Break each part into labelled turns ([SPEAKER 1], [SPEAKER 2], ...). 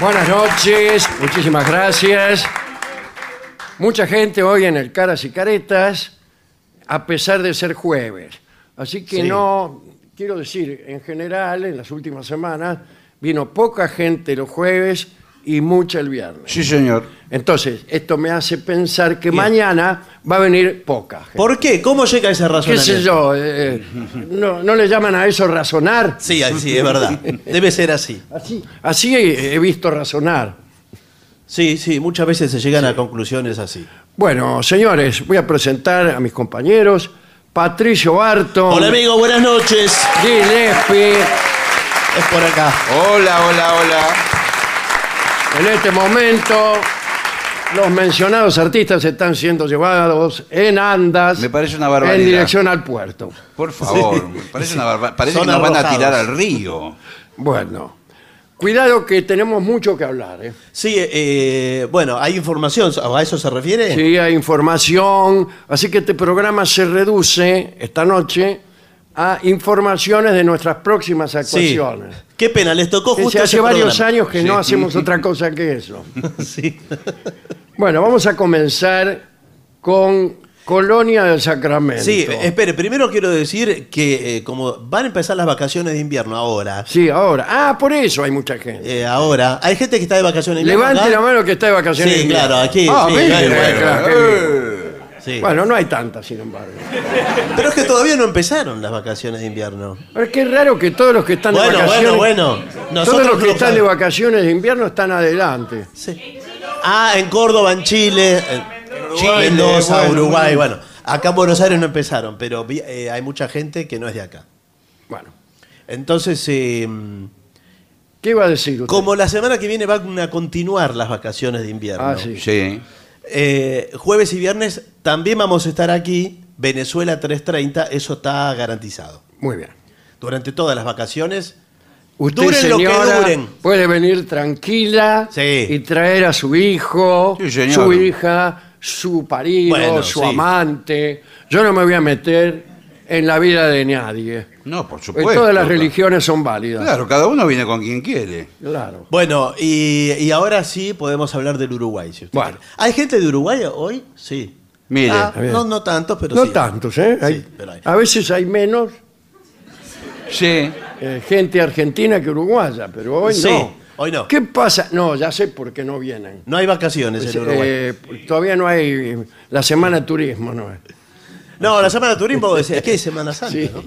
[SPEAKER 1] Buenas noches, muchísimas gracias. Mucha gente hoy en el Caras y Caretas, a pesar de ser jueves. Así que no, quiero decir, en general, en las últimas semanas, vino poca gente los jueves y mucha el viernes.
[SPEAKER 2] Sí, señor.
[SPEAKER 1] Entonces, esto me hace pensar que mañana va a venir poca gente.
[SPEAKER 3] ¿Por qué? ¿Cómo llega ese
[SPEAKER 1] ¿Qué
[SPEAKER 3] razonamiento?
[SPEAKER 1] sé yo? eh, eh, no, ¿No le llaman a eso razonar?
[SPEAKER 3] Sí, sí, es verdad. Debe ser así.
[SPEAKER 1] Así, así he he visto razonar.
[SPEAKER 3] Sí, sí, muchas veces se llegan a conclusiones así.
[SPEAKER 1] Bueno, señores, voy a presentar a mis compañeros. Patricio Barton.
[SPEAKER 3] Hola amigo, buenas noches.
[SPEAKER 1] Gillespie.
[SPEAKER 3] Es por acá.
[SPEAKER 4] Hola, hola, hola.
[SPEAKER 1] En este momento, los mencionados artistas están siendo llevados en andas.
[SPEAKER 2] Me parece una barbaridad.
[SPEAKER 1] En dirección al puerto.
[SPEAKER 2] Por favor, parece, una barba- parece
[SPEAKER 3] Son
[SPEAKER 2] que nos van a
[SPEAKER 3] arrojados.
[SPEAKER 2] tirar al río.
[SPEAKER 1] Bueno, cuidado que tenemos mucho que hablar. ¿eh?
[SPEAKER 3] Sí, eh, bueno, hay información, ¿a eso se refiere?
[SPEAKER 1] Sí, hay información. Así que este programa se reduce esta noche a informaciones de nuestras próximas
[SPEAKER 3] Sí.
[SPEAKER 1] actuaciones.
[SPEAKER 3] Qué pena, les tocó
[SPEAKER 1] Que
[SPEAKER 3] justo
[SPEAKER 1] se hace
[SPEAKER 3] ese
[SPEAKER 1] varios
[SPEAKER 3] programa.
[SPEAKER 1] años que no hacemos otra cosa que eso.
[SPEAKER 3] Sí.
[SPEAKER 1] Bueno, vamos a comenzar con Colonia del Sacramento.
[SPEAKER 3] Sí, eh, espere, primero quiero decir que eh, como van a empezar las vacaciones de invierno ahora,
[SPEAKER 1] Sí, ahora. Ah, por eso hay mucha gente.
[SPEAKER 3] eh, ahora, hay gente que está de vacaciones de invierno.
[SPEAKER 1] Levante la
[SPEAKER 3] acá.
[SPEAKER 1] mano que está de vacaciones.
[SPEAKER 3] Sí,
[SPEAKER 1] de invierno.
[SPEAKER 3] claro, aquí,
[SPEAKER 1] Ah,
[SPEAKER 3] sí,
[SPEAKER 1] ¿viste?
[SPEAKER 3] claro,
[SPEAKER 1] Bueno,
[SPEAKER 3] claro.
[SPEAKER 1] qué bien.
[SPEAKER 3] Sí.
[SPEAKER 1] Bueno, no hay tantas, sin embargo.
[SPEAKER 3] Pero es que todavía no empezaron las vacaciones de invierno.
[SPEAKER 1] Ahora, qué raro que todos los que están de
[SPEAKER 3] Bueno,
[SPEAKER 1] vacaciones.
[SPEAKER 3] bueno, bueno.
[SPEAKER 1] Todos
[SPEAKER 3] Nosotros
[SPEAKER 1] los que
[SPEAKER 3] no
[SPEAKER 1] están de
[SPEAKER 3] sabemos.
[SPEAKER 1] vacaciones de invierno están adelante.
[SPEAKER 3] Sí. Ah, en Córdoba, en Chile, en Chile, Mendoza, Uruguay, bueno. Acá en Buenos Aires no empezaron, pero vi- eh, hay mucha gente que no es de acá.
[SPEAKER 1] Bueno,
[SPEAKER 3] Entonces, eh,
[SPEAKER 1] ¿qué iba a decir usted?
[SPEAKER 3] como la semana que viene van a continuar las vacaciones de invierno,
[SPEAKER 1] Ah, sí.
[SPEAKER 2] Sí.
[SPEAKER 3] eh, jueves y viernes también vamos a estar aquí, Venezuela 3.30, eso está garantizado.
[SPEAKER 1] Muy bien.
[SPEAKER 3] Durante todas las vacaciones.
[SPEAKER 1] Usted,
[SPEAKER 3] Duren lo que
[SPEAKER 1] señora,
[SPEAKER 3] duren.
[SPEAKER 1] puede venir tranquila
[SPEAKER 3] Sí.
[SPEAKER 1] y traer a su hijo,
[SPEAKER 2] Sí, señor.
[SPEAKER 1] su hija, su parido,
[SPEAKER 3] Bueno,
[SPEAKER 1] su
[SPEAKER 3] sí.
[SPEAKER 1] amante. Yo no me voy a meter en la vida de nadie.
[SPEAKER 2] No, por
[SPEAKER 1] Porque
[SPEAKER 2] supuesto.
[SPEAKER 1] todas las
[SPEAKER 2] Claro.
[SPEAKER 1] religiones son válidas.
[SPEAKER 2] Claro, cada uno viene con quien quiere.
[SPEAKER 1] Claro.
[SPEAKER 3] Bueno, y, y ahora sí podemos hablar del Uruguay. si usted
[SPEAKER 1] Bueno.
[SPEAKER 3] quiere. ¿Hay gente de Uruguay hoy? Sí.
[SPEAKER 2] Mire,
[SPEAKER 3] Ah, no, no tantos, pero
[SPEAKER 1] no
[SPEAKER 3] sí.
[SPEAKER 1] tantos, ¿eh? Hay-
[SPEAKER 3] pero hay.
[SPEAKER 1] A veces hay menos
[SPEAKER 2] sí.
[SPEAKER 1] eh, gente argentina que uruguaya, pero hoy
[SPEAKER 3] Sí,
[SPEAKER 1] no.
[SPEAKER 3] hoy no.
[SPEAKER 1] ¿Qué pasa? No, ya sé por qué no vienen.
[SPEAKER 3] No hay vacaciones en Uruguay.
[SPEAKER 1] Eh, todavía no hay eh, la semana de turismo, ¿no?
[SPEAKER 3] no, la Semana de Turismo es, es que es Semana Santa,
[SPEAKER 1] Sí.
[SPEAKER 3] ¿no?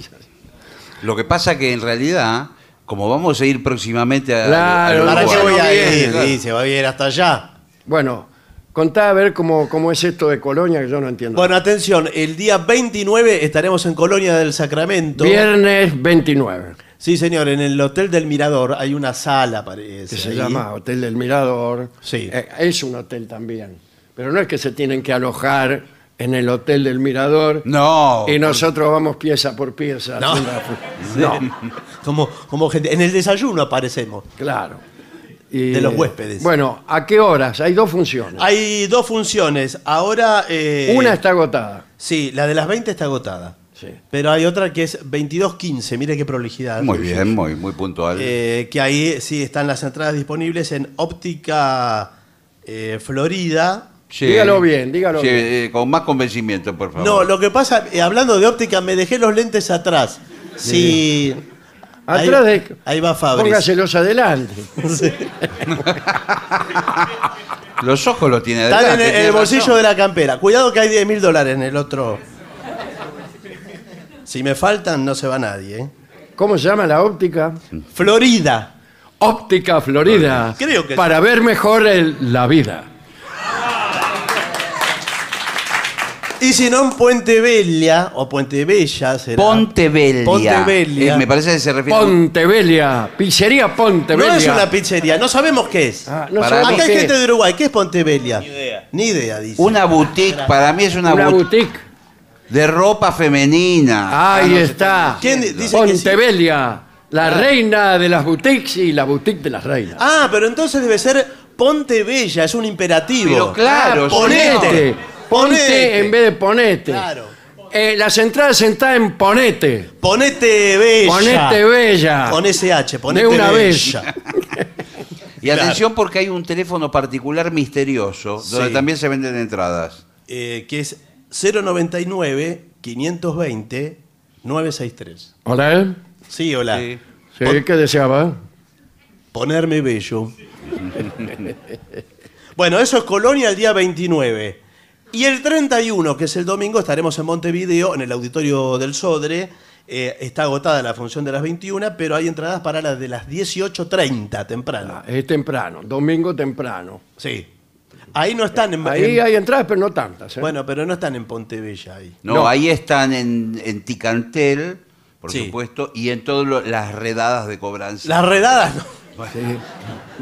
[SPEAKER 2] Lo que pasa que en realidad, como vamos a ir próximamente a.
[SPEAKER 1] Claro,
[SPEAKER 2] a
[SPEAKER 3] ¿Para qué
[SPEAKER 2] Uruguay,
[SPEAKER 3] voy a
[SPEAKER 2] viene,
[SPEAKER 3] ir?
[SPEAKER 2] claro.
[SPEAKER 3] Sí, se va a ir hasta allá.
[SPEAKER 1] Bueno, contá a ver cómo, cómo es esto de Colonia, que yo no entiendo.
[SPEAKER 3] Bueno, atención, el día 29 estaremos en Colonia del Sacramento.
[SPEAKER 1] Viernes 29,
[SPEAKER 3] Sí, señor, en el Hotel del Mirador hay una sala, parece.
[SPEAKER 1] que se
[SPEAKER 3] ahí.
[SPEAKER 1] llama Hotel del Mirador.
[SPEAKER 3] Sí.
[SPEAKER 1] Eh, es un hotel también, pero no es que se tienen que alojar en el Hotel del Mirador
[SPEAKER 2] No.
[SPEAKER 1] y nosotros vamos pieza por pieza.
[SPEAKER 3] No.
[SPEAKER 1] haciendo la- No,
[SPEAKER 3] Como, como gente. En el desayuno aparecemos.
[SPEAKER 1] claro. Y,
[SPEAKER 3] De los huéspedes.
[SPEAKER 1] Bueno, ¿a qué horas? Hay dos funciones.
[SPEAKER 3] Hay dos funciones. Ahora. eh,
[SPEAKER 1] Una está agotada.
[SPEAKER 3] Sí, la de las 20 está agotada.
[SPEAKER 1] Sí.
[SPEAKER 3] Pero hay otra que es 22.15. Mire qué prolijidad.
[SPEAKER 2] Muy bien, muy, muy puntual.
[SPEAKER 3] Eh, que ahí sí están las entradas disponibles en Óptica eh, Florida.
[SPEAKER 2] Sí.
[SPEAKER 1] dígalo bien, dígalo
[SPEAKER 2] Sí,
[SPEAKER 1] bien.
[SPEAKER 2] eh, con más convencimiento, por favor.
[SPEAKER 3] No, lo que pasa, eh, hablando de óptica, me dejé los lentes atrás. Sí. Ahí-
[SPEAKER 1] Atrás de...
[SPEAKER 3] Ahí va Fabri.
[SPEAKER 1] Póngaselos adelante.
[SPEAKER 2] Los ojos los tiene
[SPEAKER 3] Están en
[SPEAKER 2] adelante,
[SPEAKER 3] el,
[SPEAKER 2] tiene
[SPEAKER 3] el bolsillo
[SPEAKER 2] razón.
[SPEAKER 3] de la campera. Cuidado que hay 10 mil dólares en el otro. Si me faltan, no se va nadie. ¿eh?
[SPEAKER 1] ¿Cómo se llama la óptica?
[SPEAKER 3] Florida.
[SPEAKER 1] Óptica Florida.
[SPEAKER 3] Creo que
[SPEAKER 1] Para ver mejor el- la vida.
[SPEAKER 3] Y si no, en Puente Bella, o Puente Bella será.
[SPEAKER 2] Pontevelia.
[SPEAKER 3] Pontevelia.
[SPEAKER 2] Eh, me parece que se refiere.
[SPEAKER 1] Pontevelia. Pizzería Pontevelia.
[SPEAKER 3] No es una pizzería, no sabemos qué es.
[SPEAKER 1] Ah, no
[SPEAKER 2] Para
[SPEAKER 1] sabemos
[SPEAKER 3] Acá hay
[SPEAKER 1] qué
[SPEAKER 3] gente
[SPEAKER 1] es.
[SPEAKER 3] de Uruguay, ¿qué es Pontevelia? Ni idea. Ni idea, dice.
[SPEAKER 2] Una boutique, para mí es una,
[SPEAKER 1] Una
[SPEAKER 2] boutique
[SPEAKER 1] boutique.
[SPEAKER 2] de ropa femenina.
[SPEAKER 1] Ahí
[SPEAKER 2] Ah, no sé.
[SPEAKER 1] está.
[SPEAKER 3] ¿Quién dice que sí?
[SPEAKER 1] Pontevelia. La reina de las boutiques y la boutique de las reinas.
[SPEAKER 3] Ah, pero entonces debe ser Ponte Bella, es un imperativo.
[SPEAKER 2] Pero claro,
[SPEAKER 3] Ah,
[SPEAKER 2] señor.
[SPEAKER 3] ponete.
[SPEAKER 1] ponete. Ponte en vez de ponete.
[SPEAKER 3] Claro.
[SPEAKER 1] Eh, las entradas están en ponete.
[SPEAKER 3] Ponete Bella.
[SPEAKER 1] Ponete bella.
[SPEAKER 3] Con SH, ponete
[SPEAKER 1] una
[SPEAKER 3] Bella.
[SPEAKER 2] Y atención porque hay un teléfono particular misterioso donde
[SPEAKER 3] Sí.
[SPEAKER 2] también se venden entradas.
[SPEAKER 3] Eh, que es 099-520-963.
[SPEAKER 1] Hola. ¿eh?
[SPEAKER 3] Sí, hola.
[SPEAKER 2] Sí.
[SPEAKER 1] Sí, ¿qué deseaba?
[SPEAKER 3] Ponerme bello. bueno, eso es Colonia el día 29. Y el 31, que es el domingo, estaremos en Montevideo, en el auditorio del Sodre. Eh, está agotada la función de las 21, pero hay entradas para las de las 18.30 temprano.
[SPEAKER 1] Ah, Es temprano, domingo temprano.
[SPEAKER 3] Sí. Ahí no están en,
[SPEAKER 1] Ahí
[SPEAKER 3] en-
[SPEAKER 1] hay entradas, pero no tantas. ¿eh?
[SPEAKER 3] Bueno, pero no están en Pontebella ahí.
[SPEAKER 2] No,
[SPEAKER 1] No.
[SPEAKER 2] ahí están en, en Ticantel, por
[SPEAKER 3] Sí.
[SPEAKER 2] supuesto, y en todas las redadas de cobranza.
[SPEAKER 3] Las redadas no.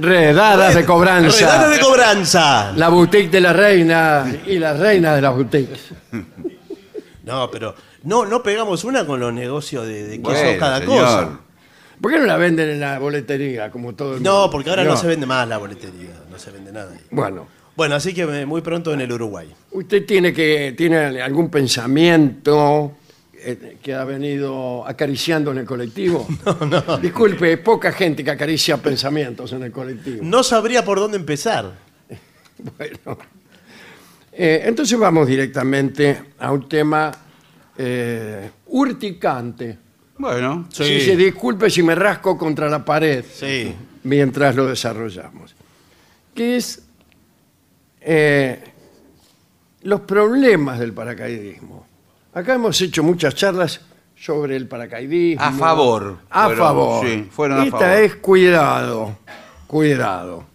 [SPEAKER 1] Redadas de cobranza.
[SPEAKER 3] Redadas de cobranza.
[SPEAKER 1] La boutique de la reina y la reina de las boutiques.
[SPEAKER 3] No, pero no, no pegamos una con los negocios de, de que
[SPEAKER 2] Bueno,
[SPEAKER 3] son cada
[SPEAKER 2] señor.
[SPEAKER 3] cosa.
[SPEAKER 1] ¿Por qué no la venden en la boletería como todo el mundo?
[SPEAKER 3] No, porque ahora no. se vende más la boletería, no se vende nada. ahí.
[SPEAKER 1] Bueno,
[SPEAKER 3] Bueno, así que eh, muy pronto en el Uruguay.
[SPEAKER 1] usted tiene que tiene algún pensamiento eh, que ha venido acariciando en el colectivo. Disculpe, poca gente que acaricia pensamientos en el colectivo.
[SPEAKER 3] No sabría por dónde empezar.
[SPEAKER 1] Bueno. Eh, entonces vamos directamente a un tema eh, urticante.
[SPEAKER 2] Bueno,
[SPEAKER 1] Si se disculpe si me rasco contra la pared
[SPEAKER 3] Sí.
[SPEAKER 1] mientras lo desarrollamos. Que es eh, los problemas del paracaidismo. Acá hemos hecho muchas charlas sobre el paracaidismo.
[SPEAKER 2] A favor.
[SPEAKER 1] A
[SPEAKER 2] Fueron,
[SPEAKER 1] favor.
[SPEAKER 2] sí, fueron a
[SPEAKER 1] Esta
[SPEAKER 2] favor.
[SPEAKER 1] es cuidado, cuidado.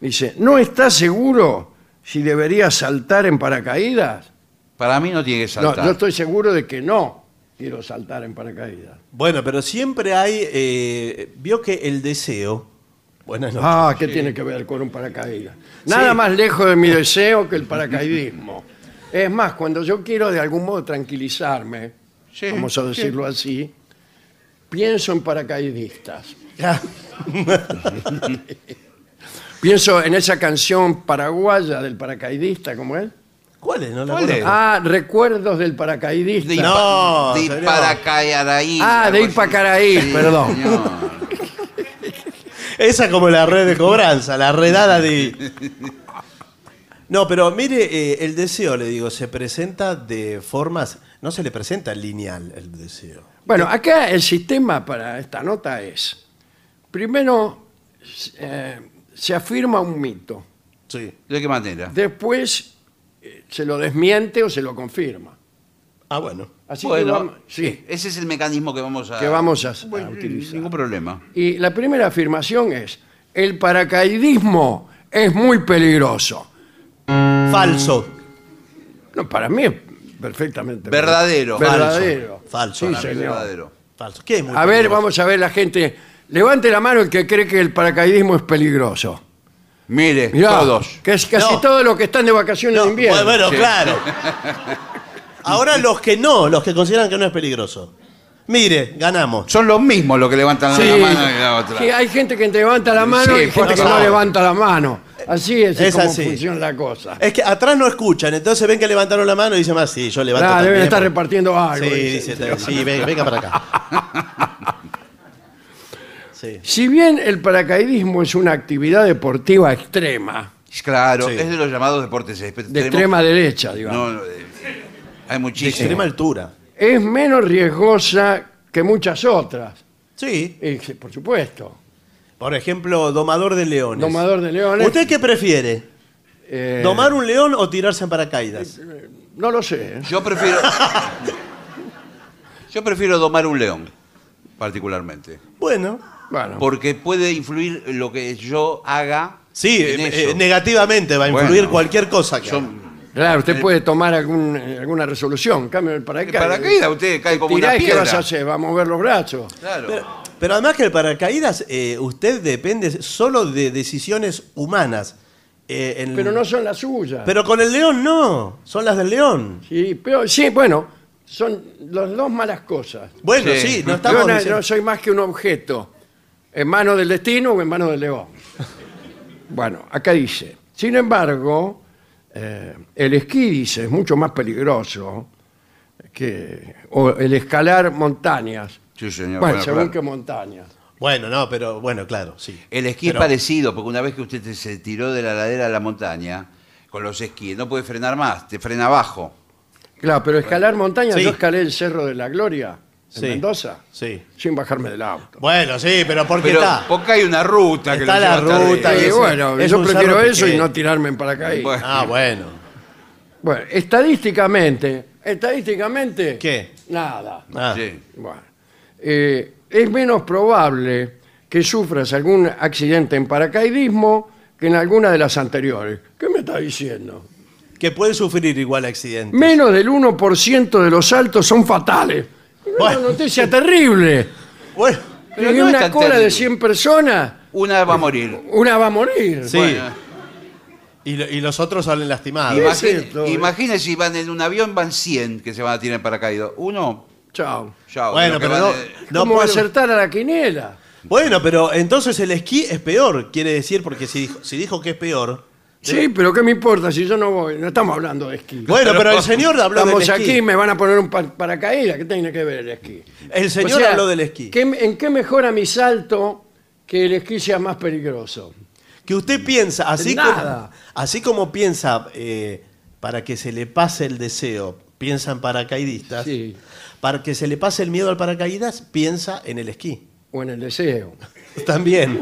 [SPEAKER 1] Dice, ¿no estás seguro si deberías saltar en paracaídas?
[SPEAKER 2] para mí no tiene que
[SPEAKER 1] No,
[SPEAKER 2] saltar.
[SPEAKER 1] yo estoy seguro de que no quiero saltar en paracaídas.
[SPEAKER 3] Bueno, pero siempre hay. eh, vio que el deseo. Buenas noches.
[SPEAKER 1] Ah, ¿qué tiene que ver con un paracaídas? Nada más lejos de mi deseo que el paracaidismo. Es más, cuando yo quiero de algún modo tranquilizarme,
[SPEAKER 2] Sí,
[SPEAKER 1] vamos a decirlo así, pienso en paracaidistas. pienso en esa canción paraguaya del paracaidista, ¿cómo es?
[SPEAKER 3] ¿Cuál es? No la
[SPEAKER 2] ¿Cuál
[SPEAKER 3] conozco.
[SPEAKER 1] Ah, recuerdos del paracaidista.
[SPEAKER 2] De ir
[SPEAKER 3] No,
[SPEAKER 2] pa- de
[SPEAKER 3] señor.
[SPEAKER 2] ir para Cayaraí.
[SPEAKER 1] Ah, de
[SPEAKER 2] algo
[SPEAKER 1] ir para
[SPEAKER 2] así.
[SPEAKER 1] Caraí,
[SPEAKER 2] Sí,
[SPEAKER 1] perdón.
[SPEAKER 2] señor.
[SPEAKER 3] Esa es como la red de cobranza, la redada de. No, pero mire, eh, el deseo, le digo, se presenta de formas. No se le presenta lineal el deseo.
[SPEAKER 1] Bueno, acá el sistema para esta nota es, primero eh, se afirma un mito,
[SPEAKER 3] Sí.
[SPEAKER 2] ¿De qué manera?
[SPEAKER 1] después eh, se lo desmiente o se lo confirma.
[SPEAKER 3] Ah, bueno.
[SPEAKER 1] Así que
[SPEAKER 2] Bueno,
[SPEAKER 1] vamos, sí,
[SPEAKER 2] Ese es el mecanismo que vamos a,
[SPEAKER 1] que vamos a, a
[SPEAKER 2] Bueno,
[SPEAKER 1] utilizar.
[SPEAKER 2] Ningún problema.
[SPEAKER 1] Y la primera afirmación es, el paracaidismo es muy peligroso.
[SPEAKER 3] Falso.
[SPEAKER 1] No, para mí es perfectamente.
[SPEAKER 2] Verdadero.
[SPEAKER 1] Verdadero.
[SPEAKER 3] Falso.
[SPEAKER 1] Sí,
[SPEAKER 3] Falso,
[SPEAKER 1] señor.
[SPEAKER 2] Verdadero.
[SPEAKER 3] Falso. ¿Qué es muy
[SPEAKER 1] A ver,
[SPEAKER 3] peligroso?
[SPEAKER 1] vamos a ver la gente. Levante la mano el que cree que el paracaidismo es peligroso.
[SPEAKER 2] Mire,
[SPEAKER 1] Mirá,
[SPEAKER 2] todos.
[SPEAKER 1] que es casi
[SPEAKER 3] No.
[SPEAKER 1] todos los que están de vacaciones
[SPEAKER 3] No,
[SPEAKER 1] de invierno.
[SPEAKER 3] Bueno,
[SPEAKER 2] Sí.
[SPEAKER 3] claro. Ahora los que no, los que consideran que no es peligroso. Mire, ganamos.
[SPEAKER 2] Son los mismos los que levantan
[SPEAKER 1] Sí,
[SPEAKER 2] la mano y la otra.
[SPEAKER 1] sí, hay gente que levanta la mano
[SPEAKER 2] Sí,
[SPEAKER 1] y
[SPEAKER 2] por
[SPEAKER 1] gente que no
[SPEAKER 2] favor.
[SPEAKER 1] levanta la mano. Así es,
[SPEAKER 3] Es
[SPEAKER 1] como
[SPEAKER 3] así. Eh,
[SPEAKER 1] funciona la cosa.
[SPEAKER 3] Es que atrás no escuchan, entonces ven que levantaron la mano y dicen, más, sí, yo levanto
[SPEAKER 1] Ah,
[SPEAKER 3] también.
[SPEAKER 1] deben estar repartiendo algo.
[SPEAKER 3] Sí,
[SPEAKER 1] dicen.
[SPEAKER 3] dice, sí, ven- venga para acá. Sí.
[SPEAKER 1] Si bien el paracaidismo es una actividad deportiva extrema,
[SPEAKER 2] Claro,
[SPEAKER 3] Sí.
[SPEAKER 2] es de los llamados deportes extremos.
[SPEAKER 1] de extrema derecha, digamos,
[SPEAKER 2] No, no, de- hay
[SPEAKER 3] De extrema
[SPEAKER 2] muchísimos.
[SPEAKER 3] altura.
[SPEAKER 1] es menos riesgosa que muchas otras.
[SPEAKER 3] Sí.
[SPEAKER 1] Y sí, por supuesto.
[SPEAKER 3] Por ejemplo, domador de leones.
[SPEAKER 1] Domador de leones.
[SPEAKER 3] ¿Usted qué prefiere?
[SPEAKER 1] eh,
[SPEAKER 3] ¿Domar un león o tirarse en paracaídas?
[SPEAKER 1] No lo sé. ¿eh?
[SPEAKER 2] Yo prefiero. yo prefiero domar un león, particularmente.
[SPEAKER 3] Bueno.
[SPEAKER 1] Bueno,
[SPEAKER 2] Porque puede influir lo que yo haga.
[SPEAKER 3] Sí,
[SPEAKER 2] en
[SPEAKER 3] eh,
[SPEAKER 2] eso.
[SPEAKER 3] eh, negativamente va a influir
[SPEAKER 2] Bueno.
[SPEAKER 3] cualquier cosa que
[SPEAKER 2] Yo-
[SPEAKER 3] haga.
[SPEAKER 1] claro, usted puede tomar algún, eh, alguna resolución. Cambio eh, el
[SPEAKER 2] ¿Qué
[SPEAKER 1] paracaídas.
[SPEAKER 2] paracaídas? Usted cae como una
[SPEAKER 1] Tirá y ¿qué
[SPEAKER 2] piedra.
[SPEAKER 1] vas a hacer? ¿Va a mover los brazos?
[SPEAKER 2] Claro.
[SPEAKER 3] Pero, pero además que el paracaídas, eh, usted depende solo de decisiones humanas. Eh, en-
[SPEAKER 1] Pero no son las suyas.
[SPEAKER 3] Pero con el león no, son las del león.
[SPEAKER 1] Sí, pero- sí, bueno, son las dos malas cosas.
[SPEAKER 3] Bueno, sí,
[SPEAKER 2] Sí.
[SPEAKER 3] no
[SPEAKER 1] Yo
[SPEAKER 3] estamos
[SPEAKER 1] na-
[SPEAKER 3] diciendo-
[SPEAKER 1] no soy más que un objeto, en manos del destino o en manos del león. Bueno, acá dice, sin embargo, eh, el esquí, dice, es mucho más peligroso que o el escalar montañas.
[SPEAKER 2] Sí, señor.
[SPEAKER 1] Bueno,
[SPEAKER 2] Bueno,
[SPEAKER 1] según
[SPEAKER 2] claro.
[SPEAKER 1] qué montaña.
[SPEAKER 3] Bueno, no, pero bueno, claro, sí.
[SPEAKER 2] El esquí
[SPEAKER 3] Pero-
[SPEAKER 2] es parecido, porque una vez que usted se tiró de la ladera a la montaña con los esquíes, no puede frenar más, te frena abajo.
[SPEAKER 1] Claro, pero escalar montañas,
[SPEAKER 3] Sí.
[SPEAKER 1] yo escalé el Cerro de la Gloria en
[SPEAKER 3] Sí.
[SPEAKER 1] Mendoza
[SPEAKER 3] Sí.
[SPEAKER 1] sin bajarme del auto.
[SPEAKER 3] Bueno, sí, pero ¿por qué
[SPEAKER 2] Pero
[SPEAKER 3] está?
[SPEAKER 2] porque hay una ruta que
[SPEAKER 3] Está
[SPEAKER 2] lo
[SPEAKER 3] la
[SPEAKER 2] lleva hasta
[SPEAKER 3] ruta,
[SPEAKER 2] arriba.
[SPEAKER 1] Sí,
[SPEAKER 3] es-
[SPEAKER 1] bueno,
[SPEAKER 3] es
[SPEAKER 1] yo
[SPEAKER 3] un
[SPEAKER 1] prefiero
[SPEAKER 3] cerro
[SPEAKER 1] eso y
[SPEAKER 3] pequeño.
[SPEAKER 1] no tirarme en paracaídas. Bueno.
[SPEAKER 2] Bueno.
[SPEAKER 3] Ah, bueno.
[SPEAKER 1] estadísticamente, estadísticamente...
[SPEAKER 3] ¿Qué?
[SPEAKER 1] Nada.
[SPEAKER 3] Ah.
[SPEAKER 2] Sí.
[SPEAKER 1] Bueno, eh, es menos probable que sufras algún accidente en paracaidismo que en alguna de las anteriores. ¿Qué me está diciendo?
[SPEAKER 3] Que puede sufrir igual accidente.
[SPEAKER 1] Menos del 1% de los saltos son fatales.
[SPEAKER 3] Bueno.
[SPEAKER 1] Una noticia terrible.
[SPEAKER 3] Bueno,
[SPEAKER 2] Pero
[SPEAKER 1] Y
[SPEAKER 2] no es
[SPEAKER 1] una
[SPEAKER 2] tan
[SPEAKER 1] cola de
[SPEAKER 2] terrible.
[SPEAKER 1] 100 personas,
[SPEAKER 2] Una va a morir.
[SPEAKER 1] una va a morir.
[SPEAKER 3] sí.
[SPEAKER 2] Bueno.
[SPEAKER 3] Y, lo- y los otros salen lastimados.
[SPEAKER 1] ¿Qué es
[SPEAKER 2] Imagine-
[SPEAKER 1] esto?
[SPEAKER 2] imagine si van en un avión, van 100 que se van a tirar en paracaídas. Uno,
[SPEAKER 1] Chao.
[SPEAKER 2] chao.
[SPEAKER 3] Bueno,
[SPEAKER 2] lo que
[SPEAKER 3] pero
[SPEAKER 2] van
[SPEAKER 3] no-
[SPEAKER 2] de-
[SPEAKER 3] no
[SPEAKER 1] ¿Cómo
[SPEAKER 3] puedo-
[SPEAKER 1] acertar a la quiniela?
[SPEAKER 3] Bueno, pero entonces el esquí es peor, quiere decir, porque si dijo, si dijo que es peor. ¿eh?
[SPEAKER 1] Sí, pero ¿qué me importa si yo no voy? No estamos hablando de esquí.
[SPEAKER 3] Bueno, pero el señor habló del
[SPEAKER 1] Estamos
[SPEAKER 3] esquí.
[SPEAKER 1] aquí, me van a poner un pa- paracaídas. ¿Qué tiene que ver el esquí?
[SPEAKER 3] El
[SPEAKER 1] O
[SPEAKER 3] señor
[SPEAKER 1] sea,
[SPEAKER 3] habló del esquí.
[SPEAKER 1] ¿qué- ¿En qué mejora mi salto que el esquí sea más peligroso?
[SPEAKER 3] Que usted piensa, así,
[SPEAKER 1] Nada.
[SPEAKER 3] Como, así como piensa eh, para que se le pase el deseo, piensan paracaidistas.
[SPEAKER 1] Sí.
[SPEAKER 3] Para que se le pase el miedo al paracaídas, piensa en el esquí.
[SPEAKER 1] O en el deseo.
[SPEAKER 3] También.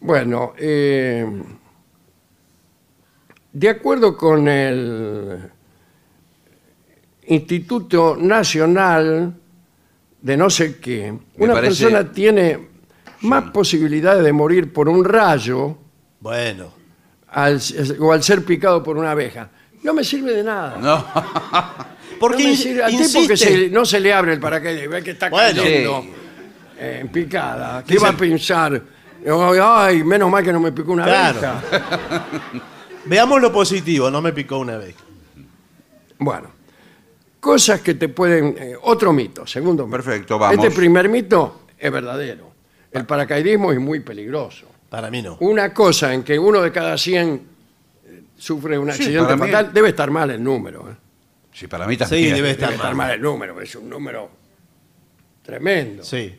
[SPEAKER 1] Bueno, eh, de acuerdo con el Instituto Nacional de no sé qué,
[SPEAKER 2] Me
[SPEAKER 1] una
[SPEAKER 2] parece-
[SPEAKER 1] persona tiene más posibilidades de morir por un rayo
[SPEAKER 3] Bueno.
[SPEAKER 1] al- o al ser picado por una abeja. No me sirve de nada.
[SPEAKER 2] No,
[SPEAKER 3] Porque
[SPEAKER 1] No me
[SPEAKER 3] in-
[SPEAKER 1] sirve- al
[SPEAKER 3] insiste.
[SPEAKER 1] tipo que se- no se le abre el paracaídas, ve que está
[SPEAKER 3] Bueno.
[SPEAKER 1] cayendo
[SPEAKER 2] Sí.
[SPEAKER 1] eh, en picada. ¿Qué va a pensar? Ay, Ay, menos mal que no me picó una
[SPEAKER 3] Claro.
[SPEAKER 1] abeja.
[SPEAKER 3] Veamos lo positivo, no me picó una vez.
[SPEAKER 1] Bueno, cosas que te pueden... eh, otro mito, segundo mito.
[SPEAKER 2] Perfecto, vamos.
[SPEAKER 1] Este primer mito es verdadero. El paracaidismo es muy peligroso.
[SPEAKER 3] Para mí no.
[SPEAKER 1] Una cosa en que uno de cada 100 eh, sufre un accidente
[SPEAKER 2] para mí-
[SPEAKER 1] fatal, debe estar mal el número. ¿eh?
[SPEAKER 2] sí, para mí
[SPEAKER 3] Sí,
[SPEAKER 2] también.
[SPEAKER 3] debe
[SPEAKER 1] Debe
[SPEAKER 3] estar
[SPEAKER 1] estar
[SPEAKER 3] mal.
[SPEAKER 1] mal el número, es un número tremendo.
[SPEAKER 3] Sí.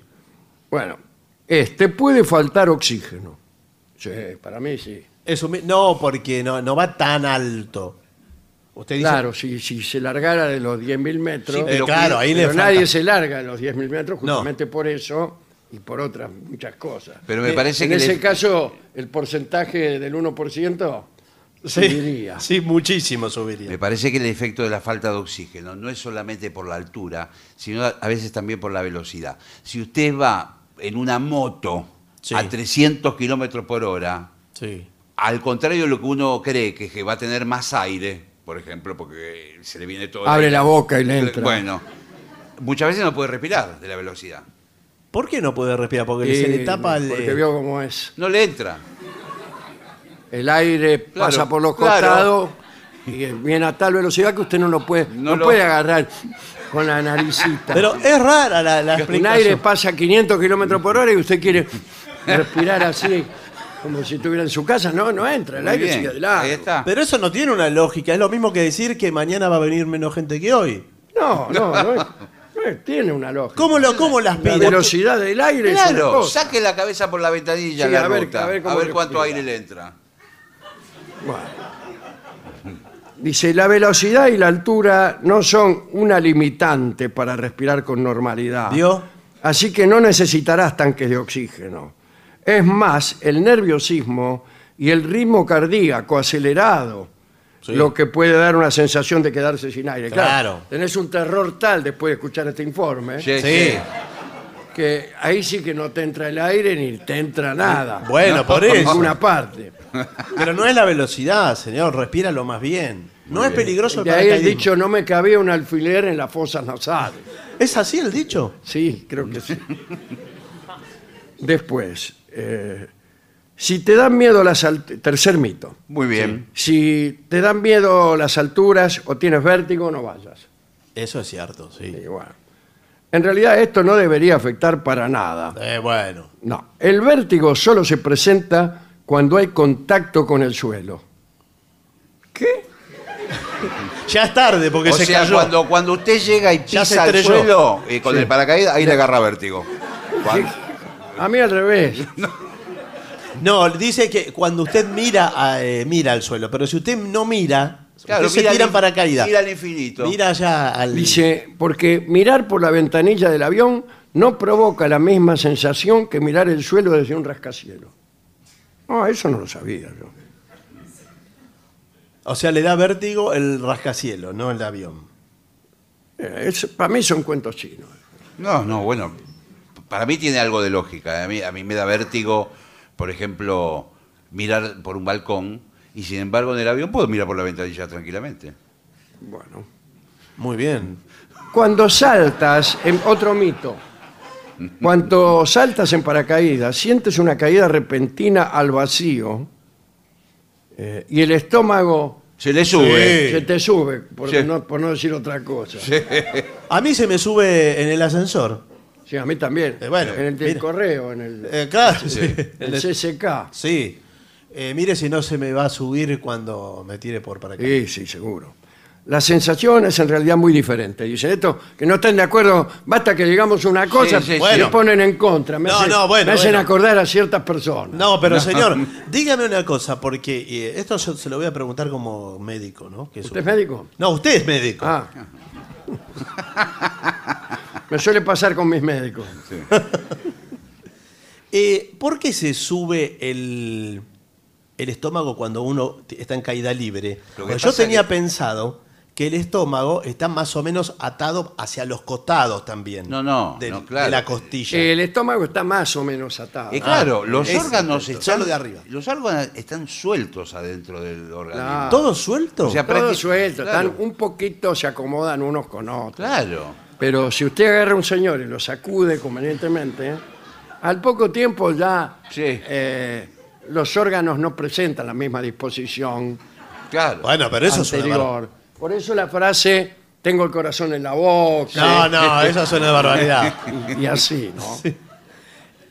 [SPEAKER 1] Bueno, este puede faltar oxígeno. Sí, para mí sí.
[SPEAKER 3] Es un mi- no, porque no, no va tan alto. Usted dice.
[SPEAKER 1] Claro, si, si se largara de los 10.000 metros,
[SPEAKER 2] Sí,
[SPEAKER 3] Eh,
[SPEAKER 2] pero
[SPEAKER 3] claro, ahí le
[SPEAKER 1] pero
[SPEAKER 3] falta.
[SPEAKER 1] nadie se larga de los 10.000 metros
[SPEAKER 3] No.
[SPEAKER 1] justamente por eso y por otras muchas cosas. Eh,
[SPEAKER 2] Pero me parece
[SPEAKER 1] en
[SPEAKER 2] que...
[SPEAKER 1] ese
[SPEAKER 2] le-
[SPEAKER 1] caso, el porcentaje del 1%
[SPEAKER 3] Sí,
[SPEAKER 1] subiría.
[SPEAKER 3] sí, muchísimo subiría.
[SPEAKER 2] Me parece que el efecto de la falta de oxígeno no es solamente por la altura, sino a veces también por la velocidad. Si usted va en una moto
[SPEAKER 3] Sí.
[SPEAKER 2] a 300 kilómetros por hora,
[SPEAKER 3] Sí.
[SPEAKER 2] al contrario de lo que uno cree, que, es que va a tener más aire, por ejemplo, porque se le viene todo... el
[SPEAKER 1] Abre
[SPEAKER 2] aire.
[SPEAKER 1] la boca y le entra.
[SPEAKER 2] Bueno, muchas veces no puede respirar de la velocidad.
[SPEAKER 3] ¿Por qué no puede respirar? Porque se le
[SPEAKER 1] Y-
[SPEAKER 3] tapa el.
[SPEAKER 1] Eh,
[SPEAKER 3] eh,
[SPEAKER 1] Porque vio cómo es.
[SPEAKER 2] No le entra.
[SPEAKER 1] El aire
[SPEAKER 2] Claro,
[SPEAKER 1] pasa por los
[SPEAKER 2] claro.
[SPEAKER 1] costados y viene a tal velocidad que usted no lo puede,
[SPEAKER 2] No
[SPEAKER 1] no
[SPEAKER 2] lo-
[SPEAKER 1] puede agarrar con la naricita.
[SPEAKER 3] Pero es rara la, la
[SPEAKER 1] Un
[SPEAKER 3] explicación.
[SPEAKER 1] aire pasa 500 kilómetros por hora y usted quiere
[SPEAKER 3] eh.
[SPEAKER 1] respirar así, como si estuviera en su casa. No, no entra, el
[SPEAKER 2] Muy
[SPEAKER 1] aire
[SPEAKER 2] bien,
[SPEAKER 1] sigue adelante.
[SPEAKER 2] Ahí está.
[SPEAKER 3] Pero eso no tiene una lógica. Es lo mismo que decir que mañana va a venir menos gente que hoy.
[SPEAKER 1] No, no, no, es- no es- tiene una lógica.
[SPEAKER 3] ¿Cómo lo cómo las
[SPEAKER 1] La
[SPEAKER 3] pide?
[SPEAKER 1] velocidad del aire es una
[SPEAKER 2] Claro,
[SPEAKER 1] cosa.
[SPEAKER 2] saque la cabeza por la ventanilla
[SPEAKER 1] Sí,
[SPEAKER 2] la
[SPEAKER 1] a ver-
[SPEAKER 2] ruta,
[SPEAKER 1] a ver cómo
[SPEAKER 2] cuánto
[SPEAKER 1] respira.
[SPEAKER 2] aire le entra.
[SPEAKER 1] Bueno. Dice, la velocidad y la altura no son una limitante para respirar con normalidad.
[SPEAKER 3] ¿Vio?
[SPEAKER 1] Así que no necesitarás tanques de oxígeno. Es más, el nerviosismo y el ritmo cardíaco acelerado,
[SPEAKER 3] Sí.
[SPEAKER 1] lo que puede dar una sensación de quedarse sin aire.
[SPEAKER 3] Claro.
[SPEAKER 1] Tenés un terror tal después de escuchar este informe,
[SPEAKER 3] Sí.
[SPEAKER 2] Sí, sí.
[SPEAKER 1] que ahí sí que no te entra el aire ni te entra nada.
[SPEAKER 3] Bueno, por
[SPEAKER 1] por
[SPEAKER 3] eso.
[SPEAKER 1] ninguna parte.
[SPEAKER 3] Pero no es la velocidad, señor. Respira lo más bien. No es peligroso el
[SPEAKER 1] De ahí el
[SPEAKER 3] paracaidismo.
[SPEAKER 1] dicho, no me cabía un alfiler en las fosas nasales.
[SPEAKER 3] ¿Es así el dicho?
[SPEAKER 1] Sí, creo que sí. Después, eh, si te dan miedo las alturas, tercer mito,
[SPEAKER 2] Muy bien.
[SPEAKER 1] si te dan miedo las alturas o tienes vértigo, no vayas.
[SPEAKER 3] Eso es cierto, sí.
[SPEAKER 1] Y bueno, en realidad esto no debería afectar para nada.
[SPEAKER 3] Eh, bueno.
[SPEAKER 1] No, el vértigo solo se presenta cuando hay contacto con el suelo. ¿Qué?
[SPEAKER 3] Ya es tarde porque
[SPEAKER 2] O
[SPEAKER 3] se
[SPEAKER 2] sea,
[SPEAKER 3] cayó.
[SPEAKER 2] cuando, cuando usted llega y
[SPEAKER 3] Ya se
[SPEAKER 2] pisa el
[SPEAKER 3] estrelló.
[SPEAKER 2] suelo eh, con
[SPEAKER 1] Sí.
[SPEAKER 2] el paracaídas, ahí le agarra vértigo. Cuando-
[SPEAKER 1] A mí al revés.
[SPEAKER 3] No, dice que cuando usted mira a, eh, mira al suelo, pero si usted no mira,
[SPEAKER 2] Claro,
[SPEAKER 3] usted
[SPEAKER 2] mira
[SPEAKER 3] se tira
[SPEAKER 2] al-
[SPEAKER 3] en paracaídas.
[SPEAKER 2] Mira al infinito.
[SPEAKER 3] Mira allá al
[SPEAKER 1] Dice, porque mirar por la ventanilla del avión no provoca la misma sensación que mirar el suelo desde un rascacielos. No, eso no lo sabía yo.
[SPEAKER 3] O sea, le da vértigo el rascacielo, no el avión.
[SPEAKER 1] Eh, para mí son cuentos chinos.
[SPEAKER 2] No, no, bueno. Para mí tiene algo de lógica. ¿eh? A mí, a mí me da vértigo, por ejemplo, mirar por un balcón y sin embargo en el avión puedo mirar por la ventanilla tranquilamente.
[SPEAKER 1] Bueno.
[SPEAKER 3] Muy bien.
[SPEAKER 1] Cuando saltas, en, otro mito. Cuando saltas en paracaídas, sientes una caída repentina al vacío eh, y el estómago
[SPEAKER 2] Se le sube.
[SPEAKER 1] se te sube, por,
[SPEAKER 2] Sí.
[SPEAKER 1] no, por no decir otra cosa.
[SPEAKER 3] A mí se me sube en el ascensor.
[SPEAKER 1] Sí, a mí también.
[SPEAKER 3] Eh, bueno,
[SPEAKER 1] en el, del
[SPEAKER 3] mira.
[SPEAKER 1] correo, en el,
[SPEAKER 3] Eh, claro. Sí.
[SPEAKER 1] el CCK.
[SPEAKER 3] Sí. Eh, mire si no se me va a subir cuando me tire por paracaídas.
[SPEAKER 1] Sí, sí, seguro. La sensación es en realidad muy diferente. Dicen esto, que no están de acuerdo, basta que digamos una cosa, se
[SPEAKER 2] sí,
[SPEAKER 3] sí.
[SPEAKER 1] ponen en contra. Me,
[SPEAKER 3] No,
[SPEAKER 1] hacen,
[SPEAKER 3] no, bueno,
[SPEAKER 1] me hacen
[SPEAKER 3] bueno.
[SPEAKER 1] acordar a ciertas personas.
[SPEAKER 3] No, pero señor, dígame una cosa, porque eh, esto yo se lo voy a preguntar como médico, ¿no? Que
[SPEAKER 1] ¿Usted es
[SPEAKER 3] un-
[SPEAKER 1] médico?
[SPEAKER 3] No, usted es médico.
[SPEAKER 1] Ah. me suele pasar con mis médicos.
[SPEAKER 3] Eh, ¿Por qué se sube el, el estómago cuando uno t- está en caída libre?
[SPEAKER 2] Lo que
[SPEAKER 3] Porque yo
[SPEAKER 2] pasa
[SPEAKER 3] tenía
[SPEAKER 2] que-
[SPEAKER 3] pensado que el estómago está más o menos atado hacia los costados también.
[SPEAKER 2] No, no,
[SPEAKER 3] del-
[SPEAKER 2] no, claro.
[SPEAKER 3] De la costilla.
[SPEAKER 1] El estómago está más o menos atado.
[SPEAKER 2] Eh, claro,
[SPEAKER 3] Ah,
[SPEAKER 2] los
[SPEAKER 3] ese,
[SPEAKER 2] órganos
[SPEAKER 3] solo
[SPEAKER 2] están
[SPEAKER 3] de arriba.
[SPEAKER 2] Los órganos están sueltos adentro del organismo.
[SPEAKER 1] Claro.
[SPEAKER 3] ¿Todo suelto?
[SPEAKER 2] O sea,
[SPEAKER 1] Todo
[SPEAKER 2] prácti-
[SPEAKER 1] suelto,
[SPEAKER 2] claro.
[SPEAKER 1] están un poquito se acomodan unos con otros.
[SPEAKER 2] Claro.
[SPEAKER 1] Pero si usted agarra a un señor y lo sacude convenientemente, al poco tiempo ya
[SPEAKER 2] Sí.
[SPEAKER 1] eh, los órganos no presentan la misma disposición
[SPEAKER 2] Claro.
[SPEAKER 3] bueno, pero eso suena barba-
[SPEAKER 1] anterior. Por eso la frase tengo el corazón en la boca
[SPEAKER 3] No, no, eso suena de barbaridad.
[SPEAKER 1] y así, ¿no?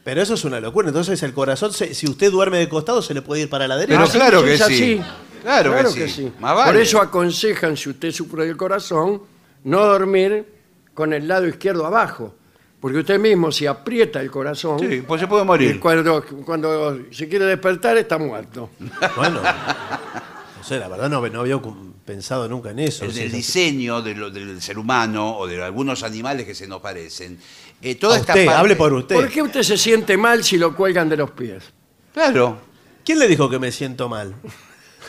[SPEAKER 3] Pero eso es una locura. Entonces el corazón, se- si usted duerme de costado, se le puede ir para la derecha. Ah,
[SPEAKER 2] Pero
[SPEAKER 1] Así
[SPEAKER 2] claro que
[SPEAKER 1] Ah, es
[SPEAKER 2] sí.
[SPEAKER 1] así.
[SPEAKER 2] Claro que sí. Más vale.
[SPEAKER 1] Por eso aconsejan, si usted sufre del corazón, no dormir con el lado izquierdo abajo, Porque usted mismo se aprieta el corazón.
[SPEAKER 2] Sí, pues se puede
[SPEAKER 1] Y
[SPEAKER 2] morir.
[SPEAKER 1] cuando, cuando se quiere despertar está muerto.
[SPEAKER 3] Bueno, no sé, la verdad no, no había cum- pensado nunca en eso.
[SPEAKER 2] El
[SPEAKER 3] Sí,
[SPEAKER 2] del
[SPEAKER 3] sí.
[SPEAKER 2] diseño de lo- del ser humano o de algunos animales que se nos parecen. Eh, toda
[SPEAKER 3] A
[SPEAKER 2] esta
[SPEAKER 3] usted,
[SPEAKER 2] parte-
[SPEAKER 3] hable por usted.
[SPEAKER 1] ¿Por qué usted se siente mal si lo cuelgan de los pies?
[SPEAKER 2] Claro.
[SPEAKER 3] ¿Quién le dijo que me siento mal?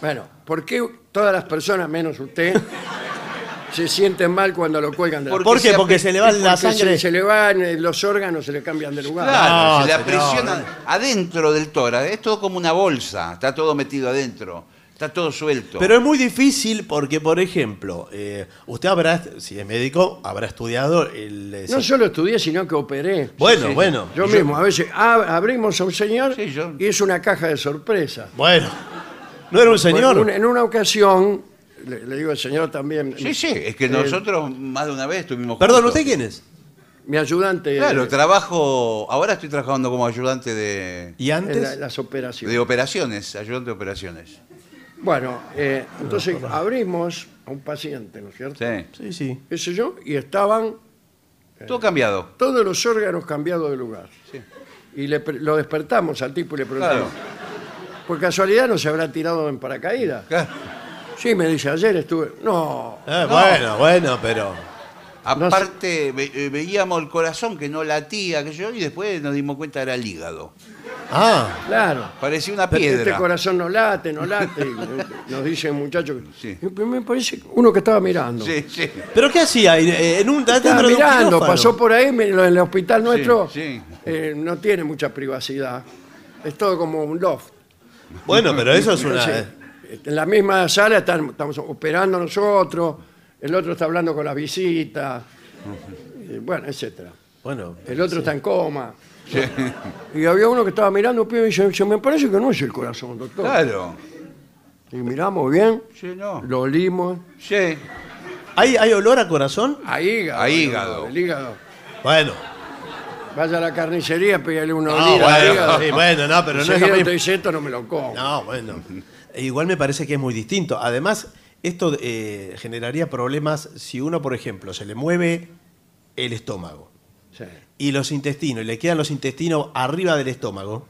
[SPEAKER 1] Bueno, ¿por qué todas las personas, menos usted, se sienten mal cuando lo cuelgan de los
[SPEAKER 2] Porque
[SPEAKER 1] pies?
[SPEAKER 3] ¿Por qué?
[SPEAKER 2] se
[SPEAKER 3] Porque
[SPEAKER 2] apre-
[SPEAKER 3] se le va la
[SPEAKER 1] Porque
[SPEAKER 3] sangre.
[SPEAKER 1] Se, se le van eh, los órganos, se le cambian de lugar. Ah,
[SPEAKER 2] Claro,
[SPEAKER 3] No,
[SPEAKER 2] se le
[SPEAKER 3] señor.
[SPEAKER 2] aprisionan adentro del tórax. Es todo como una bolsa. Está todo metido adentro. Está todo suelto.
[SPEAKER 3] Pero es muy difícil porque, por ejemplo, eh, usted habrá, si es médico, habrá estudiado el... eh,
[SPEAKER 1] No
[SPEAKER 3] se-
[SPEAKER 1] solo estudié, sino que operé.
[SPEAKER 3] bueno, bueno.
[SPEAKER 1] Yo
[SPEAKER 3] Yo-
[SPEAKER 1] mismo, a veces ab- abrimos a un señor
[SPEAKER 2] Sí, yo-
[SPEAKER 1] y es una caja de sorpresa.
[SPEAKER 3] Bueno, no era un señor.
[SPEAKER 1] Bueno, un- en una ocasión, le, le digo al señor también,
[SPEAKER 2] Sí, sí. Es que nosotros más de una vez estuvimos
[SPEAKER 3] Perdón,
[SPEAKER 2] juntos.
[SPEAKER 3] ¿usted quién es?
[SPEAKER 1] mi ayudante
[SPEAKER 2] Claro,
[SPEAKER 1] eh,
[SPEAKER 2] trabajo... Ahora estoy trabajando como ayudante de,
[SPEAKER 1] en
[SPEAKER 3] ¿Y
[SPEAKER 1] la-
[SPEAKER 3] antes?
[SPEAKER 1] las
[SPEAKER 2] de
[SPEAKER 1] operaciones.
[SPEAKER 2] operaciones. Ayudante de operaciones.
[SPEAKER 1] Bueno, eh, entonces abrimos a un paciente, ¿no es cierto?
[SPEAKER 2] Sí.
[SPEAKER 3] Sí, sí.
[SPEAKER 1] Qué sé yo, y estaban
[SPEAKER 2] Todo cambiado.
[SPEAKER 1] todos los órganos cambiados de lugar.
[SPEAKER 2] Sí.
[SPEAKER 1] Y le pre- lo despertamos al tipo y le preguntamos,
[SPEAKER 2] Claro.
[SPEAKER 1] por casualidad no se habrá tirado en paracaídas.
[SPEAKER 2] Claro.
[SPEAKER 1] Sí, me dice, ayer estuve. No,
[SPEAKER 3] Eh, Bueno, bueno, pero...
[SPEAKER 2] Aparte, ve- eh, veíamos el corazón que no latía, que yo, y después nos dimos cuenta era el hígado.
[SPEAKER 3] Ah,
[SPEAKER 1] claro.
[SPEAKER 2] Parecía una
[SPEAKER 1] Este
[SPEAKER 2] piedra.
[SPEAKER 1] corazón no late, no late. y Nos dice el muchacho. que-
[SPEAKER 2] Sí.
[SPEAKER 1] Y Me parece uno que estaba mirando.
[SPEAKER 2] Sí, sí.
[SPEAKER 3] ¿pero qué hacía? Eh, En un,
[SPEAKER 1] Estaba
[SPEAKER 3] dentro de un
[SPEAKER 1] mirando,
[SPEAKER 3] quirófano.
[SPEAKER 1] pasó por ahí, me- lo- en el hospital nuestro
[SPEAKER 2] sí.
[SPEAKER 1] eh, no tiene mucha privacidad. Es todo como un loft.
[SPEAKER 3] Bueno, pero eso es una...
[SPEAKER 1] Entonces, en la misma sala están- estamos operando nosotros, el otro está hablando con la visita, y bueno, etcétera.
[SPEAKER 3] Bueno,
[SPEAKER 1] El otro está en coma. Y había uno que estaba mirando un pibe y dice, "Se me parece que no es el corazón, doctor.
[SPEAKER 2] Claro.
[SPEAKER 1] Y miramos bien,
[SPEAKER 2] Sí, no.
[SPEAKER 1] lo olimos.
[SPEAKER 2] Sí.
[SPEAKER 3] Oh. ¿hay, ¿hay olor a corazón?
[SPEAKER 1] A hígado.
[SPEAKER 2] A hígado.
[SPEAKER 1] no, el hígado.
[SPEAKER 3] Bueno.
[SPEAKER 1] Vaya a la carnicería, pégale una
[SPEAKER 3] No,
[SPEAKER 1] olida al
[SPEAKER 3] Ah, bueno,
[SPEAKER 1] hígado.
[SPEAKER 3] sí, bueno, no, pero no es lo
[SPEAKER 1] Enseguida
[SPEAKER 3] mismo.
[SPEAKER 1] te dice, esto no me lo como.
[SPEAKER 3] No, bueno. E Igual me parece que es muy distinto. Además, esto eh, generaría problemas si uno, por ejemplo, se le mueve el estómago
[SPEAKER 1] Sí.
[SPEAKER 3] y los intestinos, y le quedan los intestinos arriba del estómago,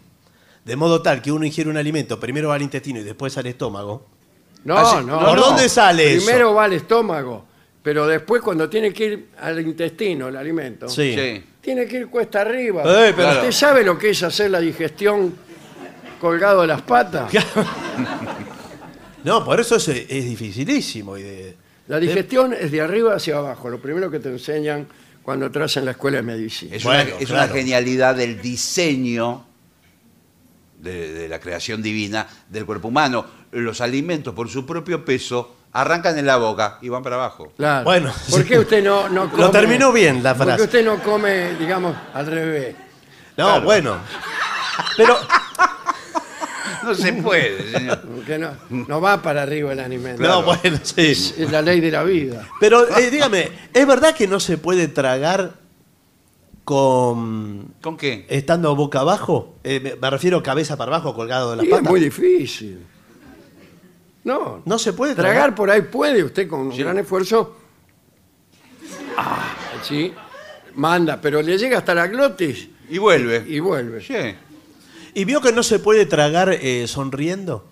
[SPEAKER 3] de modo tal que uno ingiere un alimento, primero va al intestino y después al estómago.
[SPEAKER 1] No,
[SPEAKER 2] Ah, sí.
[SPEAKER 1] no.
[SPEAKER 3] ¿Por
[SPEAKER 1] no.
[SPEAKER 3] dónde sale eso?
[SPEAKER 1] Primero va al estómago, pero después cuando tiene que ir al intestino el alimento,
[SPEAKER 3] Sí.
[SPEAKER 2] Sí.
[SPEAKER 1] tiene que ir cuesta arriba.
[SPEAKER 3] Eh, pero-
[SPEAKER 1] ¿Usted sabe lo que es hacer la digestión colgado de las patas?
[SPEAKER 3] No, por eso es, es dificilísimo. y de-
[SPEAKER 1] La digestión es de arriba hacia abajo, lo primero que te enseñan cuando entras en la escuela de medicina.
[SPEAKER 2] Es,
[SPEAKER 3] Bueno,
[SPEAKER 2] una, es
[SPEAKER 3] claro.
[SPEAKER 2] una genialidad del diseño de, de la creación divina del cuerpo humano. Los alimentos, por su propio peso, arrancan en la boca y van para abajo.
[SPEAKER 1] Claro.
[SPEAKER 3] Bueno.
[SPEAKER 1] ¿Por qué usted no, no
[SPEAKER 3] Lo
[SPEAKER 1] come?
[SPEAKER 3] terminó bien la frase.
[SPEAKER 1] Porque usted no come, digamos, al revés.
[SPEAKER 3] No, bueno. Pero
[SPEAKER 2] No se puede, señor.
[SPEAKER 1] Porque no, no va para arriba el alimento.
[SPEAKER 3] No, bueno, sí.
[SPEAKER 1] Es la ley de la vida.
[SPEAKER 3] Pero eh, dígame, ¿es verdad que no se puede tragar con
[SPEAKER 2] ¿Con qué?
[SPEAKER 3] estando boca abajo? Eh, me- me refiero cabeza para abajo, colgado de las
[SPEAKER 1] Y es
[SPEAKER 3] patas.
[SPEAKER 1] muy difícil. No.
[SPEAKER 3] No se puede
[SPEAKER 1] tragar.
[SPEAKER 3] tragar.
[SPEAKER 1] por ahí puede usted con un
[SPEAKER 2] Sí.
[SPEAKER 1] gran esfuerzo. Ah, sí. Manda, pero le llega hasta la glotis
[SPEAKER 2] Y vuelve.
[SPEAKER 1] y vuelve.
[SPEAKER 2] Sí.
[SPEAKER 3] ¿Y vio que no se puede tragar eh, sonriendo?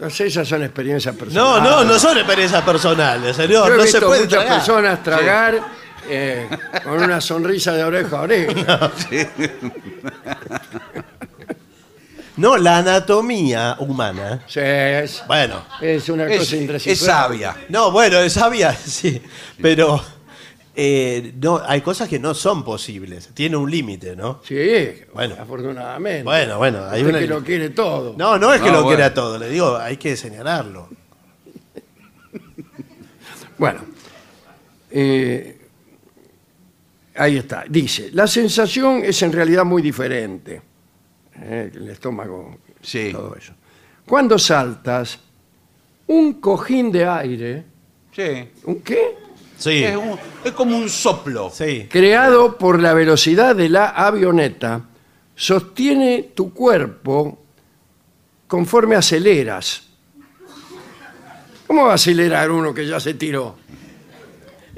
[SPEAKER 1] No sé, esas son experiencias
[SPEAKER 3] No,
[SPEAKER 1] personales.
[SPEAKER 3] no, no son experiencias personales, señor.
[SPEAKER 1] Yo he
[SPEAKER 3] no
[SPEAKER 1] visto
[SPEAKER 3] se puede
[SPEAKER 1] muchas
[SPEAKER 3] tragar.
[SPEAKER 1] personas tragar eh, con una sonrisa de oreja a oreja.
[SPEAKER 3] No, la anatomía humana.
[SPEAKER 1] Sí, es,
[SPEAKER 3] Bueno.
[SPEAKER 1] es una
[SPEAKER 2] Es,
[SPEAKER 1] cosa
[SPEAKER 2] es
[SPEAKER 1] indescifrable.
[SPEAKER 2] sabia.
[SPEAKER 3] No, bueno, es sabia, sí. Pero eh, no, hay cosas que no son posibles. Tiene un límite, ¿no?
[SPEAKER 1] Sí,
[SPEAKER 3] Bueno.
[SPEAKER 1] afortunadamente.
[SPEAKER 3] Bueno, bueno, hay
[SPEAKER 1] Usted
[SPEAKER 3] una-
[SPEAKER 1] que lo quiere todo.
[SPEAKER 3] No, no es que
[SPEAKER 1] Ah,
[SPEAKER 2] No,
[SPEAKER 3] lo
[SPEAKER 2] bueno.
[SPEAKER 3] quiera todo, le digo, hay que señalarlo.
[SPEAKER 1] Bueno, eh, ahí está. Dice, la sensación es en realidad muy diferente. Eh, el estómago,
[SPEAKER 2] Sí.
[SPEAKER 1] todo eso. Cuando saltas, un cojín de aire,
[SPEAKER 2] Sí.
[SPEAKER 1] ¿un qué?
[SPEAKER 3] Sí.
[SPEAKER 2] Es, un- es como un soplo.
[SPEAKER 3] Sí.
[SPEAKER 1] Creado por la velocidad de la avioneta, sostiene tu cuerpo conforme aceleras. ¿Cómo va a acelerar uno que ya se tiró?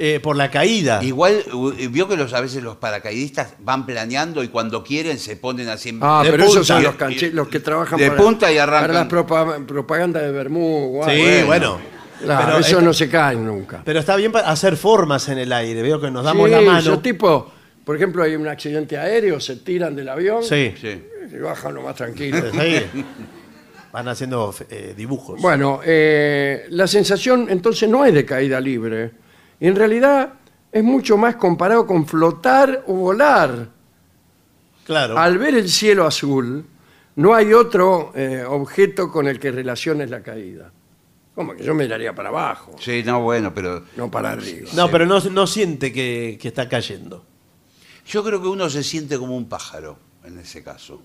[SPEAKER 3] Eh, por la caída.
[SPEAKER 2] Igual u- vio que los, a veces los paracaidistas van planeando y cuando quieren se ponen así en-
[SPEAKER 1] Ah,
[SPEAKER 2] de
[SPEAKER 1] pero esos son
[SPEAKER 2] punta.
[SPEAKER 1] los cancheros, los que trabajan
[SPEAKER 2] de
[SPEAKER 1] para,
[SPEAKER 2] punta y
[SPEAKER 1] para la
[SPEAKER 2] arrancan.
[SPEAKER 1] propa- propaganda de Bermú. guau.
[SPEAKER 3] sí, bueno.
[SPEAKER 1] Claro,
[SPEAKER 3] pero,
[SPEAKER 1] eso
[SPEAKER 3] eh,
[SPEAKER 1] no se caen nunca.
[SPEAKER 3] pero está bien para hacer formas en el aire. Veo que nos damos
[SPEAKER 1] Sí,
[SPEAKER 3] la mano.
[SPEAKER 1] esos tipos, por ejemplo, hay un accidente aéreo, se tiran del avión
[SPEAKER 3] Sí, sí.
[SPEAKER 2] Sí.
[SPEAKER 1] y bajan lo más tranquilo.
[SPEAKER 3] Van haciendo eh, dibujos.
[SPEAKER 1] Bueno, eh, la sensación entonces no es de caída libre. En realidad es mucho más comparado con flotar o volar.
[SPEAKER 3] claro.
[SPEAKER 1] Al ver el cielo azul, no hay otro eh, objeto con el que relaciones la caída. Como que yo miraría para abajo,
[SPEAKER 2] Sí, no, bueno, pero
[SPEAKER 1] no para arriba.
[SPEAKER 3] no, pero no, no siente que, que está cayendo.
[SPEAKER 2] yo creo que uno se siente como un pájaro en ese caso.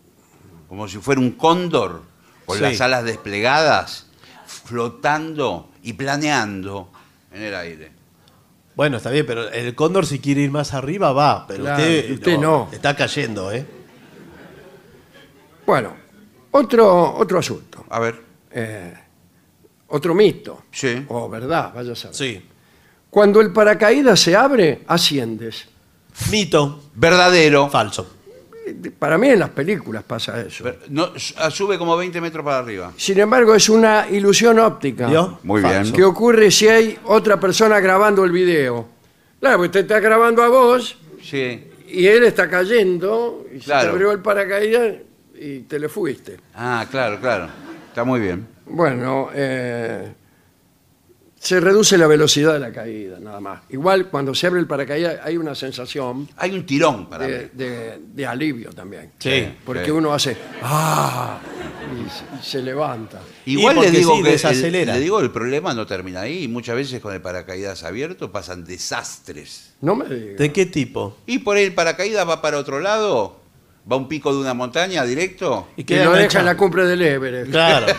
[SPEAKER 2] Como si fuera un cóndor con
[SPEAKER 3] Sí.
[SPEAKER 2] las alas desplegadas, flotando y planeando en el aire.
[SPEAKER 3] Bueno, está bien, pero el cóndor si quiere ir más arriba va, pero
[SPEAKER 1] Claro,
[SPEAKER 3] usted,
[SPEAKER 1] usted no.
[SPEAKER 3] Está cayendo, ¿eh?
[SPEAKER 1] Bueno, otro, otro asunto,
[SPEAKER 2] A ver,
[SPEAKER 1] eh, otro mito,
[SPEAKER 2] sí.
[SPEAKER 1] o verdad, vaya a saber.
[SPEAKER 3] Sí.
[SPEAKER 1] Cuando el paracaídas se abre, asciendes.
[SPEAKER 3] Mito,
[SPEAKER 2] Verdadero.
[SPEAKER 3] falso.
[SPEAKER 1] Para mí en las películas pasa eso.
[SPEAKER 2] Pero no, ah, sube como 20 metros para arriba.
[SPEAKER 1] Sin embargo, es una ilusión óptica.
[SPEAKER 3] ¿Vio?
[SPEAKER 2] Muy
[SPEAKER 3] Falso.
[SPEAKER 1] ¿Qué ocurre si hay otra persona grabando el video? Claro, porque te está grabando a vos
[SPEAKER 2] Sí.
[SPEAKER 1] y él está cayendo y se
[SPEAKER 2] Claro.
[SPEAKER 1] te abrió el paracaídas y te le fuiste.
[SPEAKER 2] Ah, claro, claro. Está muy bien.
[SPEAKER 1] Bueno, eh, se reduce la velocidad de la caída, nada más. Igual cuando se abre el paracaídas hay una sensación
[SPEAKER 2] Hay un tirón para
[SPEAKER 1] de,
[SPEAKER 2] mí.
[SPEAKER 1] de- de alivio también.
[SPEAKER 3] Sí.
[SPEAKER 1] Porque
[SPEAKER 2] sí.
[SPEAKER 1] uno hace ¡ah! y se- y se levanta.
[SPEAKER 3] Y
[SPEAKER 2] Igual le
[SPEAKER 3] porque
[SPEAKER 2] digo
[SPEAKER 3] sí,
[SPEAKER 2] que el,
[SPEAKER 3] desacelera.
[SPEAKER 2] le digo el problema no termina ahí. Muchas veces con el paracaídas abierto pasan desastres.
[SPEAKER 1] No me digas.
[SPEAKER 3] ¿De qué tipo?
[SPEAKER 2] Y por ahí el paracaídas va para otro lado, va a un pico de una montaña directo.
[SPEAKER 3] Y
[SPEAKER 1] Que
[SPEAKER 3] queda
[SPEAKER 1] lo deja
[SPEAKER 3] enganchado.
[SPEAKER 1] en la cumbre del Everest.
[SPEAKER 3] Claro.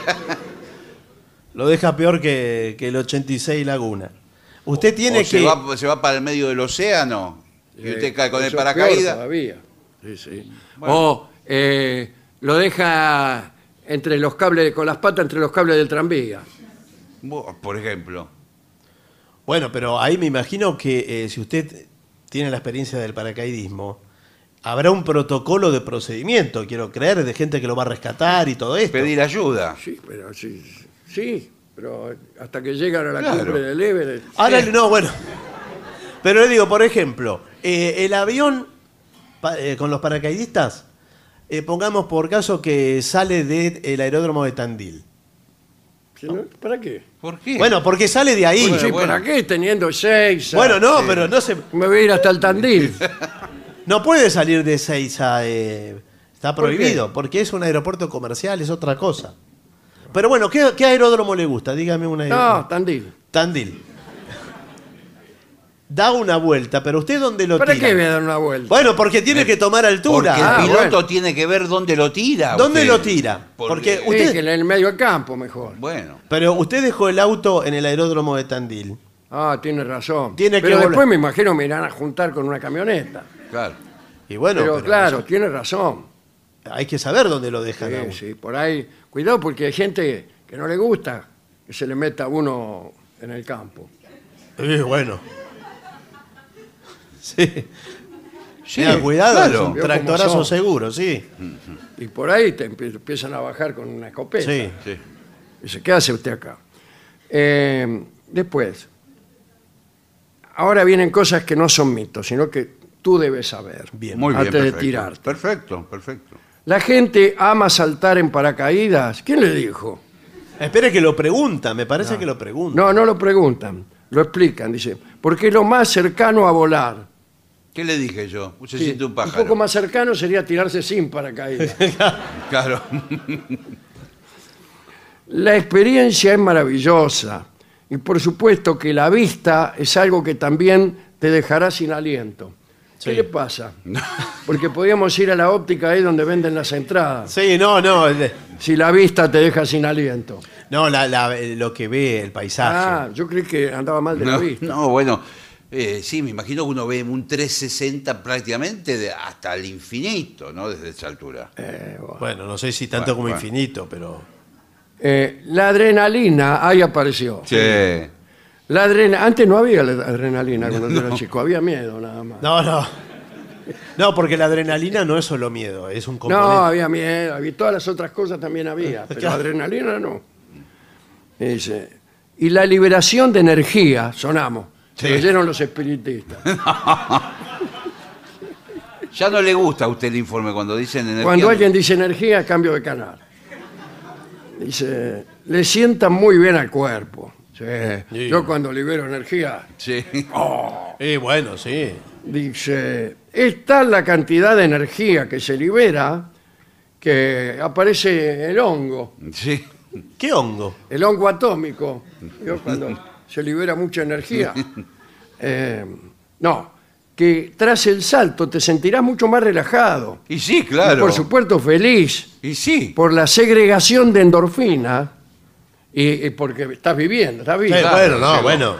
[SPEAKER 3] Lo deja peor que, que el 86 Laguna. Usted tiene
[SPEAKER 2] O
[SPEAKER 3] que. Eh,
[SPEAKER 2] se, va, se va para el medio del océano y usted cae con
[SPEAKER 1] Eso
[SPEAKER 2] el
[SPEAKER 1] es peor
[SPEAKER 2] paracaídas.
[SPEAKER 1] Todavía. Sí, sí.
[SPEAKER 3] Oh.
[SPEAKER 1] O eh, lo deja entre los cables, con las patas entre los cables del tranvía.
[SPEAKER 2] Bu- Por ejemplo.
[SPEAKER 3] Bueno, pero ahí me imagino que eh, si usted tiene la experiencia del paracaidismo, habrá un protocolo de procedimiento, quiero creer, de gente que lo va a rescatar y todo esto.
[SPEAKER 2] Pedir ayuda.
[SPEAKER 1] Sí, pero sí. Sí, pero hasta que llegan a la
[SPEAKER 2] Claro.
[SPEAKER 1] cumbre del Everest.
[SPEAKER 3] Ahora, no, bueno. Pero le digo, por ejemplo, eh, el avión pa- eh, con los paracaidistas, eh, pongamos por caso que sale del aeródromo de Tandil.
[SPEAKER 1] Si no, ¿Para qué?
[SPEAKER 2] ¿Por qué?
[SPEAKER 3] Bueno, porque sale de ahí.
[SPEAKER 1] Sí,
[SPEAKER 3] Bueno,
[SPEAKER 2] bueno.
[SPEAKER 1] ¿para qué? Teniendo seis. eh,
[SPEAKER 3] no, pero no se
[SPEAKER 1] Me voy a ir hasta el Tandil.
[SPEAKER 3] no puede salir de Seiza. eh, está
[SPEAKER 1] ¿Por qué?
[SPEAKER 3] prohibido, porque es un aeropuerto comercial, es otra cosa. Pero bueno, ¿qué, qué aeródromo le gusta? Dígame un aeródromo.
[SPEAKER 1] No, Tandil.
[SPEAKER 3] Tandil. Da una vuelta, pero usted dónde lo
[SPEAKER 1] ¿Para
[SPEAKER 3] tira?
[SPEAKER 1] qué voy a dar una vuelta?
[SPEAKER 3] Bueno, porque tiene que tomar
[SPEAKER 2] Porque
[SPEAKER 3] altura.
[SPEAKER 2] el
[SPEAKER 1] Ah,
[SPEAKER 2] piloto
[SPEAKER 1] bueno.
[SPEAKER 2] Eh. tiene que ver dónde lo tira.
[SPEAKER 3] ¿Dónde
[SPEAKER 2] usted.
[SPEAKER 3] lo tira? Porque
[SPEAKER 1] Sí,
[SPEAKER 3] usted-
[SPEAKER 1] que en el medio del campo mejor.
[SPEAKER 2] Bueno.
[SPEAKER 3] Pero usted dejó el auto en el aeródromo de Tandil.
[SPEAKER 1] Ah, tiene razón.
[SPEAKER 3] Tiene que
[SPEAKER 1] pero
[SPEAKER 3] volar.
[SPEAKER 1] después me imagino me irán a juntar con una camioneta.
[SPEAKER 2] Claro.
[SPEAKER 3] Y bueno,
[SPEAKER 1] pero,
[SPEAKER 3] pero
[SPEAKER 1] claro, tiene razón.
[SPEAKER 3] hay que saber dónde lo dejan. a
[SPEAKER 1] Sí,
[SPEAKER 3] uno.
[SPEAKER 1] sí, por ahí. Cuidado porque hay gente que no le gusta que se le meta a uno en el campo.
[SPEAKER 3] Eh, bueno. Sí. pues,
[SPEAKER 2] Sí,
[SPEAKER 3] Tenga cuidado,
[SPEAKER 2] claro.
[SPEAKER 3] es un
[SPEAKER 1] Vio cómo
[SPEAKER 3] tractorazo
[SPEAKER 1] son.
[SPEAKER 3] seguro, sí.
[SPEAKER 1] Y por ahí te empie- empiezan a bajar con una escopeta.
[SPEAKER 3] Sí.
[SPEAKER 2] Sí.
[SPEAKER 1] Dice, ¿qué hace usted acá? Eh, después, ahora vienen cosas que no son mitos, sino que tú debes saber.
[SPEAKER 3] Bien.
[SPEAKER 2] Muy bien.
[SPEAKER 1] antes de
[SPEAKER 2] perfecto.
[SPEAKER 1] tirarte.
[SPEAKER 2] Perfecto, perfecto.
[SPEAKER 1] La gente ama saltar en paracaídas. ¿Quién le dijo?
[SPEAKER 3] Espere que lo pregunta, me parece que lo pregunta.
[SPEAKER 1] No, no lo preguntan, lo explican. Dice, porque es lo más cercano a volar.
[SPEAKER 2] ¿Qué le dije yo? Se
[SPEAKER 1] Sí,
[SPEAKER 2] siente un pájaro.
[SPEAKER 1] poco más cercano sería tirarse sin paracaídas.
[SPEAKER 2] Claro.
[SPEAKER 1] la experiencia es maravillosa y por supuesto que la vista es algo que también te dejará sin aliento. ¿Qué
[SPEAKER 3] Sí.
[SPEAKER 1] le pasa? Porque podíamos ir a la óptica ahí donde venden las entradas.
[SPEAKER 3] Sí, no, no. el-
[SPEAKER 1] Si la vista te deja sin aliento.
[SPEAKER 3] No, la- la- eh, lo que ve, el paisaje.
[SPEAKER 1] Ah, yo creí que andaba mal de la
[SPEAKER 2] No,
[SPEAKER 1] vista.
[SPEAKER 2] no, bueno. eh, sí, me imagino que uno ve un 360 prácticamente de- hasta el infinito, ¿no? Desde esa altura.
[SPEAKER 3] Bueno, no sé si tanto
[SPEAKER 2] Bueno,
[SPEAKER 3] como
[SPEAKER 2] bueno.
[SPEAKER 3] infinito, pero.
[SPEAKER 1] Eh, la adrenalina, ahí apareció.
[SPEAKER 2] Che.
[SPEAKER 1] La adrena- Antes no había la adrenalina cuando yo era chico, había miedo nada más.
[SPEAKER 3] No, no. No, porque la adrenalina no es solo miedo, es un
[SPEAKER 1] No,
[SPEAKER 3] componente.
[SPEAKER 1] había miedo, había, todas las otras cosas también había, pero
[SPEAKER 3] Claro.
[SPEAKER 1] adrenalina no. Dice, y la liberación de energía, sonamos,
[SPEAKER 2] Sí.
[SPEAKER 1] se oyeron los espiritistas.
[SPEAKER 2] Ya no le gusta a usted el informe cuando dicen energía.
[SPEAKER 1] Cuando alguien dice energía, cambio de canal. Dice, le sientan muy bien al cuerpo. Sí.
[SPEAKER 3] Sí.
[SPEAKER 1] Yo cuando libero energía, ¡oh!
[SPEAKER 2] Sí.
[SPEAKER 3] Eh, bueno, sí.
[SPEAKER 1] dice, es tal la cantidad de energía que se libera que aparece el hongo.
[SPEAKER 2] Sí.
[SPEAKER 3] ¿Qué hongo?
[SPEAKER 1] el hongo atómico, ¿vio? cuando se libera mucha energía. Eh, no, que tras el salto te sentirás mucho más relajado.
[SPEAKER 2] Y sí,
[SPEAKER 1] Y
[SPEAKER 2] claro.
[SPEAKER 1] por supuesto, feliz
[SPEAKER 2] Y sí.
[SPEAKER 1] por la segregación de endorfinas y, y porque estás viviendo, estás vivo.
[SPEAKER 3] Eh,
[SPEAKER 2] claro,
[SPEAKER 3] bueno, no,
[SPEAKER 2] sí,
[SPEAKER 3] bueno.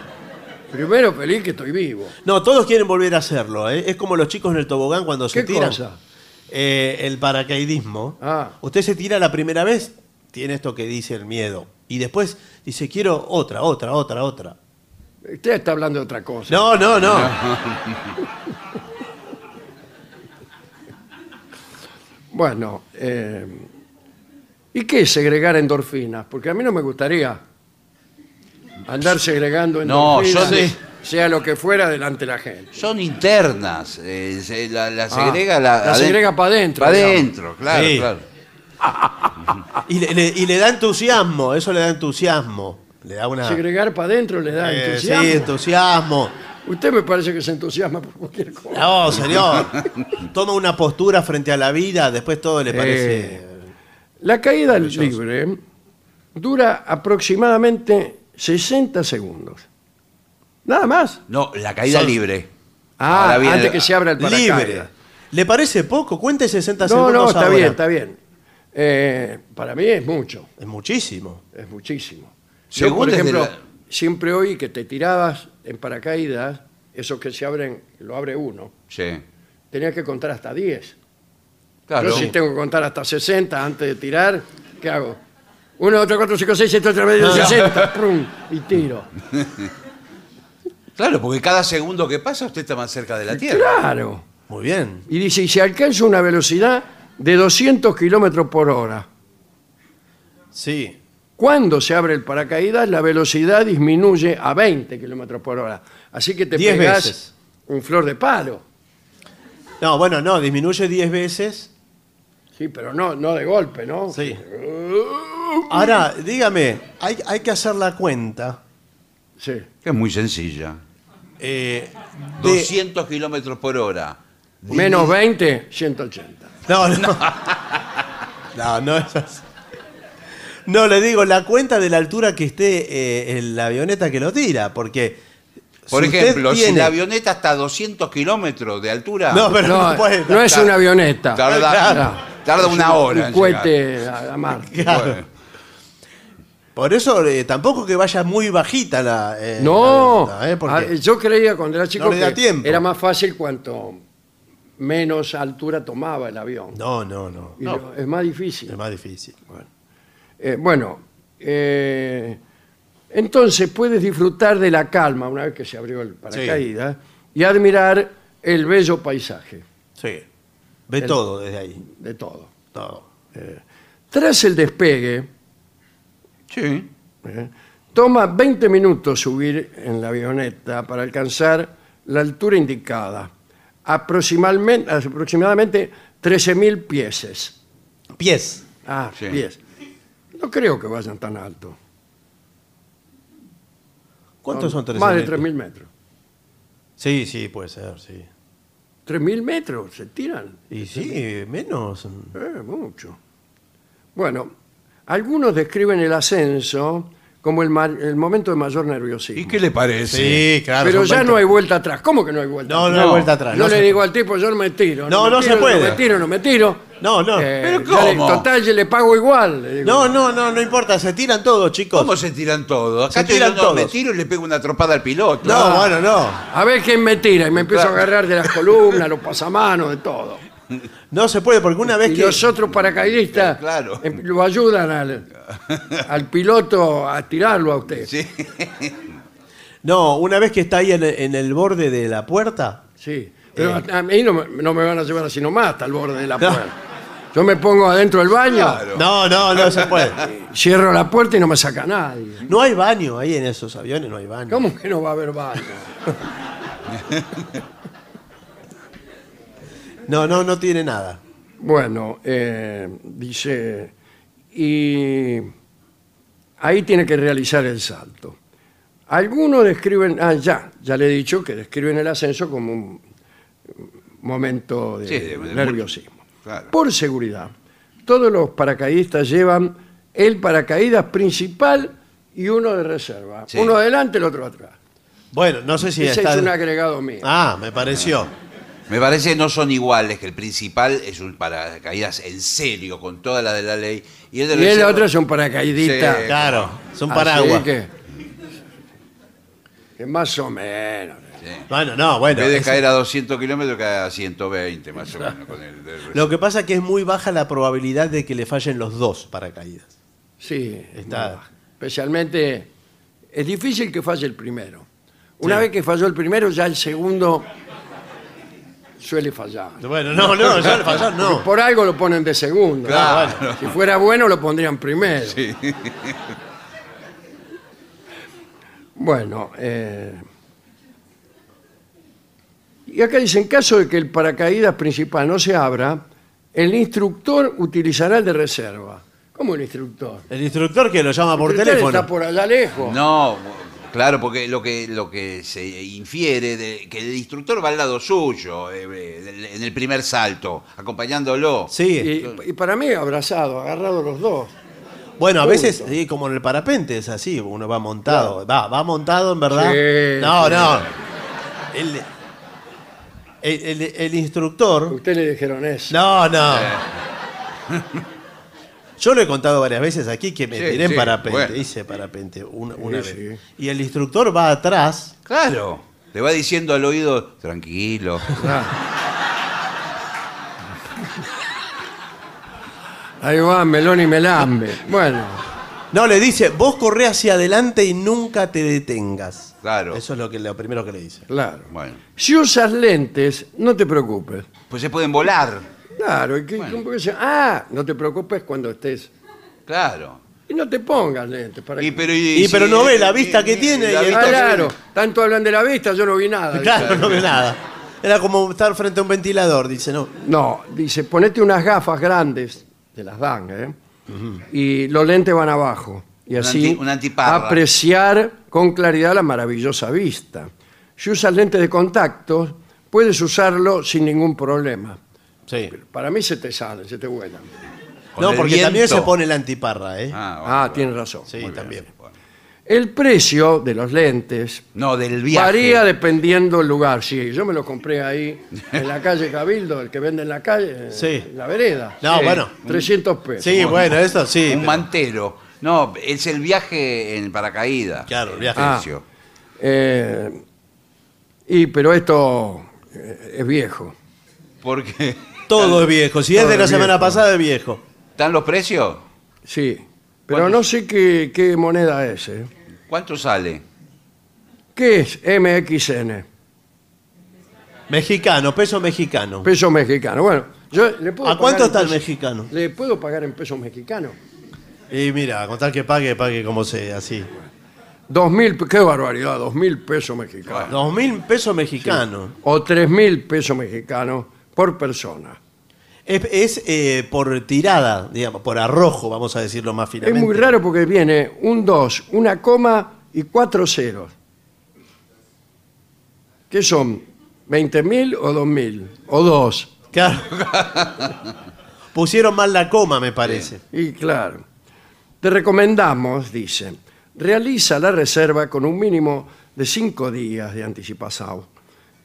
[SPEAKER 1] Primero, feliz que estoy vivo.
[SPEAKER 3] No, todos quieren volver a hacerlo. ¿eh? Es como los chicos en el tobogán cuando se
[SPEAKER 1] ¿Qué
[SPEAKER 3] tiran.
[SPEAKER 1] cosa?
[SPEAKER 3] Eh, el paracaidismo.
[SPEAKER 1] Ah.
[SPEAKER 3] Usted se tira la primera vez, tiene esto que dice el miedo. Y después dice, quiero otra, otra, otra, otra.
[SPEAKER 1] Usted está hablando de otra cosa.
[SPEAKER 3] No, no, no.
[SPEAKER 1] Bueno, eh, ¿y qué es segregar endorfinas? Porque a mí no me gustaría andar segregando
[SPEAKER 2] No, yo
[SPEAKER 1] endorfinas,
[SPEAKER 2] sí.
[SPEAKER 1] sea lo que fuera, delante de la gente.
[SPEAKER 2] Son internas. eh, se- la, la segrega.
[SPEAKER 1] Ah,
[SPEAKER 2] la,
[SPEAKER 1] la
[SPEAKER 2] aden-
[SPEAKER 1] segrega pa' dentro,
[SPEAKER 2] Pa'
[SPEAKER 1] digamos.
[SPEAKER 2] dentro, claro,
[SPEAKER 3] Sí.
[SPEAKER 2] claro.
[SPEAKER 3] Y le, le- y le da entusiasmo, eso le da entusiasmo. Le da una...
[SPEAKER 1] Segregar para adentro le da
[SPEAKER 3] Eh,
[SPEAKER 1] entusiasmo.
[SPEAKER 3] Sí, entusiasmo.
[SPEAKER 1] Usted me parece que se entusiasma por cualquier cosa.
[SPEAKER 3] No, señor. Toma una postura frente a la vida, después todo le parece.
[SPEAKER 1] Eh, La caída libre dura aproximadamente 60 segundos. Nada más.
[SPEAKER 2] No, la caída
[SPEAKER 3] Son-
[SPEAKER 2] libre.
[SPEAKER 1] Ah,
[SPEAKER 2] Ahora viene
[SPEAKER 1] antes
[SPEAKER 2] la-
[SPEAKER 1] que se abra el paracaídas.
[SPEAKER 3] libre. ¿Le parece poco? Cuente 60
[SPEAKER 1] No,
[SPEAKER 3] segundos.
[SPEAKER 1] no, está
[SPEAKER 3] ahora.
[SPEAKER 1] bien, está bien. Eh, para mí es mucho.
[SPEAKER 3] Es muchísimo.
[SPEAKER 1] Es muchísimo.
[SPEAKER 2] Según
[SPEAKER 1] Yo, por
[SPEAKER 2] desde
[SPEAKER 1] ejemplo,
[SPEAKER 2] la-
[SPEAKER 1] siempre oí que te tirabas en paracaídas, esos que se abren, lo abre uno,
[SPEAKER 2] Sí.
[SPEAKER 1] tenías que contar hasta 10.
[SPEAKER 2] Claro.
[SPEAKER 1] Yo si tengo que contar hasta 60 antes de tirar, ¿qué hago? 1, 2, 3, 4, 5, 6, 7, 8, 9, 10, 60, prum, y tiro.
[SPEAKER 2] Claro, porque cada segundo que pasa usted está más cerca de la Tierra.
[SPEAKER 1] Claro.
[SPEAKER 3] Muy bien.
[SPEAKER 1] Y dice, y si alcanzo una velocidad de 200 kilómetros por hora,
[SPEAKER 3] Sí.
[SPEAKER 1] Cuando se abre el paracaídas, la velocidad disminuye a 20 kilómetros por hora. Así que te
[SPEAKER 3] Diez
[SPEAKER 1] pegás
[SPEAKER 3] veces.
[SPEAKER 1] un flor de palo.
[SPEAKER 3] No, bueno, no, disminuye 10 veces.
[SPEAKER 1] Sí, pero no, no de golpe, ¿no?
[SPEAKER 3] Sí. Ahora, dígame, hay, hay que hacer la cuenta.
[SPEAKER 1] Sí.
[SPEAKER 2] Que es muy sencilla.
[SPEAKER 3] eh, de-
[SPEAKER 2] 200 kilómetros por hora.
[SPEAKER 1] Menos 20, 180.
[SPEAKER 3] No, no. No, no es así. No, le digo, la cuenta de la altura que esté eh, en la avioneta que lo tira, porque.
[SPEAKER 2] Por
[SPEAKER 3] si usted
[SPEAKER 2] ejemplo, si
[SPEAKER 3] tiene-
[SPEAKER 2] la avioneta está a 200 kilómetros de altura,
[SPEAKER 3] No, pero no,
[SPEAKER 1] No,
[SPEAKER 3] puede.
[SPEAKER 1] no es
[SPEAKER 3] estar.
[SPEAKER 1] una avioneta.
[SPEAKER 2] tarda,
[SPEAKER 1] Claro.
[SPEAKER 2] tarda
[SPEAKER 1] Es
[SPEAKER 2] una
[SPEAKER 1] un-
[SPEAKER 2] hora.
[SPEAKER 1] Un
[SPEAKER 2] en
[SPEAKER 1] cohete a, a Marte.
[SPEAKER 2] llegar.
[SPEAKER 3] Claro.
[SPEAKER 2] Bueno,
[SPEAKER 3] Por eso eh, tampoco que vaya muy bajita la. eh,
[SPEAKER 1] No,
[SPEAKER 3] la avioneta, eh, porque-
[SPEAKER 1] Ah, yo creía cuando era chico
[SPEAKER 3] No le da
[SPEAKER 1] que
[SPEAKER 3] tiempo.
[SPEAKER 1] era más fácil cuanto menos altura tomaba el avión.
[SPEAKER 3] no, no, no.
[SPEAKER 1] Y lo- es más difícil.
[SPEAKER 3] Es más difícil.
[SPEAKER 1] Eh, bueno, eh, entonces puedes disfrutar de la calma una vez que se abrió el paracaídas y admirar el bello paisaje
[SPEAKER 3] Sí. Ve
[SPEAKER 1] El-
[SPEAKER 3] todo desde ahí.
[SPEAKER 1] de todo.
[SPEAKER 3] Todo. eh.
[SPEAKER 1] Tras el despegue,
[SPEAKER 2] sí.
[SPEAKER 1] eh, toma 20 minutos subir en la avioneta para alcanzar la altura indicada, aproximadamente, aproximadamente 13.000 pies.
[SPEAKER 3] Pies.
[SPEAKER 1] Ah,
[SPEAKER 2] Sí.
[SPEAKER 1] pies. No creo que vayan tan alto.
[SPEAKER 3] ¿Cuántos son tres? este?
[SPEAKER 1] Más de 3.000 metros.
[SPEAKER 3] Sí, sí, puede ser, sí.
[SPEAKER 1] ¿3.000 metros? ¿Se tiran?
[SPEAKER 3] Y sí, menos.
[SPEAKER 1] Eh, mucho. Bueno, algunos describen el ascenso como el, ma- el momento de mayor nerviosismo.
[SPEAKER 2] ¿Y qué le parece?
[SPEAKER 3] Sí, claro.
[SPEAKER 1] Pero
[SPEAKER 3] son
[SPEAKER 1] ya
[SPEAKER 3] 20.
[SPEAKER 1] no hay vuelta atrás. ¿Cómo que no hay vuelta
[SPEAKER 3] No, no,
[SPEAKER 1] atrás?
[SPEAKER 3] hay
[SPEAKER 2] No.
[SPEAKER 3] vuelta atrás.
[SPEAKER 1] Yo
[SPEAKER 3] no
[SPEAKER 1] le
[SPEAKER 3] se-
[SPEAKER 1] digo al tipo, yo no me tiro.
[SPEAKER 3] No,
[SPEAKER 1] me
[SPEAKER 3] no
[SPEAKER 1] tiro,
[SPEAKER 3] se puede.
[SPEAKER 1] No me tiro, no me tiro.
[SPEAKER 3] No, no.
[SPEAKER 1] Eh,
[SPEAKER 2] pero
[SPEAKER 1] ya le-
[SPEAKER 2] ¿cómo?
[SPEAKER 1] total, yo le pago igual. le digo.
[SPEAKER 3] No, no, no, no importa, se tiran todos, chicos.
[SPEAKER 2] ¿Cómo se tiran todos? Acá
[SPEAKER 3] Se
[SPEAKER 2] estoy
[SPEAKER 3] tiran
[SPEAKER 2] yo, no, me
[SPEAKER 3] todos.
[SPEAKER 2] tiro y le pego una tropada al piloto.
[SPEAKER 3] No,
[SPEAKER 1] Ah.
[SPEAKER 3] bueno, no.
[SPEAKER 1] A ver quién me tira. Y me empiezo
[SPEAKER 2] Claro.
[SPEAKER 1] a agarrar de las columnas, los pasamanos, de todo.
[SPEAKER 3] No se puede, porque una vez
[SPEAKER 1] Y
[SPEAKER 3] que.
[SPEAKER 1] los otros paracaidistas
[SPEAKER 2] Claro.
[SPEAKER 1] em, lo ayudan al, al piloto a tirarlo a usted.
[SPEAKER 2] Sí.
[SPEAKER 3] No, una vez que está ahí en, en el borde de la puerta. Eh.
[SPEAKER 1] Sí, pero a a mí no, me- no me van a llevar así nomás hasta el borde de la puerta. Yo me pongo adentro del baño,
[SPEAKER 3] No, no, no se puede.
[SPEAKER 1] cierro la puerta y no me saca nadie.
[SPEAKER 3] No hay baño ahí en esos aviones, no hay baño.
[SPEAKER 1] ¿Cómo que no va a haber baño?
[SPEAKER 3] No, no, no tiene nada.
[SPEAKER 1] Bueno, eh, dice, y ahí tiene que realizar el salto. Algunos describen, ah, ya, ya le he dicho que describen el ascenso como un momento de
[SPEAKER 2] Sí, de- de-
[SPEAKER 1] nerviosismo.
[SPEAKER 2] Claro.
[SPEAKER 1] Por seguridad, todos los paracaidistas llevan el paracaídas principal y uno de reserva.
[SPEAKER 2] Sí.
[SPEAKER 1] Uno adelante, el otro atrás.
[SPEAKER 3] Bueno, no sé si
[SPEAKER 1] Ese
[SPEAKER 3] está.
[SPEAKER 1] es un agregado mío.
[SPEAKER 3] Ah, me pareció.
[SPEAKER 2] Me parece que no son iguales, que el principal es un paracaídas en serio, con toda la de la ley. Y el, de
[SPEAKER 1] y el
[SPEAKER 2] reserva-
[SPEAKER 1] otro es un paracaidista.
[SPEAKER 2] Sí.
[SPEAKER 3] Claro, son
[SPEAKER 1] Así
[SPEAKER 3] paraguas.
[SPEAKER 1] que, que más o menos.
[SPEAKER 3] Bueno, no,
[SPEAKER 2] En
[SPEAKER 3] bueno.
[SPEAKER 2] vez de
[SPEAKER 3] es-
[SPEAKER 2] caer a 200 kilómetros, cae a 120 más o menos con el del
[SPEAKER 3] Lo que pasa es que es muy baja la probabilidad de que le fallen los dos paracaídas.
[SPEAKER 1] Sí, es
[SPEAKER 3] Está-
[SPEAKER 1] muy bajo. Especialmente es difícil que falle el primero. Una vez que falló el primero, ya el segundo suele fallar.
[SPEAKER 3] Bueno, no, no, ya le falló, no.
[SPEAKER 1] Por algo lo ponen de segundo.
[SPEAKER 2] Claro.
[SPEAKER 1] Ah, bueno. Si fuera bueno, lo pondrían primero. Bueno, eh, y acá dice, en caso de que el paracaídas principal no se abra, el instructor utilizará el de reserva. ¿Cómo el instructor?
[SPEAKER 3] El instructor que lo llama por
[SPEAKER 1] Usted
[SPEAKER 3] teléfono.
[SPEAKER 1] Está por allá lejos.
[SPEAKER 2] No, claro, porque lo que, lo que se infiere de que el instructor va al lado suyo, eh, eh, en el primer salto, acompañándolo.
[SPEAKER 3] Sí.
[SPEAKER 1] Y, y para mí, abrazado, agarrado los dos.
[SPEAKER 3] Bueno, a veces,
[SPEAKER 1] punto.
[SPEAKER 3] sí, como en el parapente es así, uno va montado. Va, va montado en verdad.
[SPEAKER 1] Sí,
[SPEAKER 3] no,
[SPEAKER 1] sí.
[SPEAKER 3] no. El, el- el- el instructor.
[SPEAKER 1] Usted le dijeron eso.
[SPEAKER 3] No, no. Yo lo he contado varias veces aquí que me
[SPEAKER 2] Sí,
[SPEAKER 3] tiré en
[SPEAKER 2] sí,
[SPEAKER 3] parapente.
[SPEAKER 2] bueno.
[SPEAKER 3] Hice parapente una, una
[SPEAKER 1] Sí,
[SPEAKER 3] vez.
[SPEAKER 1] sí.
[SPEAKER 3] Y el instructor va atrás.
[SPEAKER 2] Claro. Le va diciendo al oído, tranquilo.
[SPEAKER 1] Ahí va, melón y melambe. Bueno,
[SPEAKER 3] No, le dice, vos corré hacia adelante y nunca te detengas.
[SPEAKER 2] Claro.
[SPEAKER 3] Eso es lo, que, lo primero que le dice.
[SPEAKER 1] claro.
[SPEAKER 2] Bueno.
[SPEAKER 1] Si usas lentes, no te preocupes.
[SPEAKER 2] Pues se pueden volar.
[SPEAKER 1] Claro, y que,
[SPEAKER 2] Bueno.
[SPEAKER 1] ¿cómo que se- ah, no te preocupes cuando estés.
[SPEAKER 2] Claro.
[SPEAKER 1] Y no te pongas lentes. ¿para
[SPEAKER 2] Y,
[SPEAKER 1] qué?
[SPEAKER 2] pero,
[SPEAKER 3] Y, pero no ve la vista que tiene
[SPEAKER 2] la
[SPEAKER 3] y
[SPEAKER 1] Ah,
[SPEAKER 2] vista que
[SPEAKER 1] claro,
[SPEAKER 2] tiene.
[SPEAKER 1] tanto hablan de la vista, yo no vi nada.
[SPEAKER 3] Claro, no ve nada. Era como estar frente a un ventilador, dice, no.
[SPEAKER 1] No, dice, ponete unas gafas grandes, te las dan, ¿eh? Y los lentes van abajo. Y
[SPEAKER 2] Un
[SPEAKER 1] así
[SPEAKER 2] anti- un antiparra.
[SPEAKER 1] apreciar con claridad la maravillosa vista. Si usas lentes de contacto, puedes usarlo sin ningún problema.
[SPEAKER 3] Sí.
[SPEAKER 1] Para mí se te salen, se te vuelan.
[SPEAKER 2] Con
[SPEAKER 3] No,
[SPEAKER 2] el
[SPEAKER 3] porque también
[SPEAKER 2] viento.
[SPEAKER 3] se pone la antiparra, ¿eh?
[SPEAKER 2] Ah, bueno,
[SPEAKER 1] Ah,
[SPEAKER 2] bueno.
[SPEAKER 1] tienes razón.
[SPEAKER 3] sí, también.
[SPEAKER 1] El precio de los lentes
[SPEAKER 2] No, del viaje.
[SPEAKER 1] varía dependiendo el lugar. Sí, yo me los compré ahí, en la calle Cabildo, el que vende en la calle,
[SPEAKER 3] Sí.
[SPEAKER 1] en la vereda.
[SPEAKER 3] No,
[SPEAKER 2] Sí.
[SPEAKER 3] bueno.
[SPEAKER 1] 300 pesos.
[SPEAKER 3] Sí, bueno, eso sí.
[SPEAKER 2] un
[SPEAKER 3] pero-
[SPEAKER 2] mantero. No, es el viaje en paracaídas.
[SPEAKER 3] Claro, el
[SPEAKER 2] el
[SPEAKER 3] viaje.
[SPEAKER 2] precio.
[SPEAKER 1] Ah. Eh, y pero esto eh, es viejo.
[SPEAKER 2] Porque
[SPEAKER 3] Todo es viejo. Si es
[SPEAKER 1] Todo
[SPEAKER 3] de
[SPEAKER 1] es
[SPEAKER 3] la semana
[SPEAKER 1] viejo.
[SPEAKER 3] pasada, es viejo.
[SPEAKER 2] ¿están los precios?
[SPEAKER 1] Sí. Pero no sé qué, qué moneda es. eh.
[SPEAKER 2] ¿Cuánto sale?
[SPEAKER 1] ¿Qué es MXN?
[SPEAKER 3] Mexicano, peso mexicano.
[SPEAKER 1] Peso mexicano. Bueno, yo le puedo
[SPEAKER 3] ¿A cuánto está
[SPEAKER 1] pagar en
[SPEAKER 3] el
[SPEAKER 1] peso-
[SPEAKER 3] mexicano?
[SPEAKER 1] ¿Le puedo pagar en pesos mexicanos?
[SPEAKER 3] Y mira, con tal que pague, pague como sea, así.
[SPEAKER 1] Dos mil, qué barbaridad, dos mil pesos mexicanos.
[SPEAKER 3] Dos mil pesos mexicanos.
[SPEAKER 1] O tres mil pesos mexicanos por persona.
[SPEAKER 3] Es, es, eh, por tirada, digamos, por arrojo, vamos a decirlo más
[SPEAKER 1] Es
[SPEAKER 3] finamente.
[SPEAKER 1] muy raro porque viene un 2, una coma y cuatro ceros. ¿Qué son? ¿20.000 o 2.000? O 2.
[SPEAKER 3] Claro. Pusieron mal la coma, me parece.
[SPEAKER 1] Y claro, te recomendamos, dice, realiza la reserva con un mínimo de cinco días de anticipación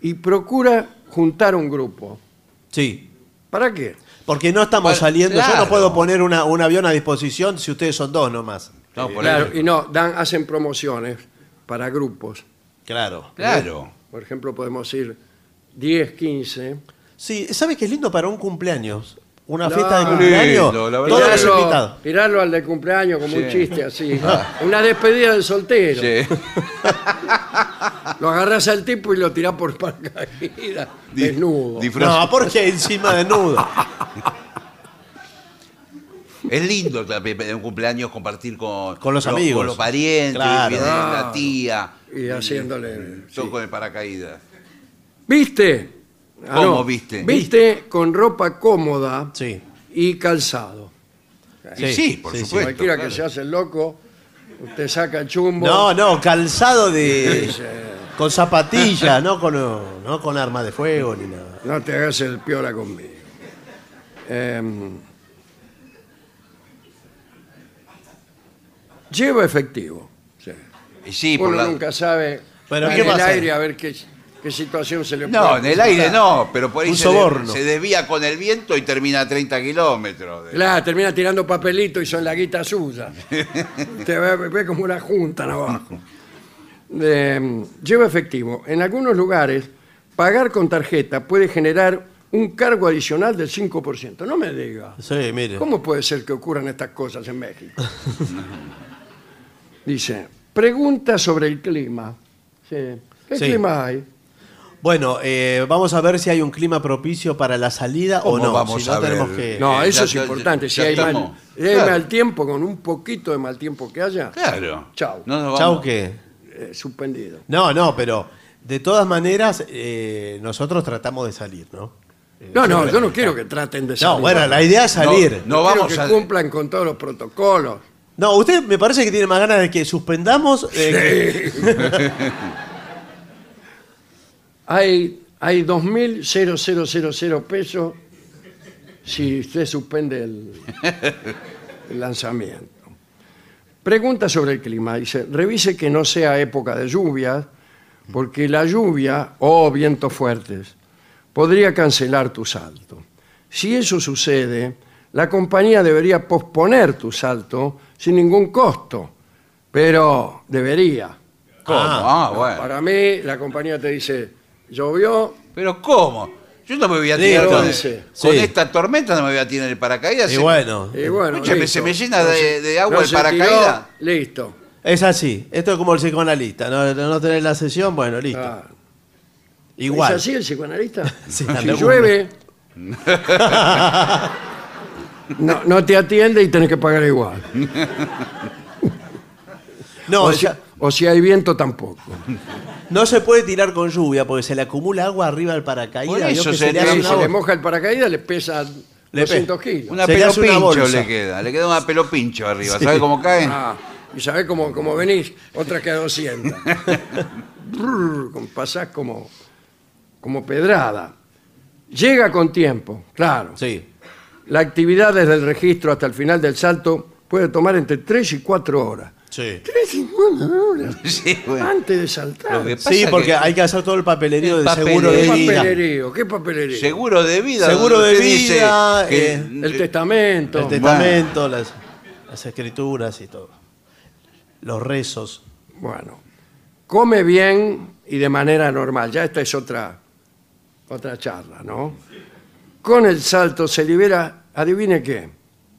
[SPEAKER 1] y procura juntar un grupo.
[SPEAKER 3] Sí.
[SPEAKER 1] ¿Para qué?
[SPEAKER 3] Porque no estamos
[SPEAKER 2] Bueno,
[SPEAKER 3] saliendo. Yo no
[SPEAKER 2] claro.
[SPEAKER 3] puedo poner una- un avión a disposición si ustedes son dos nomás. Eh,
[SPEAKER 2] No, por
[SPEAKER 1] claro,
[SPEAKER 2] ahí.
[SPEAKER 1] y no, dan, hacen promociones para grupos.
[SPEAKER 3] Claro.
[SPEAKER 2] Claro.
[SPEAKER 1] Por ejemplo, podemos ir 10, 15
[SPEAKER 3] Sí, ¿sabes qué es lindo para un cumpleaños? Una
[SPEAKER 1] No.
[SPEAKER 3] fiesta de
[SPEAKER 1] Qué
[SPEAKER 3] cumpleaños.
[SPEAKER 2] lindo, la verdad.
[SPEAKER 3] Todos los
[SPEAKER 2] Tirarlo-
[SPEAKER 3] invitados. Ah.
[SPEAKER 1] tirarlo al de cumpleaños como un
[SPEAKER 2] Sí.
[SPEAKER 1] chiste así. Una despedida de soltero.
[SPEAKER 2] Sí.
[SPEAKER 1] Lo agarras al tipo y lo tirás por paracaídas,
[SPEAKER 2] Di-
[SPEAKER 1] desnudo.
[SPEAKER 2] disfraz-
[SPEAKER 3] No, porque encima desnudo.
[SPEAKER 2] Es lindo claro, pe- pe- un cumpleaños compartir con,
[SPEAKER 3] Con los
[SPEAKER 2] lo-
[SPEAKER 3] amigos.
[SPEAKER 2] Con los parientes,
[SPEAKER 3] Claro.
[SPEAKER 2] viene la tía.
[SPEAKER 1] Y haciéndole.
[SPEAKER 2] Yo con el paracaídas.
[SPEAKER 1] ¿Viste? Ah,
[SPEAKER 2] ¿Cómo viste?
[SPEAKER 1] Viste con ropa cómoda
[SPEAKER 3] Sí.
[SPEAKER 1] y calzado.
[SPEAKER 2] Y Sí, por
[SPEAKER 3] sí, sí.
[SPEAKER 2] supuesto.
[SPEAKER 1] Cualquiera
[SPEAKER 2] claro.
[SPEAKER 1] que se hace el loco, usted saca el chumbo.
[SPEAKER 3] No, no, calzado
[SPEAKER 1] y
[SPEAKER 3] de.
[SPEAKER 1] dice,
[SPEAKER 3] Con zapatillas, no con, no con armas de fuego ni nada.
[SPEAKER 1] No te hagas el piola conmigo. Em, lleva efectivo. Sí.
[SPEAKER 2] Y sí, por
[SPEAKER 1] Uno
[SPEAKER 2] la-
[SPEAKER 1] nunca sabe
[SPEAKER 3] Pero
[SPEAKER 1] en
[SPEAKER 3] ¿qué
[SPEAKER 1] el
[SPEAKER 3] pasa?
[SPEAKER 1] aire a ver qué, qué situación se le
[SPEAKER 2] No,
[SPEAKER 1] puede
[SPEAKER 2] en el aire
[SPEAKER 1] presentar.
[SPEAKER 2] no, pero por ahí
[SPEAKER 3] Un
[SPEAKER 2] se, de-
[SPEAKER 3] soborno.
[SPEAKER 2] se desvía con el viento y termina a 30 kilómetros. de-
[SPEAKER 1] Claro, termina tirando papelitos y son la guita suya. Te ve, ve como una junta abajo. Eh, lleva efectivo. En algunos lugares, pagar con tarjeta puede generar un cargo adicional del 5%. No me diga.
[SPEAKER 3] Sí, mire.
[SPEAKER 1] ¿Cómo puede ser que ocurran estas cosas en México? Dice, pregunta sobre el clima. Sí. ¿Qué
[SPEAKER 3] Sí.
[SPEAKER 1] clima hay?
[SPEAKER 3] Bueno, eh, vamos a ver si hay un clima propicio para la salida o
[SPEAKER 2] ¿Cómo
[SPEAKER 3] no.
[SPEAKER 2] vamos
[SPEAKER 3] si no
[SPEAKER 2] a ver?
[SPEAKER 3] tenemos que.
[SPEAKER 1] No,
[SPEAKER 2] Eh,
[SPEAKER 1] eso
[SPEAKER 2] ya-
[SPEAKER 1] es
[SPEAKER 2] ya-
[SPEAKER 1] importante.
[SPEAKER 2] ya
[SPEAKER 1] Si hay, mal,
[SPEAKER 2] estamos.
[SPEAKER 1] si hay
[SPEAKER 2] Claro.
[SPEAKER 1] mal tiempo, con un poquito de mal tiempo que haya,
[SPEAKER 2] Claro.
[SPEAKER 1] Chau.
[SPEAKER 2] No nos
[SPEAKER 3] Chau,
[SPEAKER 2] vamos.
[SPEAKER 3] ¿qué?
[SPEAKER 1] eh, suspendido.
[SPEAKER 3] No, no, pero de todas maneras, eh, nosotros tratamos de salir, ¿no? Eh,
[SPEAKER 1] No, no, yo no quiero que traten de salir.
[SPEAKER 3] No, bueno, la idea es salir.
[SPEAKER 1] Yo quiero
[SPEAKER 2] No, vamos
[SPEAKER 1] que
[SPEAKER 2] a-
[SPEAKER 1] cumplan con todos los protocolos.
[SPEAKER 3] No, usted me parece que tiene más ganas de que suspendamos. eh,
[SPEAKER 1] Hay, hay 2.000 pesos si usted suspende el, el lanzamiento. Pregunta sobre el clima. Dice, revise que no sea época de lluvias, porque la lluvia o vientos fuertes podría cancelar tu salto. Si eso sucede, la compañía debería posponer tu salto sin ningún costo, pero debería.
[SPEAKER 2] ¿Cómo?
[SPEAKER 3] Ah,
[SPEAKER 2] Ah, bueno.
[SPEAKER 1] Para mí, la compañía te dice, llovió,
[SPEAKER 2] Pero ¿cómo? Yo no me voy a
[SPEAKER 3] Sí,
[SPEAKER 2] tirar. con-
[SPEAKER 1] entonces.
[SPEAKER 2] Con
[SPEAKER 3] Sí.
[SPEAKER 2] esta tormenta no me voy a tirar el paracaídas.
[SPEAKER 3] que- y
[SPEAKER 2] Se-
[SPEAKER 3] bueno,
[SPEAKER 1] y bueno.
[SPEAKER 2] Escúcheme,
[SPEAKER 1] listo.
[SPEAKER 2] se me llena de, de agua
[SPEAKER 1] No
[SPEAKER 2] el
[SPEAKER 1] se tiró,
[SPEAKER 2] paracaídas.
[SPEAKER 1] listo.
[SPEAKER 3] es así. Esto es como el psicoanalista. No, no tener la sesión, bueno, listo.
[SPEAKER 1] Ah,
[SPEAKER 3] Igual.
[SPEAKER 1] ¿Es así el psicoanalista? si
[SPEAKER 3] Sí, también.
[SPEAKER 1] llueve, no, no te atiende y tenés que pagar igual.
[SPEAKER 3] No,
[SPEAKER 1] O si,
[SPEAKER 3] ya-
[SPEAKER 1] o si hay viento, tampoco.
[SPEAKER 3] no se puede tirar con lluvia porque se le acumula agua arriba al paracaídas. vio
[SPEAKER 2] Por eso
[SPEAKER 3] que
[SPEAKER 2] se
[SPEAKER 3] se le
[SPEAKER 2] le-
[SPEAKER 3] hace
[SPEAKER 1] Si se
[SPEAKER 3] una
[SPEAKER 1] le
[SPEAKER 3] bolsa.
[SPEAKER 1] moja el paracaídas, le pesa
[SPEAKER 3] Le
[SPEAKER 1] 200
[SPEAKER 3] pe-
[SPEAKER 1] kilos.
[SPEAKER 2] Una
[SPEAKER 3] Se le hace una
[SPEAKER 2] pelopincho
[SPEAKER 3] bolsa.
[SPEAKER 2] le queda. Le queda una pelopincho arriba. ¿Sabe cómo cae?
[SPEAKER 1] Ah, y sabés cómo, cómo venís, otra que a 200. Brrr, con- pasás como, como pedrada. Llega con tiempo, claro.
[SPEAKER 3] Sí.
[SPEAKER 1] La actividad desde el registro hasta el final del salto puede tomar entre 3 y 4 horas.
[SPEAKER 3] Sí.
[SPEAKER 1] ¿Tres y 4 horas?
[SPEAKER 2] Sí, bueno.
[SPEAKER 1] Antes de
[SPEAKER 2] Lo
[SPEAKER 1] saltar.
[SPEAKER 2] que
[SPEAKER 1] ¿Qué
[SPEAKER 2] pasa
[SPEAKER 3] Sí,
[SPEAKER 2] que
[SPEAKER 3] porque hay que hacer todo el papelerío
[SPEAKER 2] El
[SPEAKER 3] de seguro de
[SPEAKER 2] papelerío.
[SPEAKER 3] vida.
[SPEAKER 1] papelerío? ¿Qué papelerío?
[SPEAKER 2] Seguro de vida.
[SPEAKER 3] Seguro
[SPEAKER 2] donde
[SPEAKER 3] de
[SPEAKER 2] usted dice
[SPEAKER 3] vida,
[SPEAKER 2] que-
[SPEAKER 3] eh,
[SPEAKER 1] El testamento.
[SPEAKER 3] El testamento, las, las escrituras y todo. Los rezos.
[SPEAKER 1] Bueno, come bien y de manera normal. Ya esta es otra, otra charla, ¿no? Con el salto se libera, adivine qué.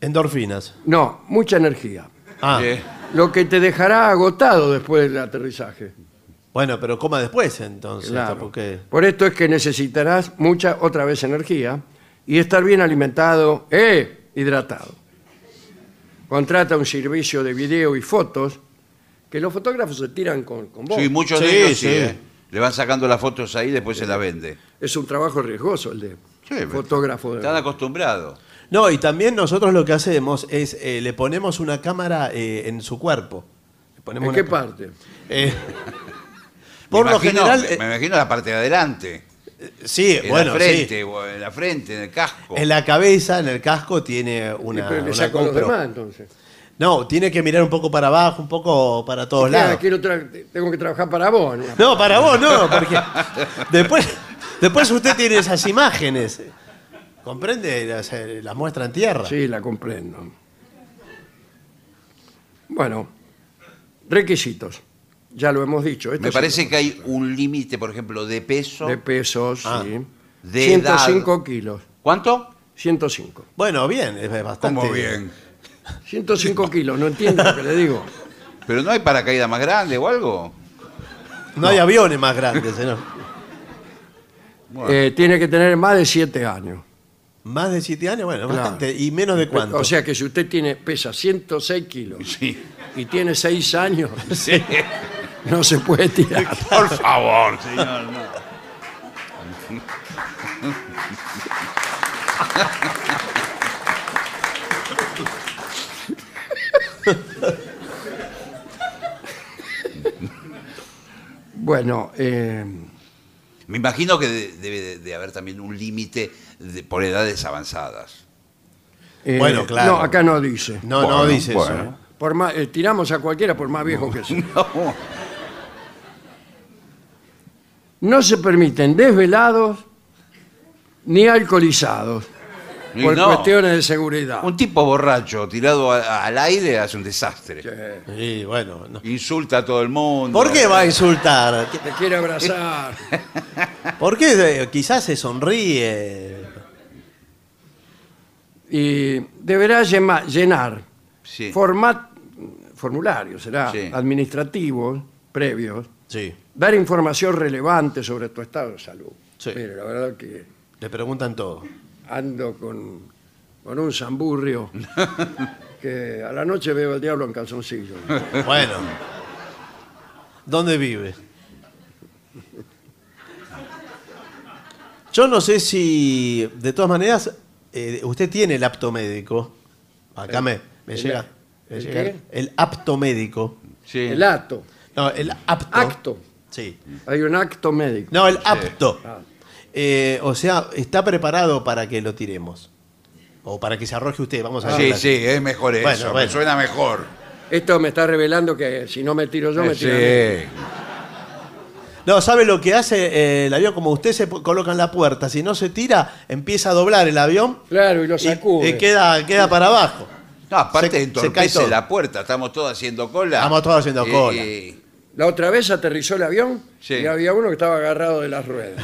[SPEAKER 3] Endorfinas.
[SPEAKER 1] No, mucha energía.
[SPEAKER 3] Ah,
[SPEAKER 2] Eh,
[SPEAKER 1] Lo que te dejará agotado después del aterrizaje.
[SPEAKER 3] bueno, pero coma después entonces.
[SPEAKER 1] Claro.
[SPEAKER 3] Porque...
[SPEAKER 1] Por esto es que necesitarás mucha otra vez energía y estar bien alimentado e hidratado. Contrata un servicio de video y fotos que los fotógrafos se tiran con, con vos.
[SPEAKER 2] Sí, muchos
[SPEAKER 3] Sí,
[SPEAKER 2] de ellos sí,
[SPEAKER 3] sí.
[SPEAKER 2] eh. Le van sacando las fotos ahí después se las vende.
[SPEAKER 1] Es un trabajo riesgoso el de
[SPEAKER 2] Sí, pero-
[SPEAKER 1] fotógrafo.
[SPEAKER 2] Están acostumbrados.
[SPEAKER 3] No, y también nosotros lo que hacemos es eh, le ponemos una cámara eh, en su cuerpo. Le ponemos
[SPEAKER 1] ¿En qué
[SPEAKER 3] una ca-
[SPEAKER 1] parte?
[SPEAKER 3] Eh,
[SPEAKER 2] Me
[SPEAKER 3] por lo
[SPEAKER 2] imagino-
[SPEAKER 3] general.
[SPEAKER 2] Me,
[SPEAKER 3] eh,
[SPEAKER 2] me imagino la parte de adelante.
[SPEAKER 3] sí,
[SPEAKER 2] En
[SPEAKER 3] bueno,
[SPEAKER 2] la
[SPEAKER 3] sí.
[SPEAKER 2] frente, o en la frente, en el casco.
[SPEAKER 3] En la cabeza, en el casco, tiene una.
[SPEAKER 1] Y pero le
[SPEAKER 3] una
[SPEAKER 1] saco a los
[SPEAKER 3] GoPro.
[SPEAKER 1] demás, entonces.
[SPEAKER 3] No, tiene que mirar un poco para abajo, un poco para todos
[SPEAKER 1] Claro,
[SPEAKER 3] lados.
[SPEAKER 1] quiero tra- tengo que trabajar para vos. ¿no?
[SPEAKER 3] No, para vos no, porque después, después usted tiene esas imágenes. ¿Comprende? Las, eh, las muestra en tierra.
[SPEAKER 1] Sí, la comprendo. Bueno, requisitos. Ya lo hemos dicho. Esto
[SPEAKER 2] Me
[SPEAKER 1] sí
[SPEAKER 2] parece
[SPEAKER 1] lo-
[SPEAKER 2] que hay un límite, por ejemplo, de peso.
[SPEAKER 1] De pesos,
[SPEAKER 3] Ah.
[SPEAKER 1] sí.
[SPEAKER 2] de edad.
[SPEAKER 1] 105 kilos.
[SPEAKER 2] ¿Cuánto?
[SPEAKER 1] 105.
[SPEAKER 3] Bueno, bien, es bastante.
[SPEAKER 2] Como bien.
[SPEAKER 1] 105 kilos, no entiendo lo que le digo.
[SPEAKER 2] Pero no hay paracaídas más grande o algo.
[SPEAKER 3] No hay aviones más grandes, señor.
[SPEAKER 2] Bueno.
[SPEAKER 1] Eh, tiene que tener más de 7 años.
[SPEAKER 3] Más de siete años, bueno,
[SPEAKER 1] Claro.
[SPEAKER 3] bastante. ¿Y menos de cuánto?
[SPEAKER 1] O sea que si usted tiene pesa 106 kilos
[SPEAKER 2] Sí.
[SPEAKER 1] y tiene 6 años, no se puede tirar.
[SPEAKER 2] Por favor, señor. no.
[SPEAKER 1] Bueno, eh,
[SPEAKER 2] Me imagino que de- debe de, de haber también un límite de- por edades avanzadas.
[SPEAKER 1] eh,
[SPEAKER 3] Bueno, claro.
[SPEAKER 1] No, acá no dice.
[SPEAKER 3] no, no
[SPEAKER 2] Bueno,
[SPEAKER 3] dice eso.
[SPEAKER 2] bueno.
[SPEAKER 3] ¿eh?
[SPEAKER 1] Por más, eh, tiramos a cualquiera por más viejo que sea.
[SPEAKER 2] No.
[SPEAKER 1] No se permiten desvelados ni alcoholizados
[SPEAKER 2] Y
[SPEAKER 1] por
[SPEAKER 2] no.
[SPEAKER 1] cuestiones de seguridad.
[SPEAKER 2] Un tipo borracho tirado a- al aire hace un desastre.
[SPEAKER 1] Eh,
[SPEAKER 3] Sí, bueno. no.
[SPEAKER 2] Insulta a todo el mundo.
[SPEAKER 3] ¿Por qué va a insultar? ¿Qué-
[SPEAKER 1] te quiere abrazar.
[SPEAKER 3] ¿Por qué eh, quizás se sonríe?
[SPEAKER 1] Y deberá llema- llenar
[SPEAKER 2] Sí.
[SPEAKER 1] format, formularios, será
[SPEAKER 2] Sí.
[SPEAKER 1] administrativos previos,
[SPEAKER 3] Sí.
[SPEAKER 1] dar información relevante sobre tu estado de salud.
[SPEAKER 3] Sí.
[SPEAKER 1] Mire, la verdad que
[SPEAKER 3] Le preguntan todo.
[SPEAKER 1] ando con, con un zamburrio que a la noche veo al diablo en calzoncillo.
[SPEAKER 3] Bueno. ¿Dónde vive? Yo no sé si, de todas maneras, eh, usted tiene el apto médico. Acá me, me
[SPEAKER 1] el-
[SPEAKER 3] llega. me
[SPEAKER 1] ¿el
[SPEAKER 3] llega
[SPEAKER 1] qué?
[SPEAKER 3] el apto médico.
[SPEAKER 2] Sí.
[SPEAKER 1] El acto,
[SPEAKER 3] No, el apto.
[SPEAKER 1] acto.
[SPEAKER 3] Sí.
[SPEAKER 1] Hay un acto médico.
[SPEAKER 3] No, el apto.
[SPEAKER 1] Ah.
[SPEAKER 3] Eh, o sea, está preparado para que lo tiremos. O para que se arroje usted. Vamos a
[SPEAKER 2] Sí,
[SPEAKER 3] ver.
[SPEAKER 2] sí, es mejor
[SPEAKER 3] Bueno,
[SPEAKER 2] eso.
[SPEAKER 3] bueno.
[SPEAKER 2] Me suena mejor.
[SPEAKER 1] Esto me está revelando que si no me tiro
[SPEAKER 3] Eh,
[SPEAKER 1] yo, me
[SPEAKER 2] Eh, Sí.
[SPEAKER 1] tiro.
[SPEAKER 3] No, ¿sabe lo que hace eh, el avión? Como usted se po- coloca en la puerta, si no se tira, empieza a doblar el avión
[SPEAKER 1] Claro, y lo
[SPEAKER 3] y,
[SPEAKER 1] sacude.
[SPEAKER 3] y queda, queda para abajo.
[SPEAKER 2] No, aparte
[SPEAKER 3] Se- se cae
[SPEAKER 2] entorpece
[SPEAKER 3] todo.
[SPEAKER 2] la puerta. Estamos todos haciendo cola.
[SPEAKER 3] Estamos todos haciendo cola.
[SPEAKER 1] La otra vez aterrizó el avión
[SPEAKER 2] Sí.
[SPEAKER 1] y había uno que estaba agarrado de las ruedas.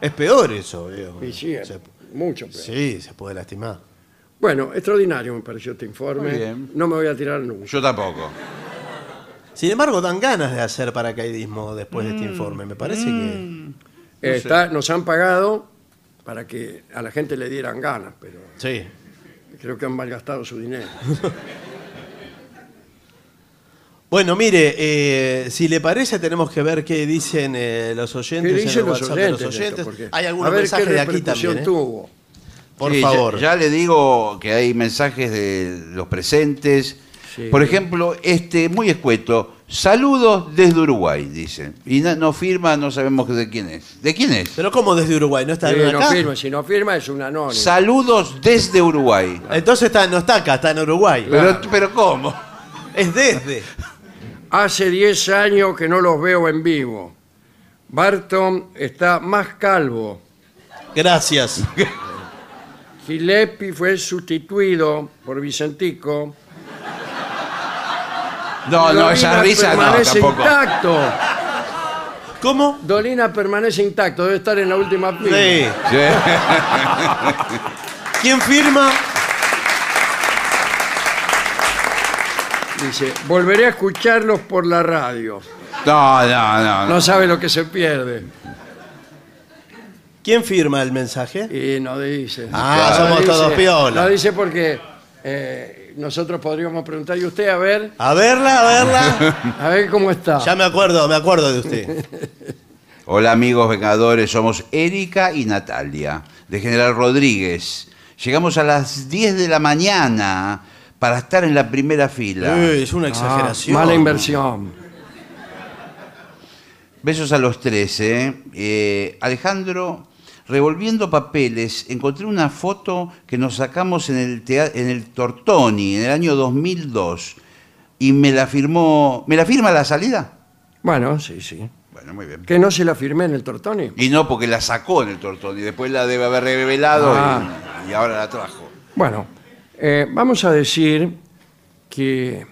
[SPEAKER 3] Es peor eso, digo.
[SPEAKER 1] Y sí,
[SPEAKER 3] Se-
[SPEAKER 1] mucho peor.
[SPEAKER 3] sí, se puede lastimar.
[SPEAKER 1] Bueno, extraordinario me pareció este informe.
[SPEAKER 2] Muy bien.
[SPEAKER 1] No me voy a tirar nunca.
[SPEAKER 2] yo tampoco.
[SPEAKER 3] Sin embargo, dan ganas de hacer paracaidismo después de este informe. Me parece
[SPEAKER 1] Mm. Eh, está- nos han pagado para que a la gente le dieran ganas, pero
[SPEAKER 3] que. Sí.
[SPEAKER 1] creo que han malgastado su dinero.
[SPEAKER 3] Bueno, mire, eh, si le parece, tenemos que ver qué dicen eh, los oyentes
[SPEAKER 1] ¿Qué
[SPEAKER 3] en el
[SPEAKER 1] dicen los
[SPEAKER 3] WhatsApp de
[SPEAKER 1] oyentes? de esto? Porque
[SPEAKER 3] Hay
[SPEAKER 1] a
[SPEAKER 3] algunos
[SPEAKER 1] ver
[SPEAKER 3] mensajes
[SPEAKER 1] qué
[SPEAKER 3] de aquí
[SPEAKER 1] repercusión
[SPEAKER 3] también. ¿eh?
[SPEAKER 1] tuvo.
[SPEAKER 3] Por
[SPEAKER 2] Sí, ya-
[SPEAKER 3] favor.
[SPEAKER 2] Ya, le digo que hay mensajes de los presentes.
[SPEAKER 1] Sí.
[SPEAKER 2] Por ejemplo, este muy escueto. Saludos desde Uruguay, dicen. Y na- no, firma, no sabemos de quién es. ¿De quién es?
[SPEAKER 3] Pero ¿cómo desde Uruguay? ¿No está
[SPEAKER 1] Sí,
[SPEAKER 3] acá?
[SPEAKER 1] no firma, si no firma es un anónimo.
[SPEAKER 2] Saludos desde Uruguay.
[SPEAKER 3] Entonces está, no está acá, está en Uruguay.
[SPEAKER 2] Pero, pero ¿cómo?
[SPEAKER 3] Es desde.
[SPEAKER 1] Hace 10 años que no los veo en vivo. Barton está más calvo.
[SPEAKER 3] Gracias.
[SPEAKER 1] Gileppi fue sustituido por Vicentico.
[SPEAKER 2] No, no,
[SPEAKER 1] Dolina
[SPEAKER 2] esa risa no,
[SPEAKER 1] permanece
[SPEAKER 2] tampoco.
[SPEAKER 1] intacto.
[SPEAKER 3] ¿Cómo?
[SPEAKER 1] Dolina permanece intacto, debe estar en la última fila.
[SPEAKER 3] Sí.
[SPEAKER 2] Sí.
[SPEAKER 3] ¿Quién firma?
[SPEAKER 1] Dice, volveré a escucharlos por la radio.
[SPEAKER 2] No, no, no, no.
[SPEAKER 1] No sabe lo que se pierde.
[SPEAKER 3] ¿Quién firma el mensaje?
[SPEAKER 1] Y no dice.
[SPEAKER 3] Ah,
[SPEAKER 1] No
[SPEAKER 3] somos todos piola.
[SPEAKER 1] No dice porque eh, nosotros podríamos preguntar, y usted a ver,
[SPEAKER 2] Ah.
[SPEAKER 3] A verla, a verla.
[SPEAKER 1] a ver cómo está.
[SPEAKER 3] Ya me acuerdo, me acuerdo de usted.
[SPEAKER 2] Hola amigos vengadores, somos Erika y Natalia, de General Rodríguez. Llegamos a las 10 de la mañana para estar en la primera fila.
[SPEAKER 3] Uy, Eh, es una
[SPEAKER 1] Ah,
[SPEAKER 3] exageración.
[SPEAKER 1] mala inversión.
[SPEAKER 2] Besos a los 13. Eh, Alejandro, revolviendo papeles, encontré una foto que nos sacamos en el, tea- en el Tortoni en el año 2002 y me la firmó... ¿Me la firma a la salida?
[SPEAKER 1] Bueno, sí, sí.
[SPEAKER 2] Bueno, muy bien.
[SPEAKER 1] ¿Que no se la firmé en el Tortoni?
[SPEAKER 2] Y no, porque la sacó en el Tortoni, después la debe haber revelado y-
[SPEAKER 1] Ah.
[SPEAKER 2] y ahora la trajo.
[SPEAKER 1] Bueno, eh, vamos a decir que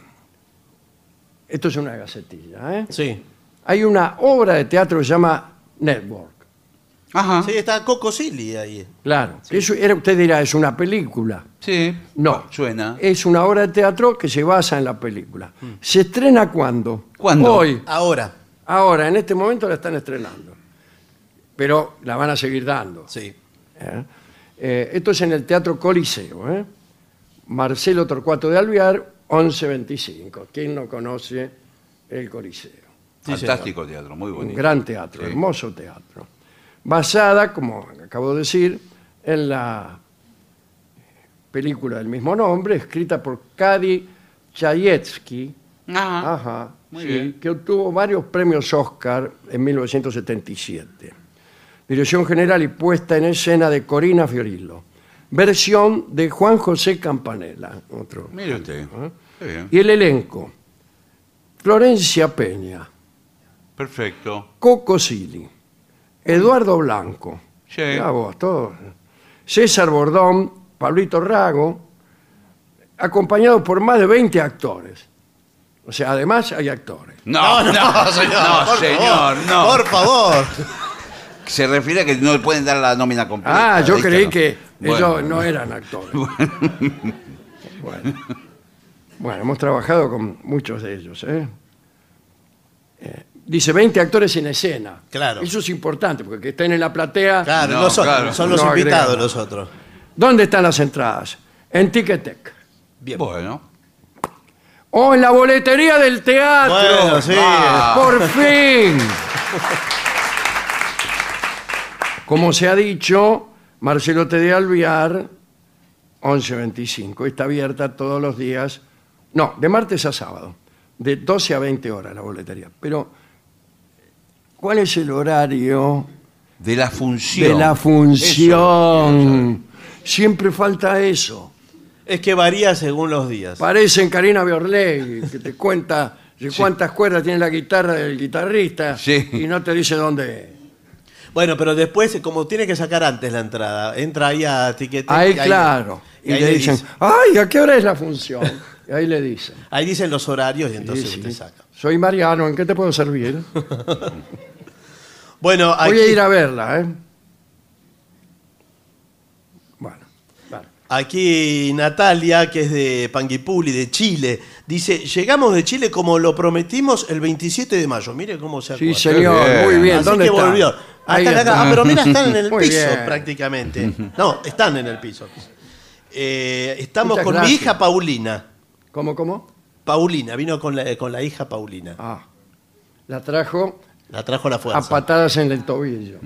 [SPEAKER 1] esto es una gacetilla. ¿eh?
[SPEAKER 3] Sí.
[SPEAKER 1] Hay una obra de teatro que se llama Network.
[SPEAKER 2] Ajá.
[SPEAKER 3] Sí, está Coco Silly ahí.
[SPEAKER 1] Claro. Eso era, usted dirá, es una película.
[SPEAKER 2] Sí.
[SPEAKER 1] No.
[SPEAKER 2] Ah, Suena. Mm.
[SPEAKER 1] Es una obra de teatro que se basa en la película. ¿Se estrena cuándo?
[SPEAKER 2] ¿Cuándo?
[SPEAKER 1] Hoy.
[SPEAKER 3] Ahora,
[SPEAKER 1] Ahora, en este momento la están estrenando. Pero la van a seguir dando.
[SPEAKER 3] sí.
[SPEAKER 1] ¿eh? Eh, esto es en el Teatro Coliseo. ¿eh? Marcelo Torcuato de Alvear, 1125. ¿Quién no conoce el Coliseo?
[SPEAKER 3] Sí,
[SPEAKER 2] Fantástico teatro, muy
[SPEAKER 1] Un
[SPEAKER 2] bonito.
[SPEAKER 1] gran teatro,
[SPEAKER 2] Sí.
[SPEAKER 1] hermoso teatro. Basada, como acabo de decir, en la película del mismo nombre, escrita por Kadi Chayetsky,
[SPEAKER 2] Ajá.
[SPEAKER 1] Ajá,
[SPEAKER 2] Muy
[SPEAKER 1] sí,
[SPEAKER 2] bien.
[SPEAKER 1] que obtuvo varios premios Oscar en 1977. Dirección general y puesta en escena de Corina Fiorillo. Versión de Juan José Campanella. Otro.
[SPEAKER 2] Mire usted. Qué bien.
[SPEAKER 1] Y el elenco. Florencia Peña,
[SPEAKER 2] Perfecto.
[SPEAKER 1] Coco Silli, Eduardo Blanco,
[SPEAKER 2] Sí.
[SPEAKER 1] mirá vos, todos. César Bordón, Pablito Rago, acompañado por más de 20 actores. O sea, además hay actores.
[SPEAKER 2] No, no, señor. No,
[SPEAKER 3] por favor,
[SPEAKER 2] señor, no.
[SPEAKER 3] Por favor.
[SPEAKER 2] Se refiere a que no pueden dar la nómina completa.
[SPEAKER 1] Ah, yo
[SPEAKER 2] Ahí
[SPEAKER 1] creí
[SPEAKER 2] está.
[SPEAKER 1] que
[SPEAKER 2] Bueno.
[SPEAKER 1] ellos no eran actores. Bueno. Bueno, hemos trabajado con muchos de ellos. ¿eh? Eh, dice 20 actores en escena.
[SPEAKER 3] Claro.
[SPEAKER 1] Eso es importante, porque que estén en la platea.
[SPEAKER 3] Claro,
[SPEAKER 2] No,
[SPEAKER 3] nosotros,
[SPEAKER 2] claro.
[SPEAKER 3] son los
[SPEAKER 1] No agrega
[SPEAKER 3] invitados
[SPEAKER 1] nada.
[SPEAKER 3] los otros.
[SPEAKER 1] ¿Dónde están las entradas? En Ticketek.
[SPEAKER 3] Bien.
[SPEAKER 2] Bueno.
[SPEAKER 1] O en la boletería del teatro.
[SPEAKER 3] Bueno, sí.
[SPEAKER 2] Ah.
[SPEAKER 1] Por fin. Como se ha dicho, Marcelo T. de Alviar, 11.25. Está abierta todos los días. No, de martes a sábado. De 12 a 20 horas la boletería. Pero, ¿cuál es el horario
[SPEAKER 2] De la función.
[SPEAKER 1] de la función? Siempre falta eso.
[SPEAKER 3] Es que varía según los días.
[SPEAKER 1] Parecen Karina Biorley, que te cuenta de cuántas cuerdas tiene la guitarra del guitarrista
[SPEAKER 2] Sí.
[SPEAKER 1] y no te dice dónde es.
[SPEAKER 3] Bueno, pero después, como tiene que sacar antes la entrada, entra ahí a Tiquete.
[SPEAKER 1] Ahí, claro. Y,
[SPEAKER 3] Y ahí
[SPEAKER 1] le
[SPEAKER 3] le
[SPEAKER 1] dicen,
[SPEAKER 3] dice-
[SPEAKER 1] ¡ay, a qué hora es la función! Y ahí le dicen.
[SPEAKER 3] Ahí dicen los horarios y
[SPEAKER 1] Sí,
[SPEAKER 3] entonces
[SPEAKER 1] sí.
[SPEAKER 3] usted saca.
[SPEAKER 1] Soy Mariano, ¿en qué te puedo servir?
[SPEAKER 3] Bueno, aquí,
[SPEAKER 1] Voy a ir a verla, ¿eh? Bueno, vale.
[SPEAKER 3] aquí Natalia, que es de Panguipuli, de Chile, dice, llegamos de Chile como lo prometimos el 27 de mayo. Mire cómo se
[SPEAKER 1] Sí,
[SPEAKER 3] acuerda.
[SPEAKER 1] señor,
[SPEAKER 2] bien.
[SPEAKER 1] muy bien.
[SPEAKER 3] Así
[SPEAKER 1] ¿Dónde
[SPEAKER 3] que
[SPEAKER 1] está?
[SPEAKER 3] volvió. Ah,
[SPEAKER 1] Ahí
[SPEAKER 3] están acá.
[SPEAKER 1] está.
[SPEAKER 3] Ah, pero mira, están en el
[SPEAKER 1] Muy
[SPEAKER 3] piso
[SPEAKER 1] bien.
[SPEAKER 3] prácticamente. No, están en el piso. Eh, estamos
[SPEAKER 1] Muchas
[SPEAKER 3] con mi
[SPEAKER 1] gracias.
[SPEAKER 3] hija Paulina.
[SPEAKER 1] ¿Cómo, cómo?
[SPEAKER 3] Paulina, vino con la, eh, con la hija Paulina.
[SPEAKER 1] Ah, la trajo
[SPEAKER 3] La trajo la fuerza.
[SPEAKER 1] a patadas en el tobillo.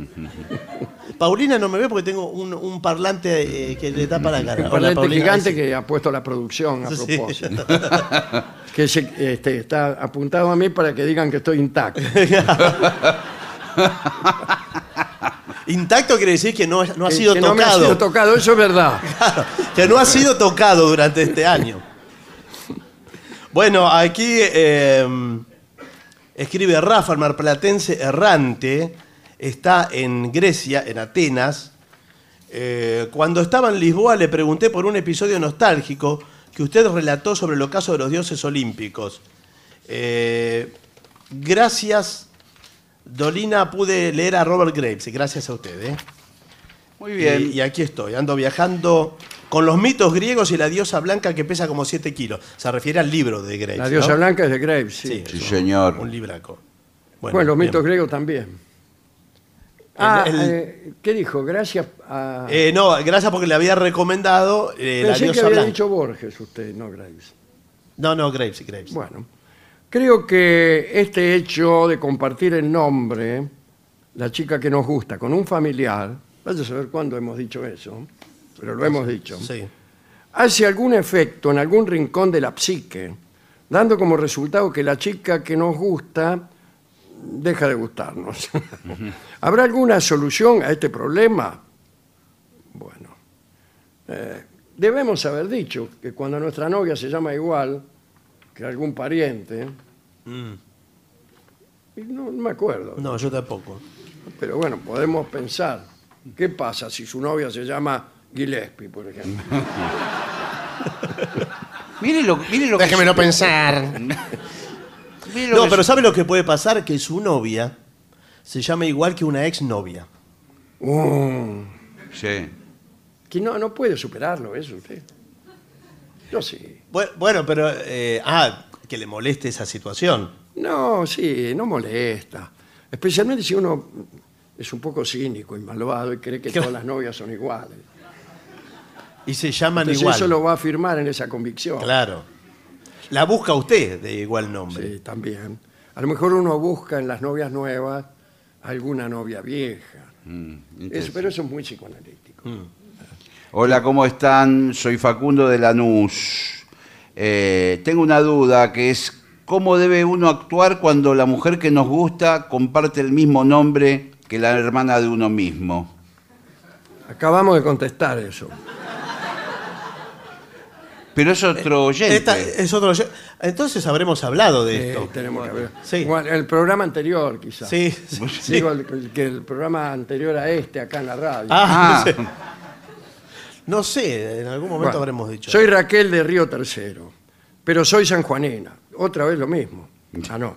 [SPEAKER 3] Paulina no me ve porque tengo un, un parlante eh, que le tapa la cara.
[SPEAKER 1] Un
[SPEAKER 3] Hola,
[SPEAKER 1] parlante
[SPEAKER 3] Paulina.
[SPEAKER 1] gigante
[SPEAKER 3] Sí.
[SPEAKER 1] que ha puesto la producción a
[SPEAKER 3] Sí.
[SPEAKER 1] propósito. que se- este, está apuntado a mí para que digan que estoy intacto.
[SPEAKER 3] Intacto quiere decir que no, no ha
[SPEAKER 1] Que-
[SPEAKER 3] sido
[SPEAKER 1] que no me ha
[SPEAKER 3] tocado.
[SPEAKER 1] sido tocado, eso es verdad.
[SPEAKER 3] que no ha sido tocado durante este año. Bueno, aquí eh, escribe Rafa, el marplatense errante, está en Grecia, en Atenas. Eh, cuando estaba en Lisboa le pregunté por un episodio nostálgico que usted relató sobre el ocaso de los dioses olímpicos. Eh, gracias, Dolina, pude leer a Robert Graves. Gracias a usted. ¿eh?
[SPEAKER 2] Muy
[SPEAKER 3] Y, y aquí estoy, ando viajando con los mitos griegos y la diosa blanca que pesa como 7 kilos. Se refiere al libro de Graves.
[SPEAKER 1] La diosa
[SPEAKER 3] ¿no?
[SPEAKER 1] blanca es de Graves, sí.
[SPEAKER 3] Sí,
[SPEAKER 2] Sí,
[SPEAKER 3] es un-
[SPEAKER 2] señor.
[SPEAKER 3] Un libraco.
[SPEAKER 1] Bueno, los
[SPEAKER 3] bien.
[SPEAKER 1] mitos griegos también. Ah,
[SPEAKER 3] el-
[SPEAKER 1] eh, ¿qué dijo? Gracias a...
[SPEAKER 3] Eh, no, gracias porque le había recomendado eh, la
[SPEAKER 1] Pensé que
[SPEAKER 3] diosa
[SPEAKER 1] había
[SPEAKER 3] blanca.
[SPEAKER 1] dicho Borges usted, no Graves.
[SPEAKER 3] No, no, Graves, Graves.
[SPEAKER 1] Bueno, creo que este hecho de compartir el nombre, la chica que nos gusta, con un familiar, vaya a saber cuándo hemos dicho eso, pero lo hemos dicho,
[SPEAKER 3] Sí.
[SPEAKER 1] hace algún efecto en algún rincón de la psique, dando como resultado que la chica que nos gusta deja de gustarnos. ¿Habrá alguna solución a este problema? Bueno, eh, debemos haber dicho que cuando nuestra novia se llama igual que algún pariente,
[SPEAKER 3] Mm,
[SPEAKER 1] y no, no me acuerdo,
[SPEAKER 3] No, yo tampoco.
[SPEAKER 1] pero bueno, podemos pensar, ¿qué pasa si su novia se llama Gillespie, por ejemplo?
[SPEAKER 2] Mire lo, mire lo que.
[SPEAKER 3] no pensar.
[SPEAKER 2] mire lo
[SPEAKER 3] No,
[SPEAKER 2] que-
[SPEAKER 3] pero ¿sabe lo que puede pasar? Que su novia se llama igual que una ex novia.
[SPEAKER 1] Uh,
[SPEAKER 2] Sí.
[SPEAKER 1] que no, no puede superarlo eso usted. Yo sí.
[SPEAKER 3] Bu- Bueno, pero. eh, ah, que le moleste esa situación.
[SPEAKER 1] No, sí, no molesta. Especialmente si uno es un poco cínico y malvado y cree que
[SPEAKER 3] Claro.
[SPEAKER 1] todas las novias son iguales.
[SPEAKER 3] Y se llaman
[SPEAKER 1] Entonces
[SPEAKER 3] igual.
[SPEAKER 1] eso lo va a afirmar en esa convicción.
[SPEAKER 3] Claro. La busca usted de igual nombre.
[SPEAKER 1] Sí, también. A lo mejor uno busca en las novias nuevas alguna novia vieja.
[SPEAKER 2] Mm,
[SPEAKER 1] Eso- pero eso es muy psicoanalítico.
[SPEAKER 2] Hola, ¿cómo están? Soy Facundo de Lanús. Eh, tengo una duda que es cómo debe uno actuar cuando la mujer que nos gusta comparte el mismo nombre que la hermana de uno mismo.
[SPEAKER 1] Acabamos de contestar eso.
[SPEAKER 2] Pero es otro oyente.
[SPEAKER 3] Eh, Esta es otro. Entonces habremos hablado de
[SPEAKER 1] Eh,
[SPEAKER 3] esto.
[SPEAKER 1] tenemos que ver.
[SPEAKER 3] Sí.
[SPEAKER 1] Bueno, el programa anterior, quizás.
[SPEAKER 3] Sí, sí, sí.
[SPEAKER 1] Digo, el- el- que el programa anterior a este, acá en la radio.
[SPEAKER 3] Ah, no
[SPEAKER 2] Ah,
[SPEAKER 3] sé. No sé, en algún momento
[SPEAKER 1] Bueno,
[SPEAKER 3] habremos dicho.
[SPEAKER 1] Soy Raquel de Río Tercero, pero soy sanjuanena. Otra vez lo mismo. Ah, no.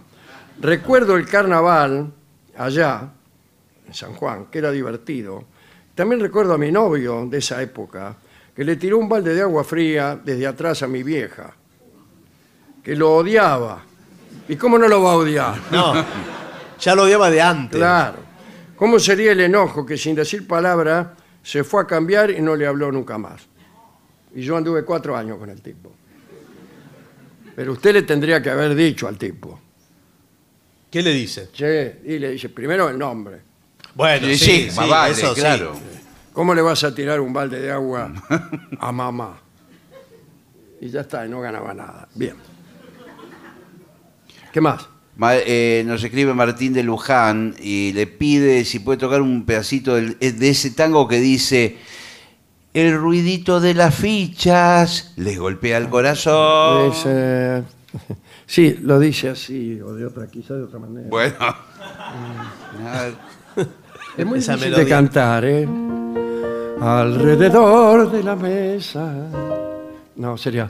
[SPEAKER 1] Recuerdo el carnaval allá, en San Juan, que era divertido. También recuerdo a mi novio de esa época, que le tiró un balde de agua fría desde atrás a mi vieja, que lo odiaba. ¿Y cómo no lo va a odiar?
[SPEAKER 3] No, ya lo odiaba de antes.
[SPEAKER 1] Claro. ¿Cómo sería el enojo que sin decir palabra se fue a cambiar y no le habló nunca más? Y yo anduve cuatro años con el tipo. Pero usted le tendría que haber dicho al tipo.
[SPEAKER 3] ¿Qué le dice?
[SPEAKER 1] Che, y le dice primero el nombre.
[SPEAKER 3] Bueno,
[SPEAKER 2] sí,
[SPEAKER 3] sí,
[SPEAKER 2] más
[SPEAKER 3] sí,
[SPEAKER 2] vale,
[SPEAKER 3] eso sí.
[SPEAKER 2] claro.
[SPEAKER 1] ¿Cómo le vas a tirar un balde de agua a mamá? Y ya está, y no ganaba nada. Bien. ¿Qué más?
[SPEAKER 2] Ma- eh, nos escribe Martín de Luján y le pide si puede tocar un pedacito del- eh, de ese tango que dice el ruidito de las fichas les golpea el corazón.
[SPEAKER 1] Es, eh, sí, lo dice así, o de otra, quizá de otra manera.
[SPEAKER 2] Bueno. Ah,
[SPEAKER 1] Mm. Es muy
[SPEAKER 3] Esa
[SPEAKER 1] difícil de
[SPEAKER 3] melodía.
[SPEAKER 1] cantar, ¿eh? Alrededor de la mesa. No, sería.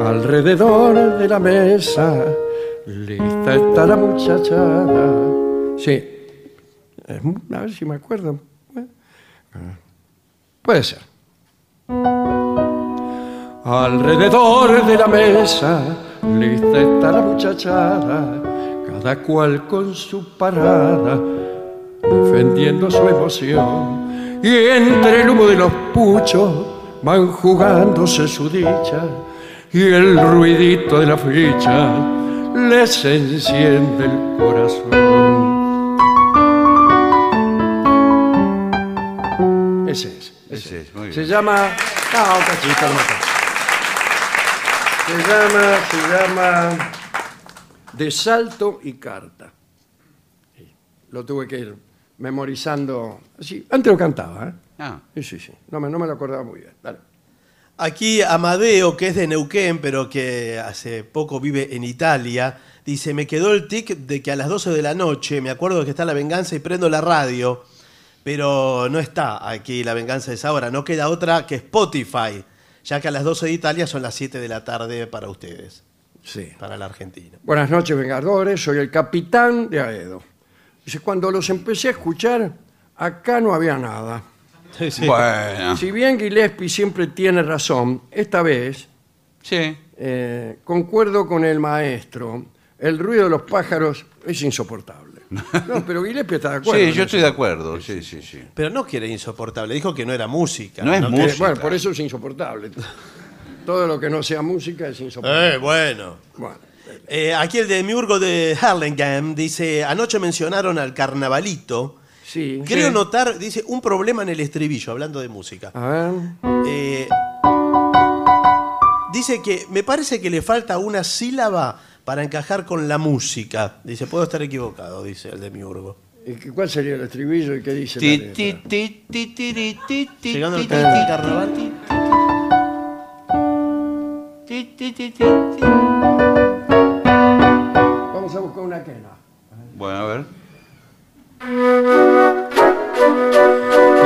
[SPEAKER 1] Alrededor de la mesa. Lista está la muchachada. Sí. Es mu- A ver si me acuerdo. Ah. Puede ser. Alrededor de la mesa, lista está la muchachada, cada cual con su parada, defendiendo su emoción. Y entre el humo de los puchos van jugándose su dicha, y el ruidito de la ficha les enciende el corazón. Ese es.
[SPEAKER 2] ese es, muy
[SPEAKER 1] Se
[SPEAKER 2] bien.
[SPEAKER 1] llama. Ah, un cachito, hermano. Se llama, se llama. De salto y carta. Sí, Lo tuve que ir memorizando. Sí, antes lo cantaba, ¿eh?
[SPEAKER 2] Ah,
[SPEAKER 1] Sí, sí, sí. No me, no me lo acordaba muy bien. Dale.
[SPEAKER 3] Aquí Amadeo, que es de Neuquén, pero que hace poco vive en Italia, dice, me quedó el tic de que a las 12 de la noche, me acuerdo que está La Venganza y prendo la radio, pero no está aquí La Venganza es ahora, no queda otra que Spotify, ya que a las 12 de Italia son las 7 de la tarde para ustedes,
[SPEAKER 1] Sí.
[SPEAKER 3] para la Argentina.
[SPEAKER 1] Buenas noches, Vengadores. Soy el capitán de Aedo. Dice, cuando los empecé a escuchar, acá no había nada.
[SPEAKER 3] Sí, sí.
[SPEAKER 2] Bueno.
[SPEAKER 1] Si bien Gillespie siempre tiene razón, esta vez
[SPEAKER 2] Sí.
[SPEAKER 1] Eh, concuerdo con el maestro. El ruido de los pájaros es insoportable. No, pero Gillespie está de acuerdo.
[SPEAKER 2] Sí,
[SPEAKER 1] en
[SPEAKER 2] yo
[SPEAKER 1] eso.
[SPEAKER 2] estoy de acuerdo. Sí, sí, sí.
[SPEAKER 3] Pero no que era insoportable, dijo que no era música.
[SPEAKER 2] No es
[SPEAKER 3] que-
[SPEAKER 2] música.
[SPEAKER 1] Eh, bueno, por eso es insoportable. Todo lo que no sea música es insoportable.
[SPEAKER 3] Eh, bueno.
[SPEAKER 1] Bueno,
[SPEAKER 3] Eh, aquí el de Miurgo de Harlingen dice, anoche mencionaron al carnavalito.
[SPEAKER 1] sí.
[SPEAKER 3] Creo
[SPEAKER 1] Sí.
[SPEAKER 3] notar, dice, un problema en el estribillo, hablando de música.
[SPEAKER 1] A ver.
[SPEAKER 3] Eh, dice que me parece que le falta una sílaba para encajar con la música. Dice, puedo estar equivocado, dice el de Miurgo.
[SPEAKER 1] ¿y qué- ¿Cuál sería el estribillo y qué dice? la
[SPEAKER 2] Ti,
[SPEAKER 1] letra?
[SPEAKER 2] ti, ti, ti, ti, ri, ti, ti,
[SPEAKER 3] Llegando al
[SPEAKER 2] ti,
[SPEAKER 3] tema del carnaval.
[SPEAKER 2] ti, ti, ti, ti, ti.
[SPEAKER 1] Vamos a buscar una quena.
[SPEAKER 2] Bueno, a ver.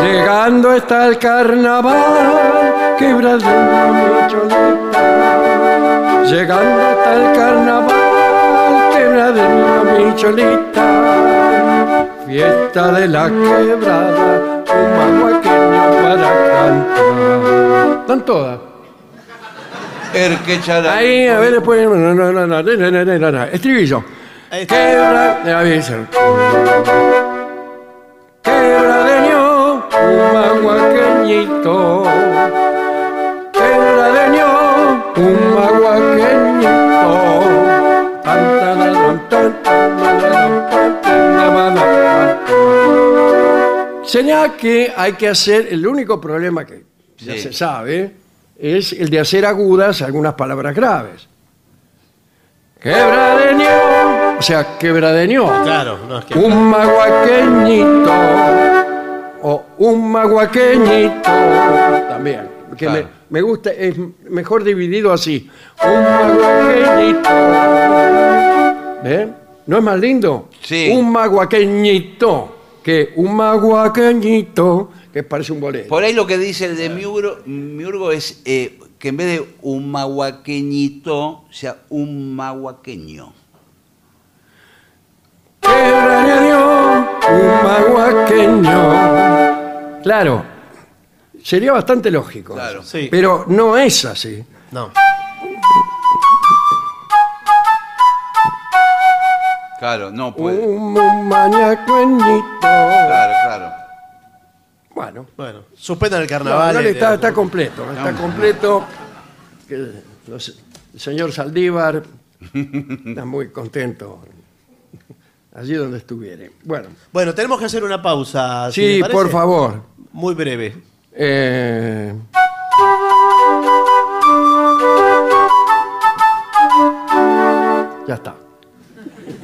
[SPEAKER 1] Llegando está el carnaval, quebrada mi cholita. Llegando está el carnaval, quebrada mi cholita. Fiesta de la quebrada, un maguaqueño para cantar. Están todas.
[SPEAKER 2] Erquecharán.
[SPEAKER 1] Ahí, a ver, después. No, no, no, no, no, no, no, no, no. Estribillo.
[SPEAKER 3] Ahí está.
[SPEAKER 1] Quebra de aviso. Quebradeño, un maguaqueñito. Quebradeño, un maguaqueñito. Tan, tan, tan, tan, tan, tan, tan, tan, tan, tan. Señala que hay que hacer, el único problema que ya
[SPEAKER 2] Sí.
[SPEAKER 1] se sabe es el de hacer agudas algunas palabras graves. Quebradeño, o sea, quebradeño.
[SPEAKER 3] Claro, no es que.
[SPEAKER 1] Un maguaqueñito o un maguaqueñito también. Que me-
[SPEAKER 2] Claro.
[SPEAKER 1] me, gusta, es mejor dividido así. Un maguaqueñito. ¿Ve? ¿No es más lindo?
[SPEAKER 2] Sí.
[SPEAKER 1] Un maguaqueñito que un maguaqueñito que parece un bolero.
[SPEAKER 2] Por ahí lo que dice el de Miurgo, Miurgo es eh, que en vez de un mahuaqueñito, sea un mahuaqueño.
[SPEAKER 1] Quebradeño, un maguaqueño. Claro, sería bastante lógico.
[SPEAKER 2] Claro.
[SPEAKER 3] Sí.
[SPEAKER 1] Pero no es así.
[SPEAKER 3] No.
[SPEAKER 2] Claro, no puede.
[SPEAKER 1] Un mañacueñito.
[SPEAKER 2] Claro, claro.
[SPEAKER 1] Bueno,
[SPEAKER 3] Bueno, suspendan el
[SPEAKER 1] no,
[SPEAKER 3] carnaval.
[SPEAKER 1] no le
[SPEAKER 3] eh,
[SPEAKER 1] está,
[SPEAKER 3] eh,
[SPEAKER 1] está completo, está completo. Que los- el señor Saldívar está muy contento. Allí donde estuviere. Bueno,
[SPEAKER 3] Bueno, tenemos que hacer una pausa. si
[SPEAKER 1] sí,
[SPEAKER 3] le parece.
[SPEAKER 1] por favor.
[SPEAKER 3] Muy breve.
[SPEAKER 1] Eh, Ya está.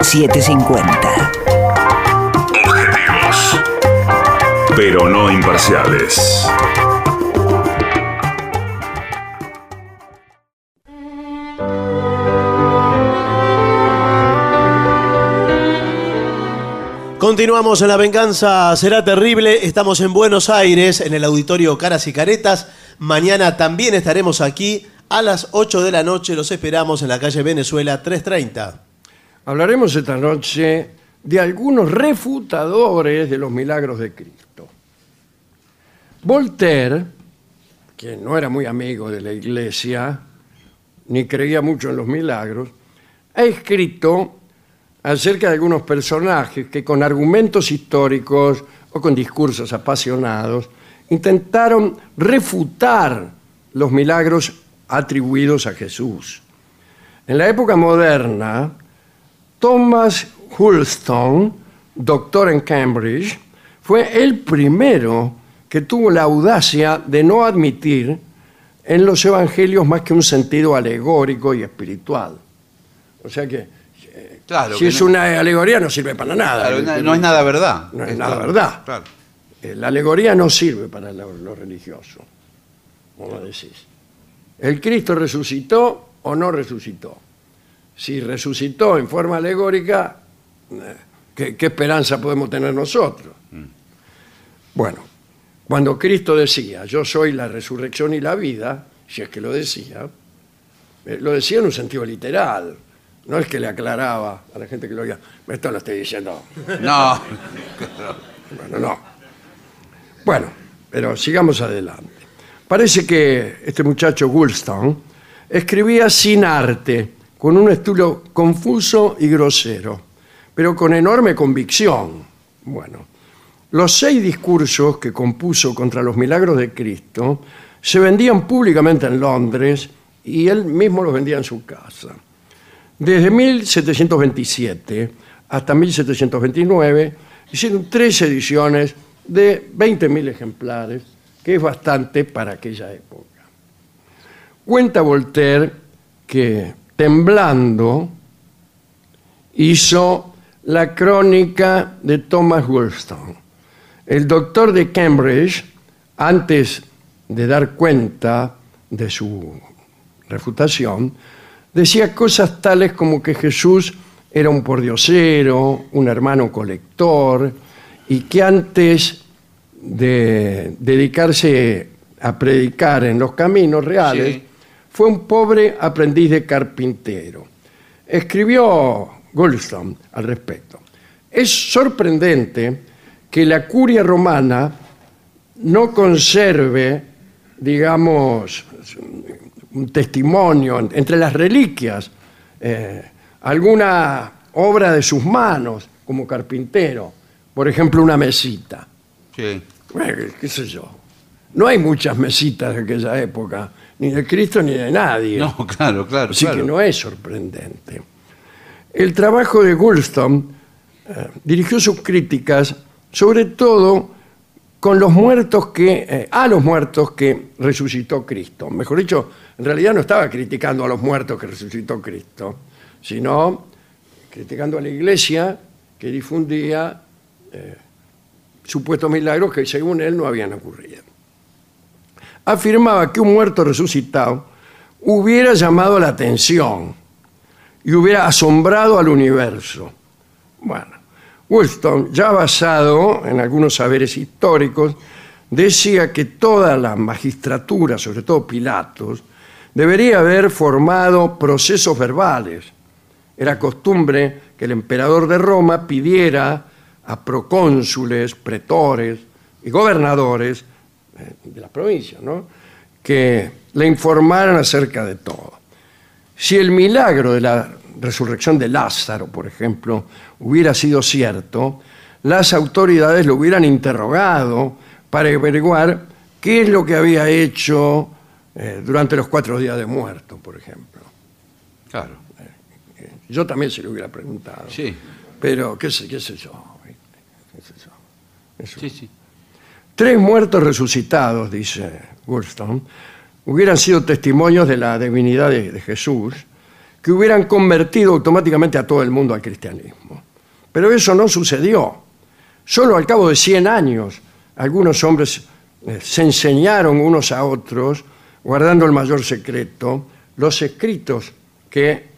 [SPEAKER 4] AM750.
[SPEAKER 5] Objetivos, pero no imparciales.
[SPEAKER 3] Continuamos en La Venganza Será Terrible. Estamos en Buenos Aires, en el auditorio Caras y Caretas. Mañana también estaremos aquí a las 8 de la noche. Los esperamos en la calle Venezuela 330.
[SPEAKER 1] Hablaremos esta noche de algunos refutadores de los milagros de Cristo. Voltaire, que no era muy amigo de la iglesia, ni creía mucho en los milagros, ha escrito acerca de algunos personajes que con argumentos históricos o con discursos apasionados intentaron refutar los milagros atribuidos a Jesús. En la época moderna, Thomas Hulston, doctor en Cambridge, fue el primero que tuvo la audacia de no admitir en los evangelios más que un sentido alegórico y espiritual. O sea que eh,
[SPEAKER 2] Claro
[SPEAKER 1] si
[SPEAKER 2] que
[SPEAKER 1] es
[SPEAKER 2] no.
[SPEAKER 1] una alegoría no sirve para nada.
[SPEAKER 2] Claro,
[SPEAKER 1] El-
[SPEAKER 2] na- no es nada verdad.
[SPEAKER 1] No es nada verdad.
[SPEAKER 2] Claro.
[SPEAKER 1] eh, La alegoría no sirve para lo, lo religioso. Como decís. ¿El Cristo resucitó o no resucitó? Si resucitó en forma alegórica, eh, ¿qué, qué esperanza podemos tener nosotros? Bueno, cuando Cristo decía, yo soy la resurrección y la vida, si es que lo decía, eh, lo decía en un sentido literal. No es que le aclaraba a la gente que lo oía, esto lo estoy diciendo
[SPEAKER 2] No,
[SPEAKER 1] bueno, no. Bueno, pero sigamos adelante. Parece que este muchacho Woolston escribía sin arte, con un estilo confuso y grosero, pero con enorme convicción. Bueno, los seis discursos que compuso contra los milagros de Cristo se vendían públicamente en Londres y él mismo los vendía en su casa. Desde 1727 hasta 1729 hicieron tres ediciones de 20.000 ejemplares, que es bastante para aquella época. Cuenta Voltaire que temblando hizo la crónica de Thomas Wollstone El doctor de Cambridge, antes de dar cuenta de su refutación, decía cosas tales como que Jesús era un pordiosero, un hermano colector, y que antes de dedicarse a predicar en los caminos reales,
[SPEAKER 2] Sí.
[SPEAKER 1] fue un pobre aprendiz de carpintero. Escribió Goldstone al respecto. Es sorprendente que la curia romana no conserve, digamos, un testimonio en- entre las reliquias, eh, alguna obra de sus manos como carpintero, por ejemplo, una mesita.
[SPEAKER 2] Sí.
[SPEAKER 1] Bueno, qué sé yo. No hay muchas mesitas de aquella época, ni de Cristo ni de nadie.
[SPEAKER 2] No, claro, claro.
[SPEAKER 1] Así
[SPEAKER 2] claro.
[SPEAKER 1] que no es sorprendente. El trabajo de Gulston eh, dirigió sus críticas sobre todo con los muertos que, eh, a los muertos que resucitó Cristo. Mejor dicho, en realidad no estaba criticando a los muertos que resucitó Cristo, sino criticando a la iglesia que difundía eh, supuestos milagros que según él no habían ocurrido afirmaba que un muerto resucitado hubiera llamado la atención y hubiera asombrado al universo. Bueno, Wollstone, ya basado en algunos saberes históricos, decía que todas las magistraturas, sobre todo Pilatos, debería haber formado procesos verbales. Era costumbre que el emperador de Roma pidiera a procónsules, pretores y gobernadores eh, de las provincias, ¿no? que le informaran acerca de todo. Si el milagro de la resurrección de Lázaro, por ejemplo, hubiera sido cierto, las autoridades lo hubieran interrogado para averiguar qué es lo que había hecho eh, durante los cuatro días de muerto, por ejemplo. Eh,
[SPEAKER 2] Claro.
[SPEAKER 1] Yo también se lo hubiera preguntado.
[SPEAKER 2] Sí.
[SPEAKER 1] Pero qué sé, qué sé yo. qué sé yo.
[SPEAKER 2] Sí, sí.
[SPEAKER 1] Tres muertos resucitados, dice Wollstone, hubieran sido testimonios de la divinidad de, de Jesús, que hubieran convertido automáticamente a todo el mundo al cristianismo. Pero eso no sucedió. Solo al cabo de 100 años, algunos hombres eh, se enseñaron unos a otros, guardando el mayor secreto, los escritos que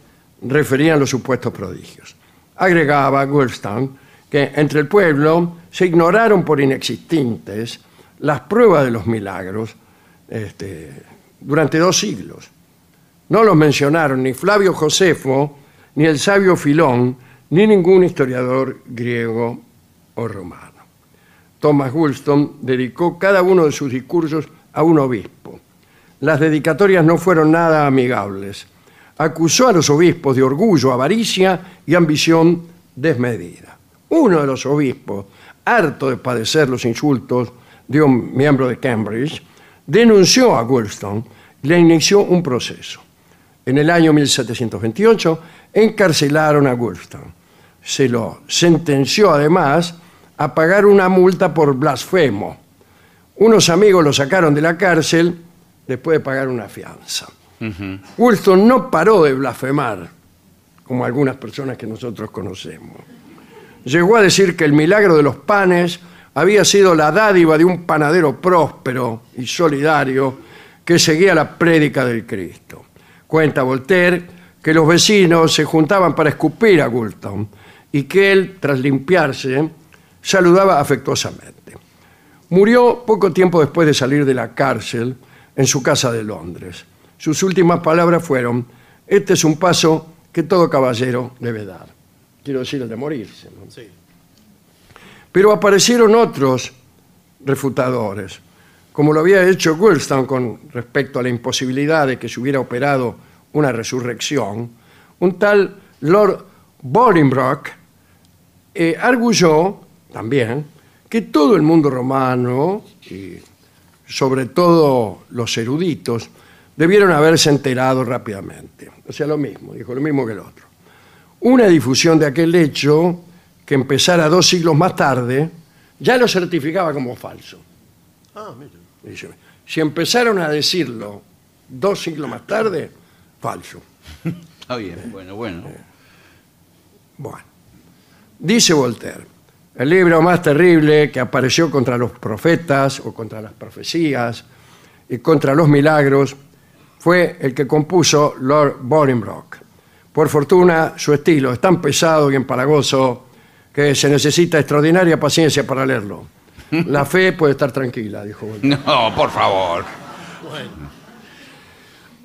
[SPEAKER 1] referían los supuestos prodigios. Agregaba Goldstein que entre el pueblo se ignoraron por inexistentes las pruebas de los milagros este, durante dos siglos. No los mencionaron ni Flavio Josefo, ni el sabio Filón, ni ningún historiador griego o romano. Thomas Wollstone dedicó cada uno de sus discursos a un obispo. Las dedicatorias no fueron nada amigables. Acusó a los obispos de orgullo, avaricia y ambición desmedida. Uno de los obispos, harto de padecer los insultos de un miembro de Cambridge, denunció a Wollstone y le inició un proceso. En el año 1728 encarcelaron a Wollstone. Se lo sentenció además a pagar una multa por blasfemo. Unos amigos lo sacaron de la cárcel después de pagar una fianza. Wollstone no paró de blasfemar, como algunas personas que nosotros conocemos. Llegó a decir que el milagro de los panes había sido la dádiva de un panadero próspero y solidario que seguía la prédica del Cristo. Cuenta Voltaire que los vecinos se juntaban para escupir a Woolton y que él, tras limpiarse, saludaba afectuosamente. Murió poco tiempo después de salir de la cárcel en su casa de Londres. Sus últimas palabras fueron, este es un paso que todo caballero debe dar. Quiero decir, el de morirse. ¿no?
[SPEAKER 3] Sí.
[SPEAKER 1] Pero aparecieron otros refutadores, como lo había hecho Wollstone con respecto a la imposibilidad de que se hubiera operado una resurrección, un tal Lord Bolingbroke eh, arguyó también que todo el mundo romano y sobre todo los eruditos debieron haberse enterado rápidamente. O sea, lo mismo, dijo lo mismo que el otro una difusión de aquel hecho que empezara dos siglos más tarde, ya lo certificaba como falso.
[SPEAKER 3] Ah, mire.
[SPEAKER 1] Dice, si empezaron a decirlo dos siglos más tarde, falso.
[SPEAKER 2] Está bien, bueno, bueno.
[SPEAKER 1] Bueno, dice Voltaire, El libro más terrible que apareció contra los profetas o contra las profecías y contra los milagros fue el que compuso Lord Bolingbroke. Por fortuna, su estilo es tan pesado y empalagoso que se necesita extraordinaria paciencia para leerlo. La fe puede estar tranquila, dijo Voltaire.
[SPEAKER 2] No, por favor.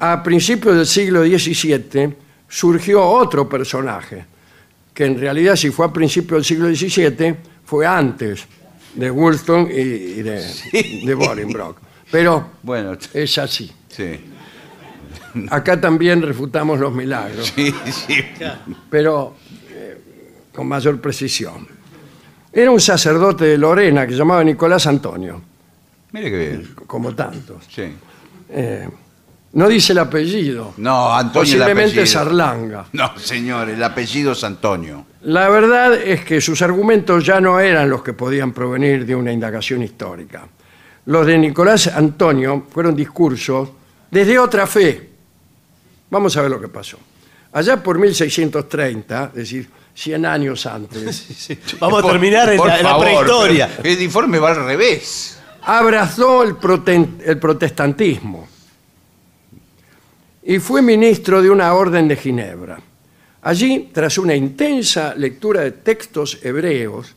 [SPEAKER 1] A principios del siglo XVII surgió otro personaje, que en realidad si fue a principios del siglo XVII fue antes de Wollstone y, y de, de Bolingbroke. Pero
[SPEAKER 2] Bueno, t-
[SPEAKER 1] es así.
[SPEAKER 2] sí.
[SPEAKER 1] Acá también refutamos los milagros,
[SPEAKER 2] Sí, sí.
[SPEAKER 1] pero eh, con mayor precisión. Era un sacerdote de Lorena que se llamaba Nicolás Antonio,
[SPEAKER 2] Mire que bien.
[SPEAKER 1] como tantos.
[SPEAKER 2] Sí.
[SPEAKER 1] No dice el apellido.
[SPEAKER 2] No, Antonio el
[SPEAKER 1] Posiblemente
[SPEAKER 2] apellido.
[SPEAKER 1] Sarlanga.
[SPEAKER 2] No, señor, el apellido es Antonio.
[SPEAKER 1] La verdad es que sus argumentos ya no eran los que podían provenir de una indagación histórica. Los de Nicolás Antonio fueron discursos desde otra fe. Vamos a ver lo que pasó. Allá por 1630, es decir, 100 años antes,
[SPEAKER 3] Vamos a
[SPEAKER 2] Por-
[SPEAKER 3] terminar en
[SPEAKER 2] por
[SPEAKER 3] la, en la
[SPEAKER 2] favor,
[SPEAKER 3] prehistoria.
[SPEAKER 2] pero El informe va al revés.
[SPEAKER 1] abrazó el, proten- el protestantismo y fue ministro de una orden de Ginebra. Allí, tras una intensa lectura de textos hebreos,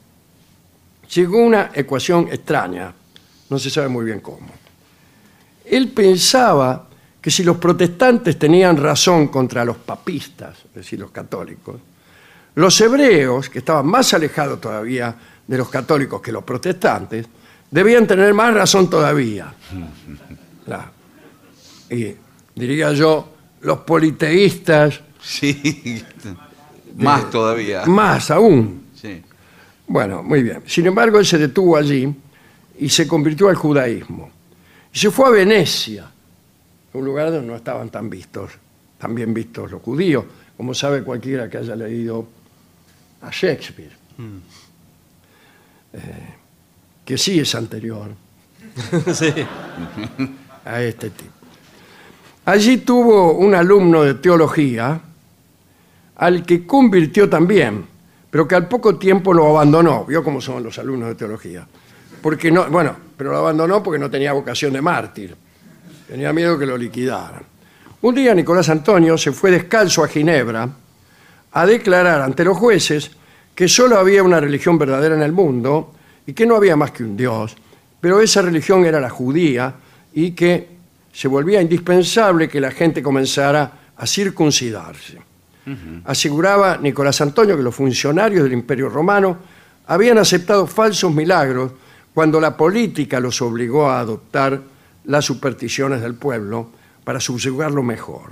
[SPEAKER 1] llegó una ecuación extraña, no se sabe muy bien cómo. Él pensaba que si los protestantes tenían razón contra los papistas, es decir, los católicos, los hebreos, que estaban más alejados todavía de los católicos que los protestantes, debían tener más razón todavía. Claro. Y diría yo, los politeístas, Eh,
[SPEAKER 2] Sí. Más todavía.
[SPEAKER 1] más aún.
[SPEAKER 2] Sí.
[SPEAKER 1] Bueno, muy bien. Sin embargo, él se detuvo allí y se convirtió al judaísmo. Y se fue a Venecia, un lugar donde no estaban tan vistos, tan bien vistos los judíos, como sabe cualquiera que haya leído a Shakespeare, Eh, que sí es anterior
[SPEAKER 3] Sí.
[SPEAKER 1] a este tipo. Allí tuvo un alumno de teología al que convirtió también, pero que al poco tiempo lo abandonó. Vio cómo son los alumnos de teología. Porque no, bueno, pero lo abandonó porque no tenía vocación de mártir. Tenía miedo que lo liquidaran. Un día Nicolás Antonio se fue descalzo a Ginebra a declarar ante los jueces que solo había una religión verdadera en el mundo y que no había más que un Dios, pero esa religión era la judía y que se volvía indispensable que la gente comenzara a circuncidarse. Aseguraba Nicolás Antonio que los funcionarios del Imperio Romano habían aceptado falsos milagros cuando la política los obligó a adoptar las supersticiones del pueblo para subyugarlo mejor.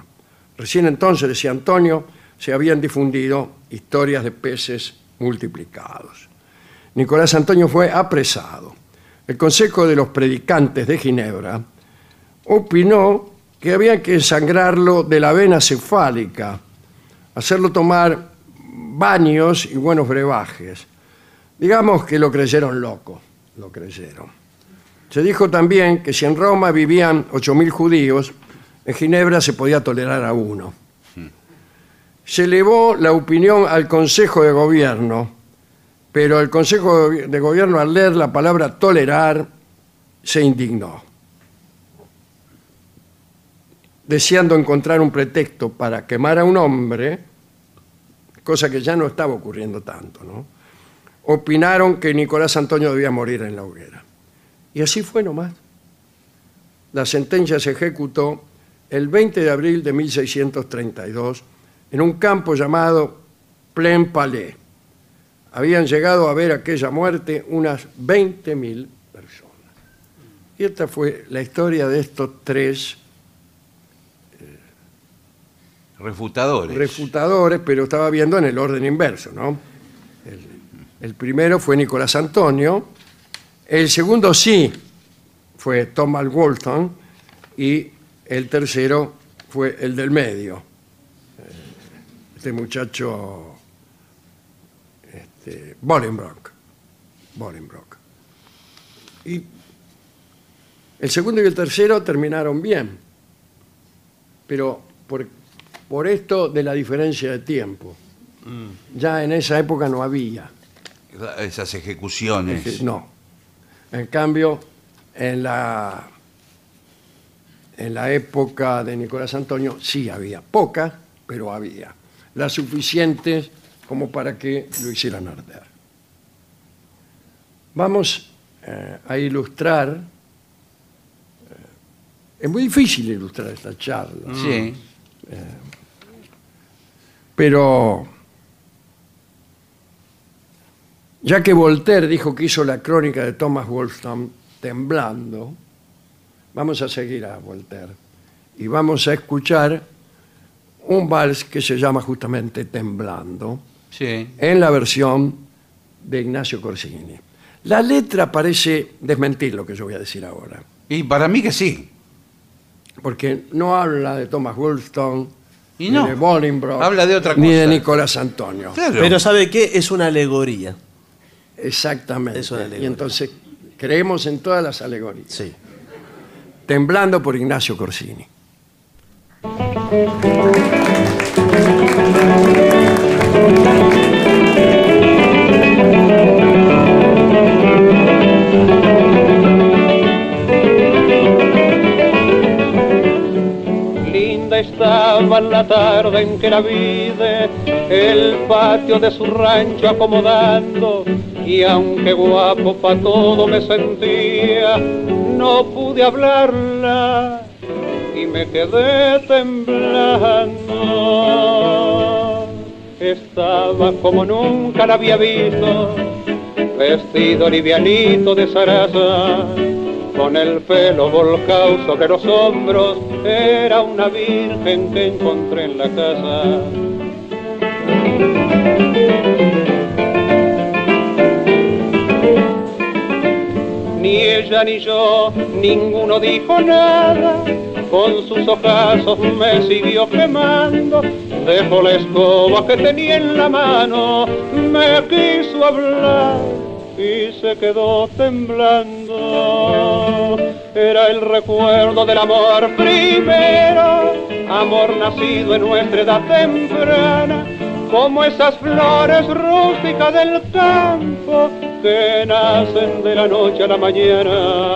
[SPEAKER 1] Recién entonces, decía Antonio, se habían difundido historias de peces multiplicados. Nicolás Antonio fue apresado. El Consejo de los Predicantes de Ginebra opinó que había que sangrarlo de la vena cefálica, hacerlo tomar baños y buenos brebajes. Digamos que lo creyeron loco, lo creyeron. Se dijo también que si en Roma vivían 8.000 judíos, en Ginebra se podía tolerar a uno. Se elevó la opinión al Consejo de Gobierno, pero el Consejo de Gobierno al leer la palabra tolerar se indignó, deseando encontrar un pretexto para quemar a un hombre, cosa que ya no estaba ocurriendo tanto, ¿no? Opinaron que Nicolás Antonio debía morir en la hoguera. Y así fue nomás. La sentencia se ejecutó el 20 de abril de 1632 en un campo llamado Plain Palais. Habían llegado a ver aquella muerte unas 20.000 personas. Y esta fue la historia de estos tres eh,
[SPEAKER 2] Refutadores.
[SPEAKER 1] refutadores, pero estaba viendo en el orden inverso, ¿no? El, el primero fue Nicolás Antonio, el segundo sí fue Thomas Walton y el tercero fue el del medio, eh, este muchacho este, Bolingbroke. Bolingbroke. Y el segundo y el tercero terminaron bien, pero por, por esto de la diferencia de tiempo. Ya en esa época no había
[SPEAKER 2] esas ejecuciones.
[SPEAKER 1] Sí, No. En cambio, en la, en la época de Nicolás Antonio sí había, pocas, pero había. Las suficientes como para que lo hicieran arder. Vamos eh, a ilustrar. eh, Es muy difícil ilustrar esta charla. Eh,
[SPEAKER 2] Sí.
[SPEAKER 1] Pero ya que Voltaire dijo que hizo la crónica de Thomas Wolfram temblando, vamos a seguir a Voltaire y vamos a escuchar un vals que se llama justamente Temblando
[SPEAKER 2] Sí.
[SPEAKER 1] en la versión de Ignacio Corsini. La letra parece desmentir lo que yo voy a decir ahora
[SPEAKER 2] Y para mí que sí.
[SPEAKER 1] porque no habla de Thomas Wollstone,
[SPEAKER 2] Y
[SPEAKER 1] ni
[SPEAKER 2] no.
[SPEAKER 1] de Bolingbroke,
[SPEAKER 2] Habla de otra
[SPEAKER 1] ni
[SPEAKER 2] cosa.
[SPEAKER 1] de Nicolás Antonio.
[SPEAKER 2] Claro.
[SPEAKER 3] Pero ¿sabe qué? Es una alegoría.
[SPEAKER 1] Exactamente.
[SPEAKER 3] Es una alegoría.
[SPEAKER 1] Y entonces creemos en todas las alegorías.
[SPEAKER 3] Sí.
[SPEAKER 1] Temblando por Ignacio Corsini.
[SPEAKER 6] Linda estaba la tarde en que la vide, el patio de su rancho acomodando, y aunque guapo pa' todo me sentía, no pude hablarla y me quedé temblando. Estaba como nunca la había visto, vestido livianito de zaraza con el pelo volcado sobre los hombros, era una virgen que encontré en la casa. Ni ella ni yo, ninguno dijo nada, con sus ojazos me siguió quemando, dejó la escoba que tenía en la mano, me quiso hablar y se quedó temblando. Era el recuerdo del amor primero, amor nacido en nuestra edad temprana, como esas flores rústicas del campo que nacen de la noche a la mañana.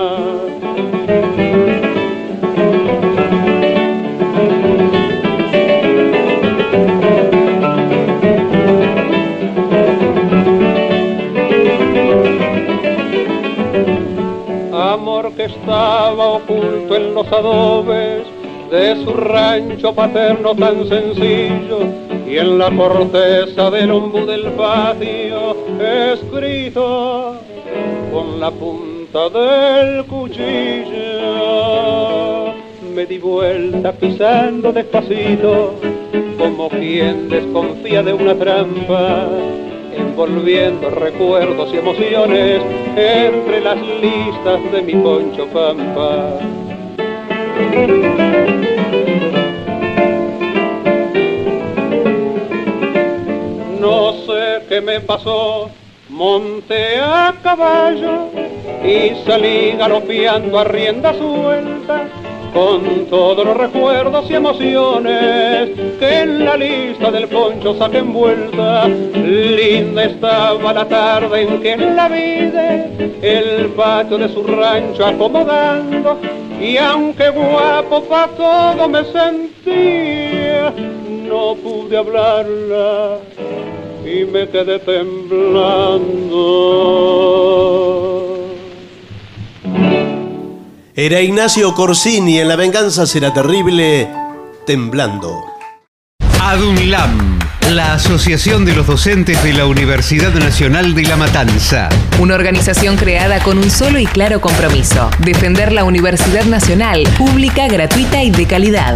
[SPEAKER 6] amor que estaba oculto en los adobes de su rancho paterno tan sencillo y en la corteza del ombú del patio escrito con la punta del cuchillo me di vuelta pisando despacito como quien desconfía de una trampa envolviendo recuerdos y emociones entre las listas de mi poncho pampa. No sé qué me pasó, monté a caballo y salí galopeando a rienda suelta con todos los recuerdos y emociones que en la lista del poncho saqué envuelta. Linda estaba la tarde en que la vide, el patio de su rancho acomodando y aunque guapo pa' todo me sentía, no pude hablarla y me quedé temblando.
[SPEAKER 3] Era Ignacio Corsini en La venganza será terrible, temblando.
[SPEAKER 7] ADUNLAM, la Asociación de los Docentes de la Universidad Nacional de La Matanza.
[SPEAKER 8] Una organización creada con un solo y claro compromiso, defender la Universidad Nacional, pública, gratuita y de calidad.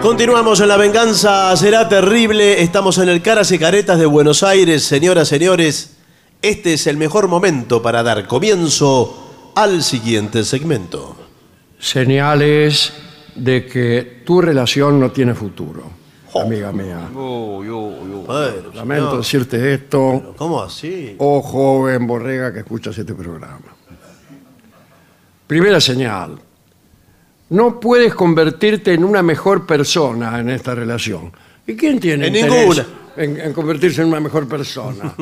[SPEAKER 3] Continuamos en La Venganza Será Terrible. Estamos en el Caras y Caretas de Buenos Aires. Señoras, señores, este es el mejor momento para dar comienzo al siguiente segmento.
[SPEAKER 1] Señales de que tu relación no tiene futuro, amiga mía.
[SPEAKER 3] Bueno,
[SPEAKER 1] Lamento
[SPEAKER 3] señor,
[SPEAKER 1] decirte esto,
[SPEAKER 3] ¿Cómo así?
[SPEAKER 1] oh joven borrega que escuchas este programa. Primera señal, no puedes convertirte en una mejor persona en esta relación. ¿Y quién tiene
[SPEAKER 3] En
[SPEAKER 1] interés
[SPEAKER 3] ninguna.
[SPEAKER 1] En, en convertirse en una mejor persona.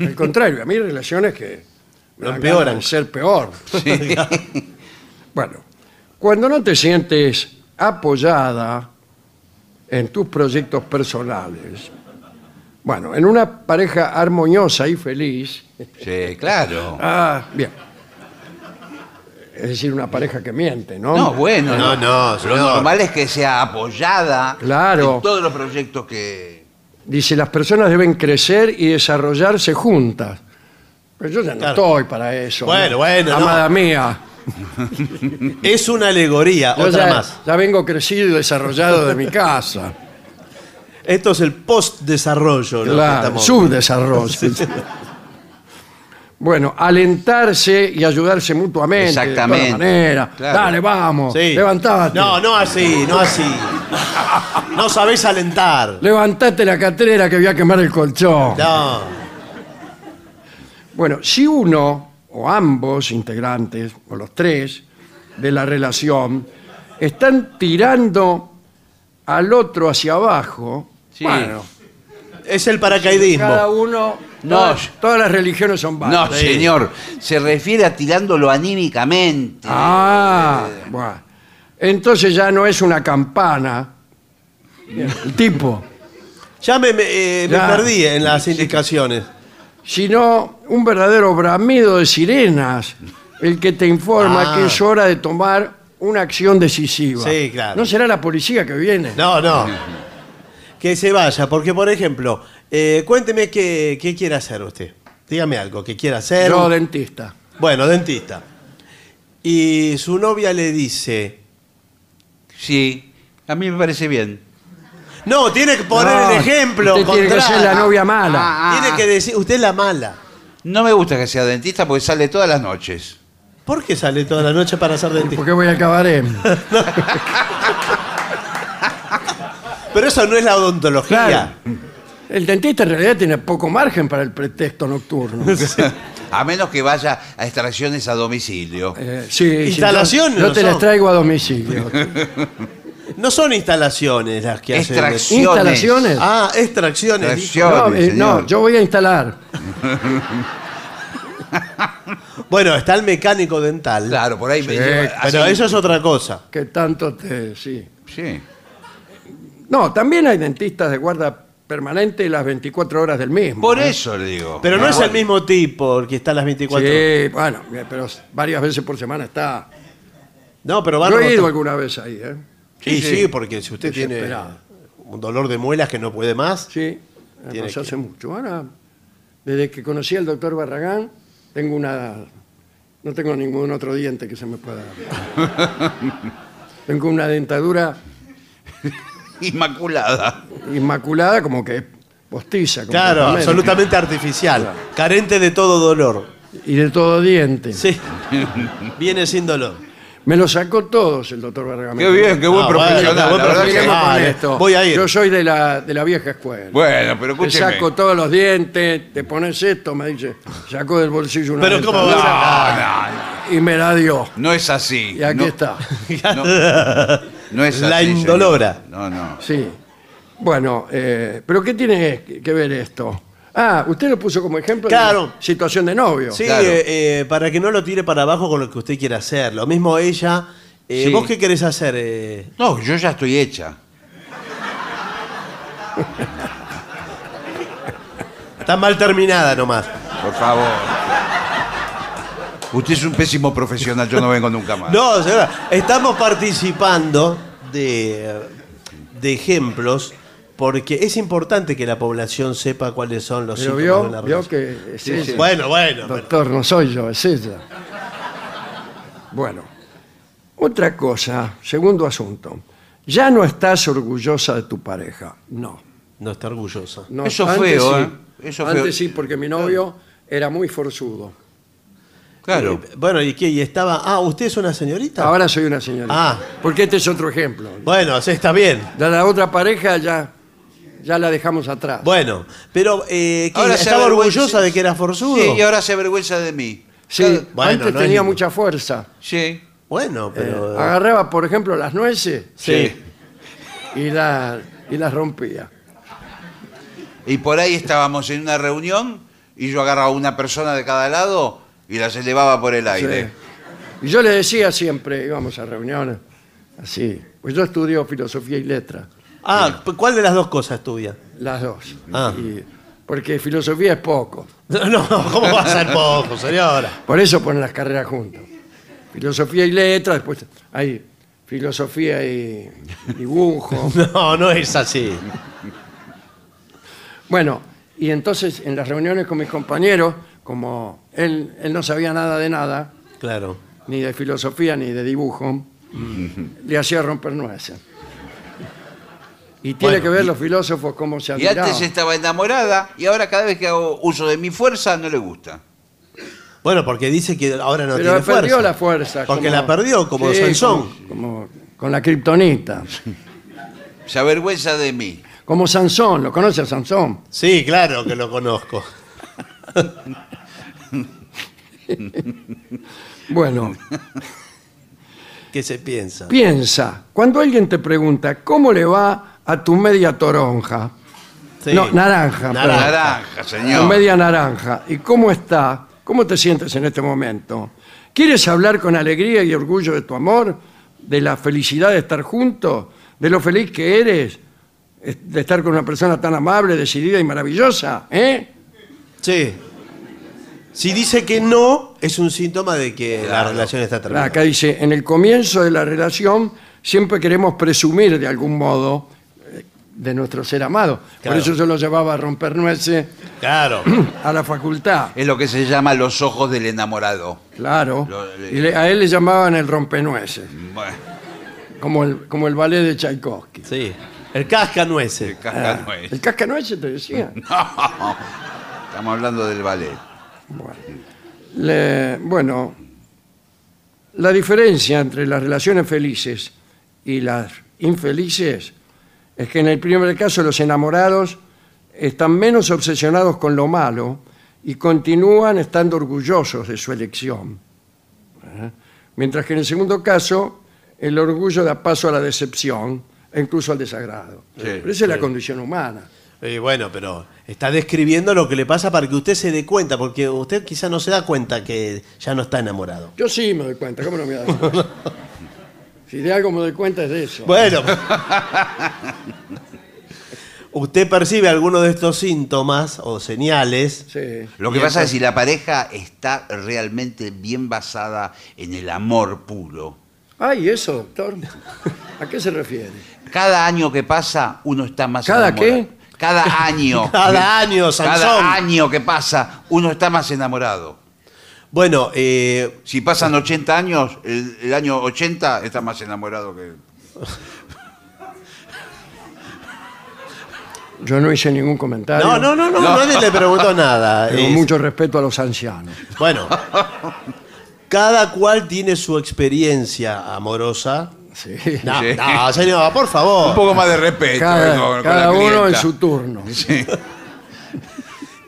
[SPEAKER 1] Al contrario, a mí hay relaciones que me
[SPEAKER 3] Lo
[SPEAKER 1] dan ganas de
[SPEAKER 3] empeoran.
[SPEAKER 1] Ser peor. Bueno, cuando no te sientes apoyada en tus proyectos personales, bueno, en una pareja armoniosa y feliz,
[SPEAKER 2] Sí, claro.
[SPEAKER 1] ah, bien. Es decir, una pareja que miente, ¿no?
[SPEAKER 2] No, bueno.
[SPEAKER 3] No, no,
[SPEAKER 2] Lo
[SPEAKER 3] señor.
[SPEAKER 2] normal es que sea apoyada
[SPEAKER 1] Claro.
[SPEAKER 2] en todos los proyectos que...
[SPEAKER 1] Dice, las personas deben crecer y desarrollarse juntas. Pero yo ya no
[SPEAKER 3] Claro.
[SPEAKER 1] estoy para eso.
[SPEAKER 3] Bueno,
[SPEAKER 1] ¿no?
[SPEAKER 3] bueno, no.
[SPEAKER 1] Amada mía.
[SPEAKER 3] Es una alegoría,
[SPEAKER 1] Yo
[SPEAKER 3] otra
[SPEAKER 1] ya,
[SPEAKER 3] más.
[SPEAKER 1] ya vengo crecido y desarrollado de mi casa.
[SPEAKER 3] Esto es el post-desarrollo. ¿no? que
[SPEAKER 1] Claro,
[SPEAKER 3] estamos-
[SPEAKER 1] subdesarrollo. Bueno, alentarse y ayudarse mutuamente. De
[SPEAKER 2] Exactamente,
[SPEAKER 1] todas maneras.
[SPEAKER 2] claro.
[SPEAKER 1] Dale, vamos.
[SPEAKER 3] Sí.
[SPEAKER 1] Levantate.
[SPEAKER 3] No, no así, no así. No sabés alentar.
[SPEAKER 1] Levantate la catrera que voy a quemar el colchón.
[SPEAKER 3] No.
[SPEAKER 1] Bueno, si uno o ambos integrantes, o los tres, de la relación, están tirando al otro hacia abajo,
[SPEAKER 2] Sí.
[SPEAKER 1] bueno,
[SPEAKER 3] Es el paracaidismo.
[SPEAKER 1] cada uno,
[SPEAKER 2] No.
[SPEAKER 1] todas, todas las religiones son
[SPEAKER 2] No,
[SPEAKER 1] válidas.
[SPEAKER 3] sí.
[SPEAKER 2] señor. Se refiere a tirándolo anímicamente.
[SPEAKER 1] Ah,
[SPEAKER 3] Eh,
[SPEAKER 1] bueno. Entonces ya no es una campana. El tipo,
[SPEAKER 3] Ya me, me, eh, me
[SPEAKER 1] Ya.
[SPEAKER 3] perdí en las indicaciones.
[SPEAKER 1] sino un verdadero bramido de sirenas, el que te informa
[SPEAKER 3] Ah.
[SPEAKER 1] que es hora de tomar una acción decisiva.
[SPEAKER 3] Sí, claro.
[SPEAKER 1] No será la policía que viene.
[SPEAKER 3] No, no. Que se vaya, porque por ejemplo, eh, cuénteme qué, qué quiere hacer usted. Dígame algo, qué quiere hacer.
[SPEAKER 1] Yo, dentista.
[SPEAKER 3] Bueno, dentista. Y su novia le dice,
[SPEAKER 2] Sí, a mí me parece bien.
[SPEAKER 3] no, tiene que poner
[SPEAKER 1] No,
[SPEAKER 3] el ejemplo.
[SPEAKER 1] Usted tiene que
[SPEAKER 3] contrario.
[SPEAKER 1] ser la novia mala.
[SPEAKER 2] Ah,
[SPEAKER 3] Tiene que decir, usted es la mala.
[SPEAKER 2] No me gusta que sea dentista porque sale todas las noches.
[SPEAKER 3] ¿Por qué sale toda la noche para ser dentista?
[SPEAKER 1] Porque voy al cabaret.
[SPEAKER 3] Pero eso no es la odontología.
[SPEAKER 1] Claro. El dentista en realidad tiene poco margen para el pretexto nocturno.
[SPEAKER 2] A menos que vaya a extracciones a domicilio.
[SPEAKER 1] Eh, sí, sí,
[SPEAKER 3] Instalaciones
[SPEAKER 1] Yo, yo
[SPEAKER 3] no
[SPEAKER 1] te las
[SPEAKER 3] son.
[SPEAKER 1] traigo a domicilio.
[SPEAKER 3] No son instalaciones las que hacen.
[SPEAKER 2] Extracciones.
[SPEAKER 1] Instalaciones.
[SPEAKER 3] Ah,
[SPEAKER 1] No,
[SPEAKER 3] extracciones. dijo.
[SPEAKER 1] eh,
[SPEAKER 2] Extracciones,
[SPEAKER 1] no,
[SPEAKER 2] señor.
[SPEAKER 1] yo voy a instalar.
[SPEAKER 3] Bueno, está el mecánico dental.
[SPEAKER 2] Claro, por ahí me lleva-
[SPEAKER 3] Pero
[SPEAKER 2] así-
[SPEAKER 3] eso es otra cosa.
[SPEAKER 1] Que tanto te. Sí.
[SPEAKER 2] Sí.
[SPEAKER 1] No, también hay dentistas de guarda permanente las 24 horas del mismo.
[SPEAKER 2] Por
[SPEAKER 1] ¿eh?
[SPEAKER 2] eso le digo.
[SPEAKER 3] Pero no es el mismo tipo el que está a las 24 horas.
[SPEAKER 1] Sí, bueno, eh, pero varias veces por semana está.
[SPEAKER 3] No, pero va
[SPEAKER 1] Yo he ido
[SPEAKER 3] rotando.
[SPEAKER 1] alguna vez ahí, ¿eh?
[SPEAKER 3] Sí,
[SPEAKER 2] Sí,
[SPEAKER 3] sí,
[SPEAKER 2] sí.
[SPEAKER 3] porque si usted tiene
[SPEAKER 1] Desesperado.
[SPEAKER 3] un dolor de muelas que no puede más.
[SPEAKER 1] Sí,
[SPEAKER 3] Tiene
[SPEAKER 1] nos
[SPEAKER 3] que-
[SPEAKER 1] hace mucho. Ahora, desde que conocí al doctor Barragán, tengo una. No tengo ningún otro diente que se me pueda. tengo una dentadura
[SPEAKER 2] Inmaculada.
[SPEAKER 1] inmaculada, como que postiza.
[SPEAKER 3] Claro,
[SPEAKER 1] completamente.
[SPEAKER 3] absolutamente artificial. Carente de todo dolor.
[SPEAKER 1] Y de todo diente.
[SPEAKER 3] Sí. Viene sin dolor.
[SPEAKER 1] Me lo sacó todos el doctor Barragán.
[SPEAKER 2] Qué bien, qué buen
[SPEAKER 3] Ah, bueno,
[SPEAKER 2] profesional.
[SPEAKER 3] qué buen
[SPEAKER 2] la verdad que-
[SPEAKER 3] profesional.
[SPEAKER 1] Terminemos
[SPEAKER 3] Ah,
[SPEAKER 1] con
[SPEAKER 3] eh,
[SPEAKER 1] esto.
[SPEAKER 3] voy a ir.
[SPEAKER 1] Yo soy de la, de la vieja escuela.
[SPEAKER 2] Bueno,
[SPEAKER 1] Te
[SPEAKER 2] pero escúcheme.
[SPEAKER 1] saco todos los dientes, te pones esto, me dice, sacó del bolsillo una
[SPEAKER 3] Pero ¿cómo
[SPEAKER 2] No,
[SPEAKER 3] va
[SPEAKER 1] dentadura
[SPEAKER 2] no, no,
[SPEAKER 1] y me la dio.
[SPEAKER 2] no es así.
[SPEAKER 1] Y aquí
[SPEAKER 2] No-
[SPEAKER 1] está.
[SPEAKER 2] No, no es así.
[SPEAKER 3] La
[SPEAKER 2] señor.
[SPEAKER 3] indolora.
[SPEAKER 2] No, no.
[SPEAKER 1] Sí. Bueno, eh, pero ¿qué tiene que que ver esto? Ah, usted lo puso como ejemplo de
[SPEAKER 3] Claro.
[SPEAKER 1] una situación de novio.
[SPEAKER 3] Sí,
[SPEAKER 2] Claro.
[SPEAKER 3] eh, eh, para que no lo tire para abajo con lo que usted quiere hacer. Lo mismo ella. Eh,
[SPEAKER 2] Sí.
[SPEAKER 3] ¿Vos qué querés hacer? eh?
[SPEAKER 2] No, yo ya estoy hecha.
[SPEAKER 3] Está mal terminada nomás.
[SPEAKER 2] Por favor. Usted es un pésimo profesional, yo no vengo nunca más.
[SPEAKER 3] No, señora, estamos participando de, de ejemplos porque es importante que la población sepa cuáles son los
[SPEAKER 1] Pero
[SPEAKER 3] síntomas de
[SPEAKER 1] vio,
[SPEAKER 3] una
[SPEAKER 1] vio
[SPEAKER 3] relación.
[SPEAKER 1] que es ella.
[SPEAKER 3] Bueno, bueno. pero-
[SPEAKER 1] Doctor, no soy yo, es ella. Bueno, otra cosa, segundo asunto. ya no estás orgullosa de tu pareja. No.
[SPEAKER 3] No está orgulloso.
[SPEAKER 1] no
[SPEAKER 2] Eso
[SPEAKER 1] antes
[SPEAKER 2] feo,
[SPEAKER 1] sí.
[SPEAKER 2] ¿eh? Eso
[SPEAKER 1] antes
[SPEAKER 2] feo.
[SPEAKER 1] sí, porque mi novio era muy forzudo.
[SPEAKER 2] Claro.
[SPEAKER 3] Y- Eh, bueno, ¿y qué? ¿Y estaba? Ah, ¿usted es una señorita?
[SPEAKER 1] Ahora soy una señorita.
[SPEAKER 3] Ah.
[SPEAKER 1] Porque este es otro ejemplo.
[SPEAKER 3] Bueno, sí, está bien.
[SPEAKER 1] De la otra pareja ya, ya la dejamos atrás.
[SPEAKER 3] Bueno, pero eh, ¿qué?
[SPEAKER 2] Ahora se
[SPEAKER 3] ¿estaba
[SPEAKER 2] avergüenza-
[SPEAKER 3] orgullosa de que era forzudo?
[SPEAKER 2] Sí, y ahora se avergüenza de mí.
[SPEAKER 1] sí,
[SPEAKER 2] Claro,
[SPEAKER 3] bueno,
[SPEAKER 1] antes
[SPEAKER 3] no es
[SPEAKER 1] tenía
[SPEAKER 3] ningún-
[SPEAKER 1] mucha fuerza.
[SPEAKER 2] Sí.
[SPEAKER 3] Bueno,
[SPEAKER 1] Eh,
[SPEAKER 3] pero...
[SPEAKER 1] agarraba, por ejemplo, las nueces
[SPEAKER 3] sí.
[SPEAKER 1] y, la- y las rompía.
[SPEAKER 2] Y por ahí estábamos en una reunión y yo agarraba a una persona de cada lado y las elevaba por el aire.
[SPEAKER 1] Sí. Y yo le decía siempre, íbamos a reuniones, así. Pues yo estudio filosofía y letras,
[SPEAKER 3] Ah, ¿cuál de las dos cosas tuya?
[SPEAKER 1] las dos.
[SPEAKER 3] Ah.
[SPEAKER 1] Y- porque filosofía es poco.
[SPEAKER 3] No, no, ¿cómo va a ser poco, señora?
[SPEAKER 1] Por eso ponen las carreras juntas. Filosofía y letras, después hay filosofía y dibujo.
[SPEAKER 3] No, no es así.
[SPEAKER 1] Bueno, y entonces en las reuniones con mis compañeros, como él, él no sabía nada de nada,
[SPEAKER 3] Claro.
[SPEAKER 1] ni de filosofía ni de dibujo, le hacía romper nueces. Y tiene
[SPEAKER 3] Bueno,
[SPEAKER 1] que ver los filósofos cómo se
[SPEAKER 2] Y
[SPEAKER 1] admiraban.
[SPEAKER 2] antes estaba enamorada y ahora cada vez que hago uso de mi fuerza no le gusta.
[SPEAKER 3] Bueno, porque dice que ahora no
[SPEAKER 1] Pero
[SPEAKER 3] tiene fuerza.
[SPEAKER 1] perdió la fuerza.
[SPEAKER 3] Porque
[SPEAKER 1] como-
[SPEAKER 3] la perdió, como
[SPEAKER 1] Sí,
[SPEAKER 3] Sansón.
[SPEAKER 1] como- como con la kriptonita.
[SPEAKER 2] Se avergüenza de mí.
[SPEAKER 1] Como Sansón, ¿lo conoce a Sansón?
[SPEAKER 3] Sí, claro que lo conozco.
[SPEAKER 1] Bueno,
[SPEAKER 3] ¿Qué se piensa?
[SPEAKER 1] piensa, cuando alguien te pregunta cómo le va a tu media toronja,
[SPEAKER 3] Sí.
[SPEAKER 1] no, naranja,
[SPEAKER 3] Naranja.
[SPEAKER 1] perdón,
[SPEAKER 2] Naranja,
[SPEAKER 1] tu
[SPEAKER 2] señor.
[SPEAKER 1] media naranja, y cómo está, cómo te sientes en este momento, ¿quieres hablar con alegría y orgullo de tu amor, de la felicidad de estar juntos, de lo feliz que eres, eh, de estar con una persona tan amable, decidida y maravillosa? ¿Eh?
[SPEAKER 3] Sí. Si dice que no, es un síntoma de que la relación está
[SPEAKER 1] Ah,
[SPEAKER 3] terminada.
[SPEAKER 1] Acá dice, en el comienzo de la relación siempre queremos presumir de algún modo eh, de nuestro ser amado.
[SPEAKER 3] Claro.
[SPEAKER 1] Por eso yo lo llevaba a romper nueces
[SPEAKER 3] Claro.
[SPEAKER 1] a la facultad,
[SPEAKER 2] Es lo que se llama los ojos del enamorado.
[SPEAKER 1] claro.
[SPEAKER 2] Lo- le-
[SPEAKER 1] Y le- a él le llamaban el rompenueces,
[SPEAKER 2] Bueno,
[SPEAKER 1] como el, como el ballet de Tchaikovsky. Ah,
[SPEAKER 3] Sí. El cascanueces.
[SPEAKER 2] casca no es.
[SPEAKER 1] El cascanueces te decía.
[SPEAKER 2] Estamos hablando del ballet.
[SPEAKER 1] Bueno, Le- bueno, la diferencia entre las relaciones felices y las infelices es que en el primer caso los enamorados están menos obsesionados con lo malo y continúan estando orgullosos de su elección. ¿Eh? Mientras que en el segundo caso el orgullo da paso a la decepción e incluso al desagrado. Pero esa es la condición humana.
[SPEAKER 3] Y Eh, bueno, pero está describiendo lo que le pasa para que usted se dé cuenta, porque usted quizá no se da cuenta que ya no está enamorado.
[SPEAKER 1] Yo sí me doy cuenta, ¿cómo no me doy cuenta? Si de algo me doy cuenta es de eso.
[SPEAKER 3] Bueno. usted percibe alguno de estos síntomas o señales.
[SPEAKER 1] Sí.
[SPEAKER 2] Lo que pasa es si la pareja está realmente bien basada en el amor puro.
[SPEAKER 1] Ay, eso, doctor. ¿A qué se refiere?
[SPEAKER 2] Cada año que pasa, uno está más
[SPEAKER 1] ¿Cada
[SPEAKER 2] enamorado.
[SPEAKER 1] qué?
[SPEAKER 2] Cada año.
[SPEAKER 3] Cada año, Sansón.
[SPEAKER 2] Cada año que pasa, uno está más enamorado.
[SPEAKER 3] Bueno, eh,
[SPEAKER 2] Si pasan 80 años, el, el año 80 está más enamorado que...
[SPEAKER 1] Yo no hice ningún comentario.
[SPEAKER 3] no, no, no, no, nadie le preguntó nada.
[SPEAKER 1] Tengo
[SPEAKER 3] Es-
[SPEAKER 1] mucho respeto a los ancianos.
[SPEAKER 3] Bueno, cada cual tiene su experiencia amorosa.
[SPEAKER 1] Sí.
[SPEAKER 3] No,
[SPEAKER 2] Sí.
[SPEAKER 3] no, señor, por favor.
[SPEAKER 2] Un poco más de respeto.
[SPEAKER 1] Cada,
[SPEAKER 2] con- con
[SPEAKER 1] cada
[SPEAKER 2] la
[SPEAKER 1] uno en
[SPEAKER 2] clienta.
[SPEAKER 1] su turno.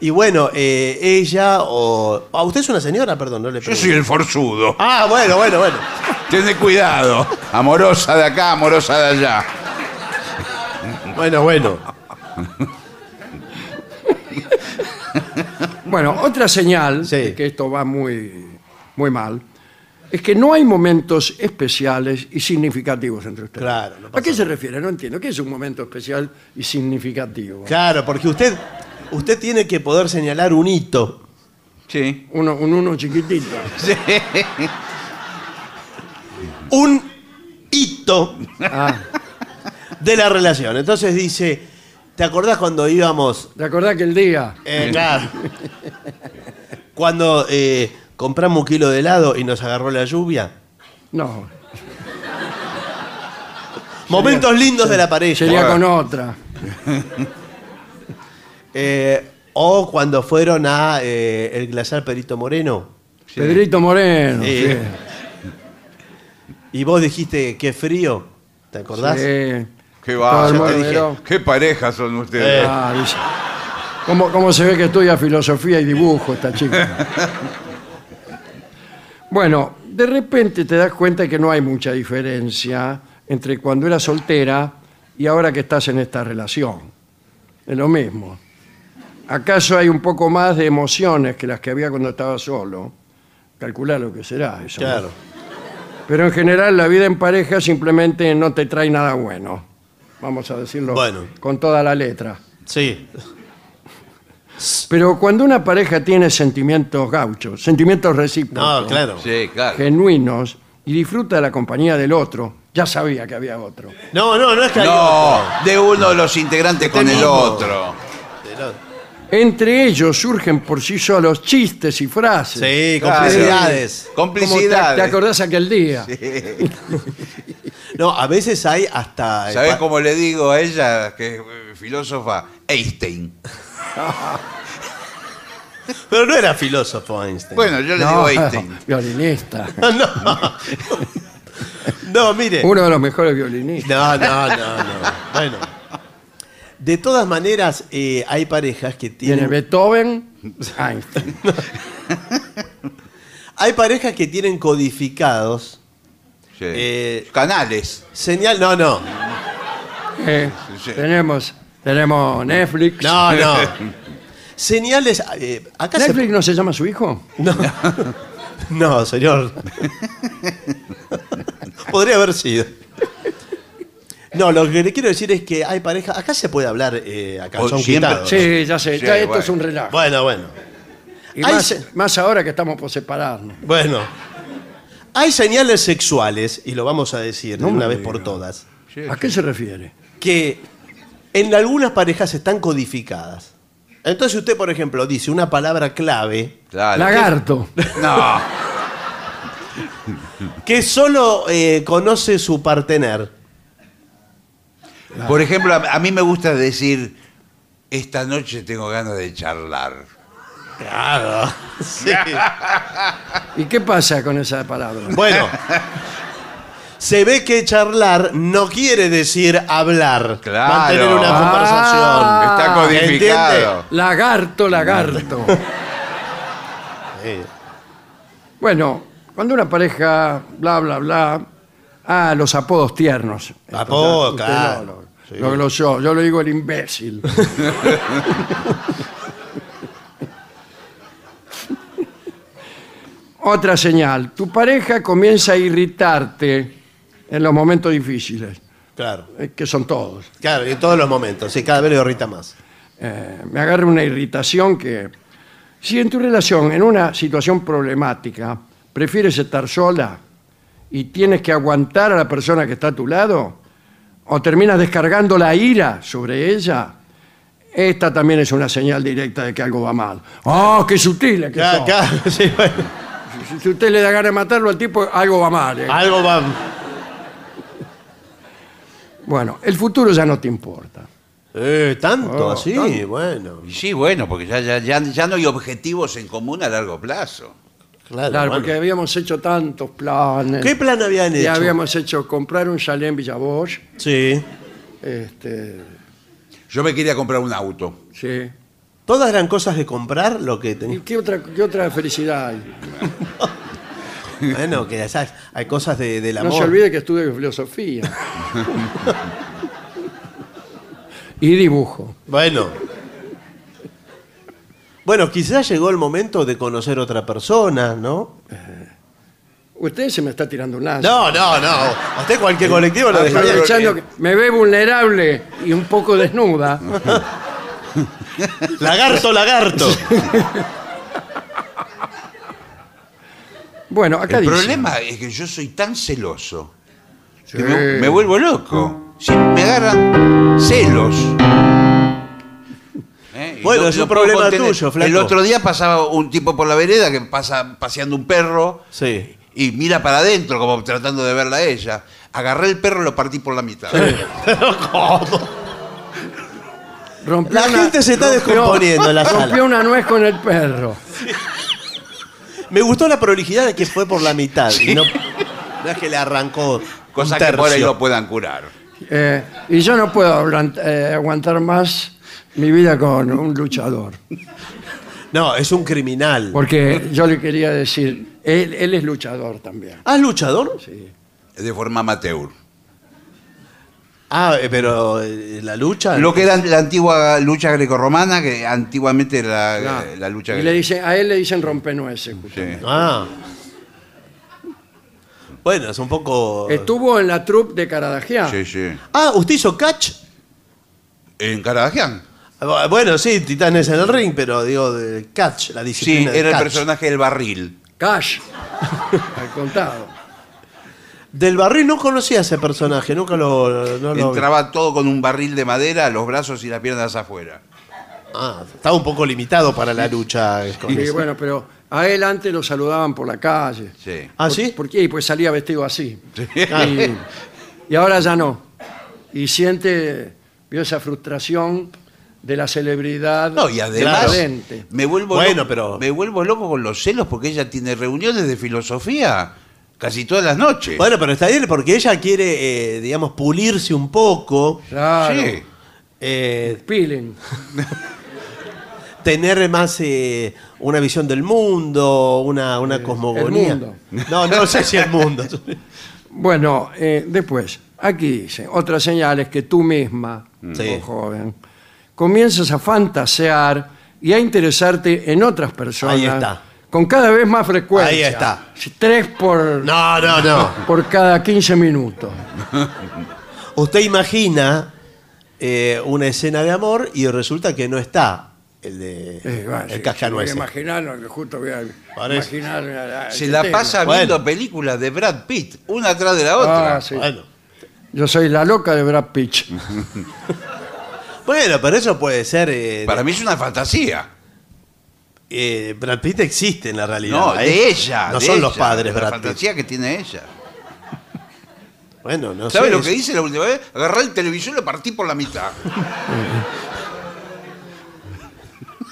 [SPEAKER 3] Y bueno, eh, ella o. Ah, usted es una señora, perdón, no le
[SPEAKER 2] Yo
[SPEAKER 3] pregunto.
[SPEAKER 2] soy el forzudo.
[SPEAKER 3] Ah, bueno, bueno, bueno.
[SPEAKER 2] Tened cuidado. Amorosa de acá, amorosa de allá.
[SPEAKER 3] Bueno, bueno.
[SPEAKER 1] Bueno, otra señal
[SPEAKER 3] Sí.
[SPEAKER 1] de que esto va muy, muy mal es que no hay momentos especiales y significativos entre ustedes.
[SPEAKER 3] Claro, no pasa
[SPEAKER 1] ¿A qué se
[SPEAKER 3] nada.
[SPEAKER 1] refiere? No entiendo. ¿Qué es un momento especial y significativo?
[SPEAKER 3] Claro, porque usted, usted tiene que poder señalar un hito.
[SPEAKER 2] Sí.
[SPEAKER 1] Uno, un uno chiquitito.
[SPEAKER 3] Un hito
[SPEAKER 1] Ah,
[SPEAKER 3] de la relación. Entonces dice, ¿te acordás cuando íbamos
[SPEAKER 1] ¿Te acordás que el día?
[SPEAKER 3] Eh, claro. Cuando eh, compramos un kilo de helado y nos agarró la lluvia.
[SPEAKER 1] No.
[SPEAKER 3] Momentos lindos de la pareja.
[SPEAKER 1] Sería con otra.
[SPEAKER 3] Eh, o cuando fueron a eh, el glaciar Perito Moreno.
[SPEAKER 1] Pedrito Moreno.
[SPEAKER 3] Eh,
[SPEAKER 1] sí.
[SPEAKER 3] Y vos dijiste, qué frío. ¿Te acordás?
[SPEAKER 1] Sí.
[SPEAKER 2] Qué va,
[SPEAKER 1] Todo el
[SPEAKER 2] ya te
[SPEAKER 1] mundo
[SPEAKER 2] dije.
[SPEAKER 1] miró.
[SPEAKER 2] Qué pareja son ustedes.
[SPEAKER 3] Eh,
[SPEAKER 1] Ah, dice. ¿Cómo, cómo se ve que estudia filosofía y dibujo esta chica? Bueno, de repente te das cuenta que no hay mucha diferencia entre cuando eras soltera y ahora que estás en esta relación. Es lo mismo. ¿Acaso hay un poco más de emociones que las que había cuando estaba solo? Calcular lo que será eso. ¿no?
[SPEAKER 3] Claro.
[SPEAKER 1] Pero en general la vida en pareja simplemente no te trae nada bueno. Vamos a decirlo
[SPEAKER 3] Bueno.
[SPEAKER 1] con toda la letra.
[SPEAKER 3] Sí.
[SPEAKER 1] Pero cuando una pareja tiene sentimientos gauchos, sentimientos recíprocos,
[SPEAKER 3] No, claro.
[SPEAKER 2] Sí, claro.
[SPEAKER 1] genuinos, y disfruta de la compañía del otro, ya sabía que había otro.
[SPEAKER 3] No, no, no es que hay
[SPEAKER 2] No,
[SPEAKER 3] otro.
[SPEAKER 2] de uno de los integrantes con el
[SPEAKER 3] mismo.
[SPEAKER 2] otro.
[SPEAKER 3] Del otro.
[SPEAKER 1] Entre ellos surgen por sí solos chistes y frases.
[SPEAKER 3] Sí,
[SPEAKER 2] Claro.
[SPEAKER 3] complicidades.
[SPEAKER 1] Como te, te
[SPEAKER 2] Complicidad.
[SPEAKER 1] acordás aquel día.
[SPEAKER 3] No, a veces hay hasta.
[SPEAKER 2] ¿Sabés
[SPEAKER 3] pa-
[SPEAKER 2] cómo le digo a ella, que es eh, filósofa? Einstein.
[SPEAKER 3] Pero no era filósofo Einstein.
[SPEAKER 2] Bueno, yo le
[SPEAKER 1] No,
[SPEAKER 2] digo este. Einstein.
[SPEAKER 1] violinista.
[SPEAKER 3] no. no, mire.
[SPEAKER 1] Uno de los mejores violinistas.
[SPEAKER 3] No, no, no, no. Bueno. De todas maneras, eh, hay parejas que
[SPEAKER 1] Tiene
[SPEAKER 3] tienen.
[SPEAKER 1] Beethoven, Einstein.
[SPEAKER 3] Hay parejas que tienen codificados.
[SPEAKER 2] Sí.
[SPEAKER 3] Eh,
[SPEAKER 2] Canales.
[SPEAKER 3] Señal. No, no.
[SPEAKER 1] Eh,
[SPEAKER 2] Sí.
[SPEAKER 1] tenemos, tenemos Netflix.
[SPEAKER 3] No, no. Señales. eh, acá se-
[SPEAKER 1] ¿Netflix no se llama su hijo?
[SPEAKER 3] No. No, señor. Podría haber sido. No, lo que le quiero decir es que hay parejas. Acá se puede hablar eh, a calzón
[SPEAKER 2] siempre-
[SPEAKER 3] quitado.
[SPEAKER 1] Sí, ya sé.
[SPEAKER 2] Sí,
[SPEAKER 1] ya esto
[SPEAKER 2] bueno.
[SPEAKER 1] es un relajo.
[SPEAKER 3] Bueno, bueno.
[SPEAKER 1] Y
[SPEAKER 3] Hay
[SPEAKER 1] más,
[SPEAKER 3] se-
[SPEAKER 1] más ahora que estamos por separarnos.
[SPEAKER 3] Bueno. Hay señales sexuales, y lo vamos a decir de
[SPEAKER 1] No me
[SPEAKER 3] una vez
[SPEAKER 1] diga.
[SPEAKER 3] por todas,
[SPEAKER 1] ¿A qué se refiere?
[SPEAKER 3] que en algunas parejas están codificadas. Entonces usted, por ejemplo, dice una palabra clave
[SPEAKER 2] Claro.
[SPEAKER 1] Lagarto.
[SPEAKER 2] No,
[SPEAKER 3] que solo eh, conoce su partener.
[SPEAKER 2] Por ejemplo, a, a mí me gusta decir, esta noche tengo ganas de charlar.
[SPEAKER 3] Claro.
[SPEAKER 1] ¿Y qué pasa con esa palabra?
[SPEAKER 3] Bueno, se ve que charlar no quiere decir hablar.
[SPEAKER 2] Claro.
[SPEAKER 3] Mantener una
[SPEAKER 2] Ah.
[SPEAKER 3] conversación.
[SPEAKER 2] Está codificado.
[SPEAKER 1] Lagarto, lagarto.
[SPEAKER 3] Sí.
[SPEAKER 1] Bueno, cuando una pareja, bla, bla, bla. Ah, los apodos tiernos.
[SPEAKER 3] Apodo,
[SPEAKER 1] Usted
[SPEAKER 3] claro.
[SPEAKER 1] no, lo,
[SPEAKER 3] Sí.
[SPEAKER 1] lo glosó. Yo lo digo el imbécil. Otra señal. Tu pareja comienza a irritarte en los momentos difíciles,
[SPEAKER 3] Claro,
[SPEAKER 1] eh, que son todos.
[SPEAKER 3] claro, en todos los momentos. Sí, cada vez le irrita más.
[SPEAKER 1] eh, me agarra una irritación que... Si en tu relación, en una situación problemática, prefieres estar sola y tienes que aguantar a la persona que está a tu lado, o terminas descargando la ira sobre ella, esta también es una señal directa de que algo va mal. ¡Oh, qué sutiles que
[SPEAKER 3] Claro,
[SPEAKER 1] son!
[SPEAKER 3] Ah, claro, sí, bueno.
[SPEAKER 1] Si- Si usted le da ganas de matarlo al tipo, algo va mal. ¿eh?
[SPEAKER 3] Algo va.
[SPEAKER 1] Bueno, el futuro ya no te importa.
[SPEAKER 3] Eh, tanto
[SPEAKER 1] Oh,
[SPEAKER 3] así,
[SPEAKER 1] tanto.
[SPEAKER 3] bueno.
[SPEAKER 2] Y sí, bueno, porque ya, ya, ya, ya no hay objetivos en común a largo plazo.
[SPEAKER 3] Claro,
[SPEAKER 1] Claro,
[SPEAKER 3] bueno.
[SPEAKER 1] porque habíamos hecho tantos planes.
[SPEAKER 3] Ah, ¿Qué plan habían
[SPEAKER 1] Y
[SPEAKER 3] hecho?
[SPEAKER 1] habíamos hecho comprar un chalet en Villavoz,
[SPEAKER 3] Sí.
[SPEAKER 1] este,
[SPEAKER 2] Yo me quería comprar un auto.
[SPEAKER 1] Sí.
[SPEAKER 3] Todas eran cosas de comprar lo que
[SPEAKER 1] ¿Y
[SPEAKER 3] tenía.
[SPEAKER 1] qué otra, qué otra felicidad hay?
[SPEAKER 3] Bueno, que ya sabes, hay cosas de, del
[SPEAKER 1] No
[SPEAKER 3] amor.
[SPEAKER 1] se olvide que estudio filosofía. y dibujo.
[SPEAKER 3] Bueno. Bueno, quizás llegó el momento de conocer otra persona, ¿no?
[SPEAKER 1] Eh, Usted se me está tirando un Ah, lance.
[SPEAKER 3] No, no, no. A usted cualquier colectivo lo
[SPEAKER 1] Está
[SPEAKER 3] dejaría.
[SPEAKER 1] aprovechando que me ve vulnerable y un poco desnuda.
[SPEAKER 3] Lagarto, lagarto.
[SPEAKER 1] Bueno, acá
[SPEAKER 2] El
[SPEAKER 1] dice.
[SPEAKER 2] problema es que yo soy tan celoso
[SPEAKER 1] Sí.
[SPEAKER 2] que me, me vuelvo loco. Si me agarran celos. ¿Eh? Y
[SPEAKER 3] Bueno, es un
[SPEAKER 2] puedo
[SPEAKER 3] problema tuyo, flaco.
[SPEAKER 2] El otro día pasaba un tipo por la vereda que pasa paseando un perro
[SPEAKER 3] Sí.
[SPEAKER 2] y mira para adentro como tratando de verla a ella. agarré el perro y lo partí por la mitad.
[SPEAKER 1] Rompió
[SPEAKER 3] La gente se está descomponiendo en la sala.
[SPEAKER 1] Rompió una nuez con el perro.
[SPEAKER 3] Me gustó la prolijidad de que fue por la mitad. y no, no es que le arrancó.
[SPEAKER 2] Cosa
[SPEAKER 3] un
[SPEAKER 2] que por ahí
[SPEAKER 3] tercio.
[SPEAKER 2] lo puedan curar.
[SPEAKER 1] Eh, y yo no puedo ablan- eh, aguantar más mi vida con un luchador.
[SPEAKER 3] No, es un criminal.
[SPEAKER 1] Porque yo le quería decir, él, él es luchador también.
[SPEAKER 3] ¿Ah, es luchador?
[SPEAKER 2] De forma amateur.
[SPEAKER 3] Ah, eh, pero eh, la lucha.
[SPEAKER 2] Lo que era la antigua lucha grecorromana, que antiguamente era la, eh, la lucha
[SPEAKER 1] Y le dice, a él le dicen rompenueces. justamente.
[SPEAKER 2] Sí.
[SPEAKER 3] Ah. Bueno, es un poco.
[SPEAKER 1] Estuvo en la troupe de Caradagian.
[SPEAKER 2] Sí, sí.
[SPEAKER 3] Ah, ¿usted hizo catch?
[SPEAKER 2] ¿En Caradagian?
[SPEAKER 3] Ah, Bueno, sí, Titanes en el ring, pero digo, de catch, la
[SPEAKER 2] Sí,
[SPEAKER 3] disciplina. de
[SPEAKER 2] era el
[SPEAKER 3] catch.
[SPEAKER 2] personaje del barril.
[SPEAKER 1] Cash. Al contado.
[SPEAKER 3] Del barril no conocía a ese personaje, nunca lo. no lo vi.
[SPEAKER 2] Entraba todo con un barril de madera, los brazos y las piernas afuera.
[SPEAKER 3] Ah, estaba un poco limitado para la lucha. eh. con
[SPEAKER 1] Y
[SPEAKER 3] eso.
[SPEAKER 1] bueno, pero a él antes lo saludaban por la calle.
[SPEAKER 2] Sí.
[SPEAKER 3] ¿Ah,
[SPEAKER 1] Por-
[SPEAKER 3] sí?
[SPEAKER 1] ¿Por qué? Y pues salía vestido así. Y, y ahora ya no. Y siente, vio esa frustración de la celebridad.
[SPEAKER 2] No, y además
[SPEAKER 1] decadente.
[SPEAKER 2] me vuelvo,
[SPEAKER 3] Bueno,
[SPEAKER 2] loco,
[SPEAKER 3] pero-
[SPEAKER 2] me vuelvo loco con los celos porque ella tiene reuniones de filosofía casi todas las noches.
[SPEAKER 3] Bueno, pero está bien porque ella quiere, eh, digamos, pulirse un poco,
[SPEAKER 1] Claro.
[SPEAKER 2] Sí.
[SPEAKER 3] eh,
[SPEAKER 1] Pilen.
[SPEAKER 3] tener más eh, una visión del mundo, una, una cosmogonía.
[SPEAKER 1] mundo.
[SPEAKER 3] No, no sé si el mundo.
[SPEAKER 1] Bueno, eh, después, aquí dice, otra señal es que tú misma,
[SPEAKER 3] Mm. Sí.
[SPEAKER 1] oh joven, comienzas a fantasear y a interesarte en otras personas.
[SPEAKER 3] Ahí está.
[SPEAKER 1] Con cada vez más frecuencia.
[SPEAKER 3] Ahí está.
[SPEAKER 1] Tres por,
[SPEAKER 3] No, no, no.
[SPEAKER 1] por cada 15 minutos.
[SPEAKER 3] Usted imagina eh, una escena de amor y resulta que no está el de
[SPEAKER 1] Eh, bueno, sí,
[SPEAKER 3] el
[SPEAKER 1] sí,
[SPEAKER 3] cascanueces.
[SPEAKER 1] Imaginar, lo que justo voy a
[SPEAKER 3] Parece.
[SPEAKER 1] imaginar, ah,
[SPEAKER 2] Se
[SPEAKER 1] este
[SPEAKER 2] la
[SPEAKER 1] tema.
[SPEAKER 2] pasa
[SPEAKER 3] Bueno.
[SPEAKER 2] viendo películas de Brad Pitt, una atrás de la otra.
[SPEAKER 1] Ah, sí.
[SPEAKER 3] Bueno.
[SPEAKER 1] Yo soy la loca de Brad Pitt.
[SPEAKER 3] Bueno, pero eso puede ser. eh,
[SPEAKER 2] Para mí es una fantasía.
[SPEAKER 3] eh, Brad Pitt existe en la realidad.
[SPEAKER 2] No,
[SPEAKER 3] ¿eh?
[SPEAKER 2] de ella.
[SPEAKER 3] No
[SPEAKER 2] de
[SPEAKER 3] son
[SPEAKER 2] ella,
[SPEAKER 3] los padres,
[SPEAKER 2] La
[SPEAKER 3] Brad Pitt.
[SPEAKER 2] fantasía que tiene ella.
[SPEAKER 3] Bueno, no
[SPEAKER 2] ¿Sabes
[SPEAKER 3] sé,
[SPEAKER 2] lo que
[SPEAKER 3] es-
[SPEAKER 2] hice la última vez? Agarré el televisor y lo partí por la mitad.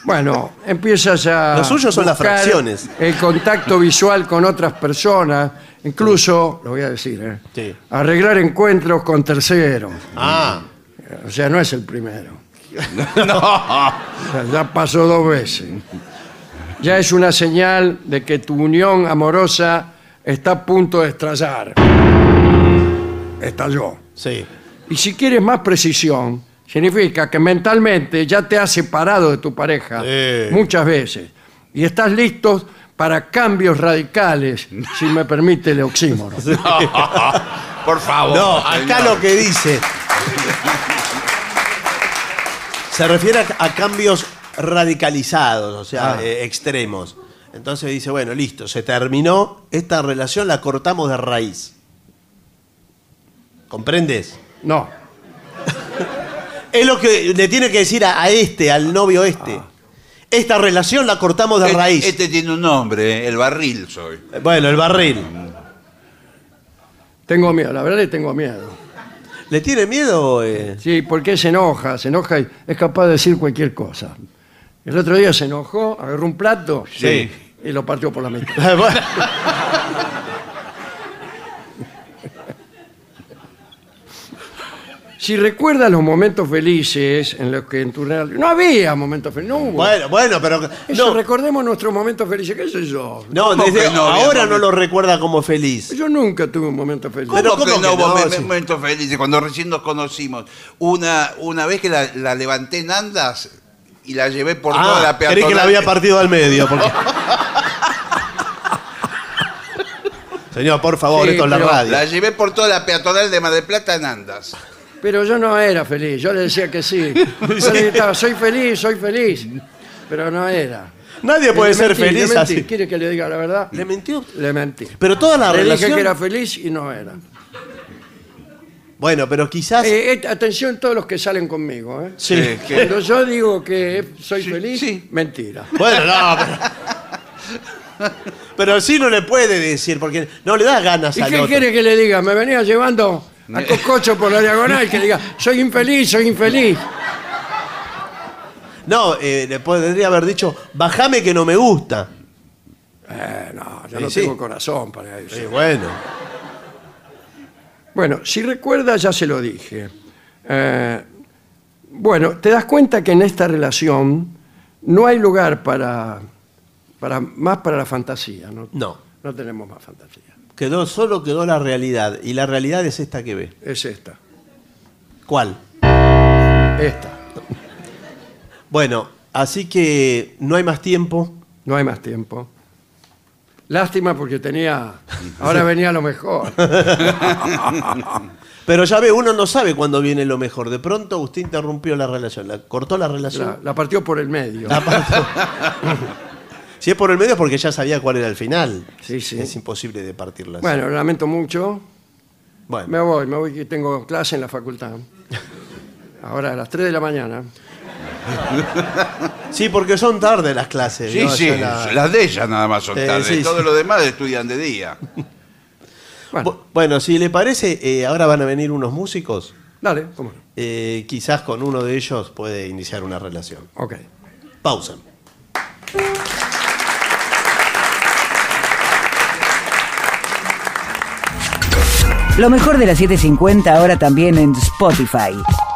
[SPEAKER 1] Bueno, empiezas a.
[SPEAKER 3] Lo suyo son las
[SPEAKER 1] buscar
[SPEAKER 3] fracciones.
[SPEAKER 1] El contacto visual con otras personas, incluso, lo voy a decir, ¿eh?
[SPEAKER 3] Sí.
[SPEAKER 1] arreglar encuentros con terceros.
[SPEAKER 3] Ah,
[SPEAKER 1] O sea, no es el primero.
[SPEAKER 2] no.
[SPEAKER 1] O sea, ya pasó dos veces. Ya es una señal de que tu unión amorosa está a punto de estallar. Estalló.
[SPEAKER 3] sí.
[SPEAKER 1] Y si quieres más precisión, significa que mentalmente ya te has separado de tu pareja
[SPEAKER 3] Sí.
[SPEAKER 1] muchas veces y estás listo para cambios radicales, si me permite el oxímono.
[SPEAKER 2] Por favor.
[SPEAKER 3] No, acá
[SPEAKER 2] señor.
[SPEAKER 3] lo que dice. Se refiere a, a cambios radicalizados, o sea,
[SPEAKER 1] Ah.
[SPEAKER 3] eh, extremos. Entonces dice, bueno, listo, se terminó, esta relación la cortamos de raíz. ¿Comprendes?
[SPEAKER 1] No,
[SPEAKER 3] Es lo que le tiene que decir a, a este, al novio este.
[SPEAKER 1] Ah.
[SPEAKER 3] Esta relación la cortamos de
[SPEAKER 1] Eh,
[SPEAKER 2] Este-
[SPEAKER 3] raíz.
[SPEAKER 2] Este tiene un nombre, ¿eh? el barril soy.
[SPEAKER 3] Bueno, el barril.
[SPEAKER 1] tengo miedo, la verdad le tengo miedo.
[SPEAKER 3] ¿Le tiene miedo? eh?
[SPEAKER 1] Sí, porque se enoja, se enoja y es capaz de decir cualquier cosa. El otro día se enojó, agarró un plato
[SPEAKER 2] Sí.
[SPEAKER 1] y lo partió por la mitad.
[SPEAKER 3] Bueno.
[SPEAKER 1] Si recuerdas los momentos felices en los que en tu real... No había momentos felices, no hubo.
[SPEAKER 3] Bueno, bueno, pero.
[SPEAKER 1] Eso,
[SPEAKER 3] no.
[SPEAKER 1] recordemos nuestros momentos felices, qué sé yo.
[SPEAKER 3] No,
[SPEAKER 2] ¿Cómo
[SPEAKER 3] desde
[SPEAKER 2] que no, mi
[SPEAKER 3] ahora
[SPEAKER 2] amor?
[SPEAKER 3] no lo recuerda como feliz.
[SPEAKER 1] Yo nunca tuve un momento feliz.
[SPEAKER 3] ¿Cómo?
[SPEAKER 2] Pero que no,
[SPEAKER 3] que no?
[SPEAKER 2] vos me-
[SPEAKER 3] Sí.
[SPEAKER 2] me- momentos felices, cuando recién nos conocimos. Una, una vez que la, la levanté en andas y la llevé por toda la peatonal.
[SPEAKER 3] Ah, creí que la había partido al medio. porque- Señor, por favor,
[SPEAKER 1] Sí,
[SPEAKER 3] esto es la
[SPEAKER 1] pero
[SPEAKER 3] radio.
[SPEAKER 2] La llevé por toda la peatonal de Mar del Plata en andas.
[SPEAKER 1] Pero yo no era feliz, yo le decía que sí. Yo le gritaba, soy feliz, soy feliz. Pero no era.
[SPEAKER 3] Nadie puede
[SPEAKER 1] Le
[SPEAKER 3] ser
[SPEAKER 1] mentí,
[SPEAKER 3] feliz
[SPEAKER 1] le mentí.
[SPEAKER 3] así.
[SPEAKER 1] ¿Quiere que le diga la verdad?
[SPEAKER 3] ¿Le mintió?
[SPEAKER 1] Le mentí.
[SPEAKER 3] Pero toda la
[SPEAKER 1] le
[SPEAKER 3] relación.
[SPEAKER 1] dije que era feliz y no era.
[SPEAKER 3] Bueno, pero quizás.
[SPEAKER 1] Eh, eh, atención todos los que salen conmigo. ¿eh?
[SPEAKER 3] sí.
[SPEAKER 2] Eh, que-
[SPEAKER 1] Cuando yo digo que soy feliz,
[SPEAKER 2] sí.
[SPEAKER 1] mentira.
[SPEAKER 3] Bueno, no, pero. Pero así no le puede decir, porque no le da ganas
[SPEAKER 1] ¿Y
[SPEAKER 3] al
[SPEAKER 1] qué
[SPEAKER 3] otro.
[SPEAKER 1] quiere que le diga? Me venía llevando a Cococho por la diagonal que diga, soy infeliz, soy infeliz.
[SPEAKER 3] No, eh, le podría haber dicho, bajame que no me gusta.
[SPEAKER 1] Eh, no, yo
[SPEAKER 3] Sí,
[SPEAKER 1] no
[SPEAKER 3] sí.
[SPEAKER 1] tengo corazón para eso.
[SPEAKER 3] Sí, bueno.
[SPEAKER 1] Bueno, si recuerdas, ya se lo dije. Eh, bueno, te das cuenta que en esta relación no hay lugar para, para más para la fantasía, ¿no?
[SPEAKER 3] No.
[SPEAKER 1] No tenemos más fantasía.
[SPEAKER 3] Quedó, solo quedó la realidad. Y la realidad es esta que ve.
[SPEAKER 1] Es esta,
[SPEAKER 3] ¿Cuál?
[SPEAKER 1] esta.
[SPEAKER 3] Bueno, así que no hay más tiempo.
[SPEAKER 1] No hay más tiempo. Lástima porque tenía, ahora venía lo mejor.
[SPEAKER 3] Pero ya ve, uno no sabe cuándo viene lo mejor. De pronto usted interrumpió la relación, la, cortó la relación.
[SPEAKER 1] La, la partió por el medio.
[SPEAKER 3] Si es por el medio es porque ya sabía cuál era el final.
[SPEAKER 1] Sí, sí.
[SPEAKER 3] Es imposible de partirla. así.
[SPEAKER 1] Bueno, lamento mucho.
[SPEAKER 3] Bueno.
[SPEAKER 1] Me voy, me voy que tengo clase en la facultad. Ahora a las 3 de la mañana.
[SPEAKER 3] Sí, porque son tarde las clases.
[SPEAKER 2] Sí,
[SPEAKER 3] ¿no?
[SPEAKER 2] sí,
[SPEAKER 3] Ya la-
[SPEAKER 2] las de ellas nada más son
[SPEAKER 3] Sí,
[SPEAKER 2] tarde.
[SPEAKER 3] sí,
[SPEAKER 2] Todos
[SPEAKER 3] sí.
[SPEAKER 2] los demás estudian de día.
[SPEAKER 1] Bueno,
[SPEAKER 3] Bu- Bueno, si le parece, eh, ahora van a venir unos músicos.
[SPEAKER 1] dale, cómo no.
[SPEAKER 3] Eh, quizás con uno de ellos puede iniciar una relación.
[SPEAKER 1] Ok.
[SPEAKER 3] Pausa.
[SPEAKER 4] Lo mejor de la 750 ahora también en Spotify.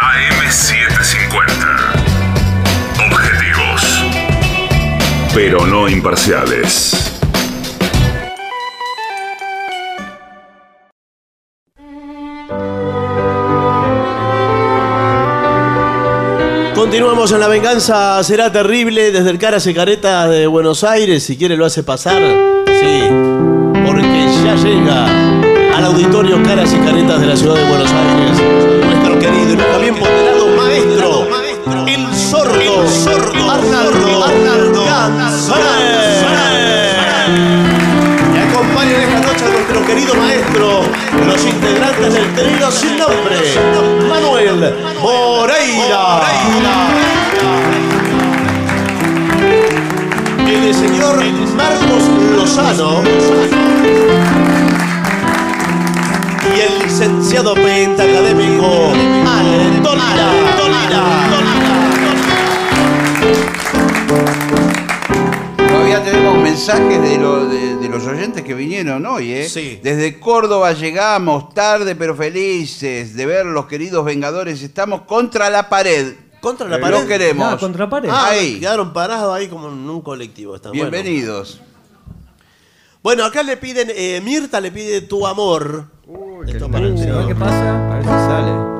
[SPEAKER 5] AM750. Objetivos. Pero no imparciales.
[SPEAKER 3] Continuamos en La Venganza Será Terrible desde el Caras y Caretas de Buenos Aires. Si quiere lo hace pasar. Sí. Porque ya llega al auditorio Caras y Caretas de la ciudad de Buenos Aires. Nuestro querido y nunca bien ponderado maestro. El sordo. El sordo. Arnaldo. Arnaldo. Y acompañen esta noche a nuestro querido maestro, los integrantes del trío sin nombre, Manuel Moreira. Y el señor Marcos Lozano. Y el licenciado pentacadémico Ale Tolira.
[SPEAKER 2] Todavía tenemos mensajes de, lo- de- de los oyentes que vinieron hoy, ¿eh?
[SPEAKER 3] Sí.
[SPEAKER 2] Desde Córdoba llegamos, tarde pero felices de ver los queridos Vengadores. Estamos contra la pared.
[SPEAKER 3] Contra la
[SPEAKER 2] Eh,
[SPEAKER 3] pared.
[SPEAKER 2] No queremos.
[SPEAKER 9] Ah, contra la pared.
[SPEAKER 3] Ah,
[SPEAKER 2] Ahí.
[SPEAKER 3] quedaron parados ahí como en un colectivo. Están. Bueno.
[SPEAKER 2] Bienvenidos.
[SPEAKER 3] Bueno, acá le piden, eh, Mirta le pide tu amor. Esto para el
[SPEAKER 9] A ver qué
[SPEAKER 3] señor.
[SPEAKER 9] pasa, a ver si sale.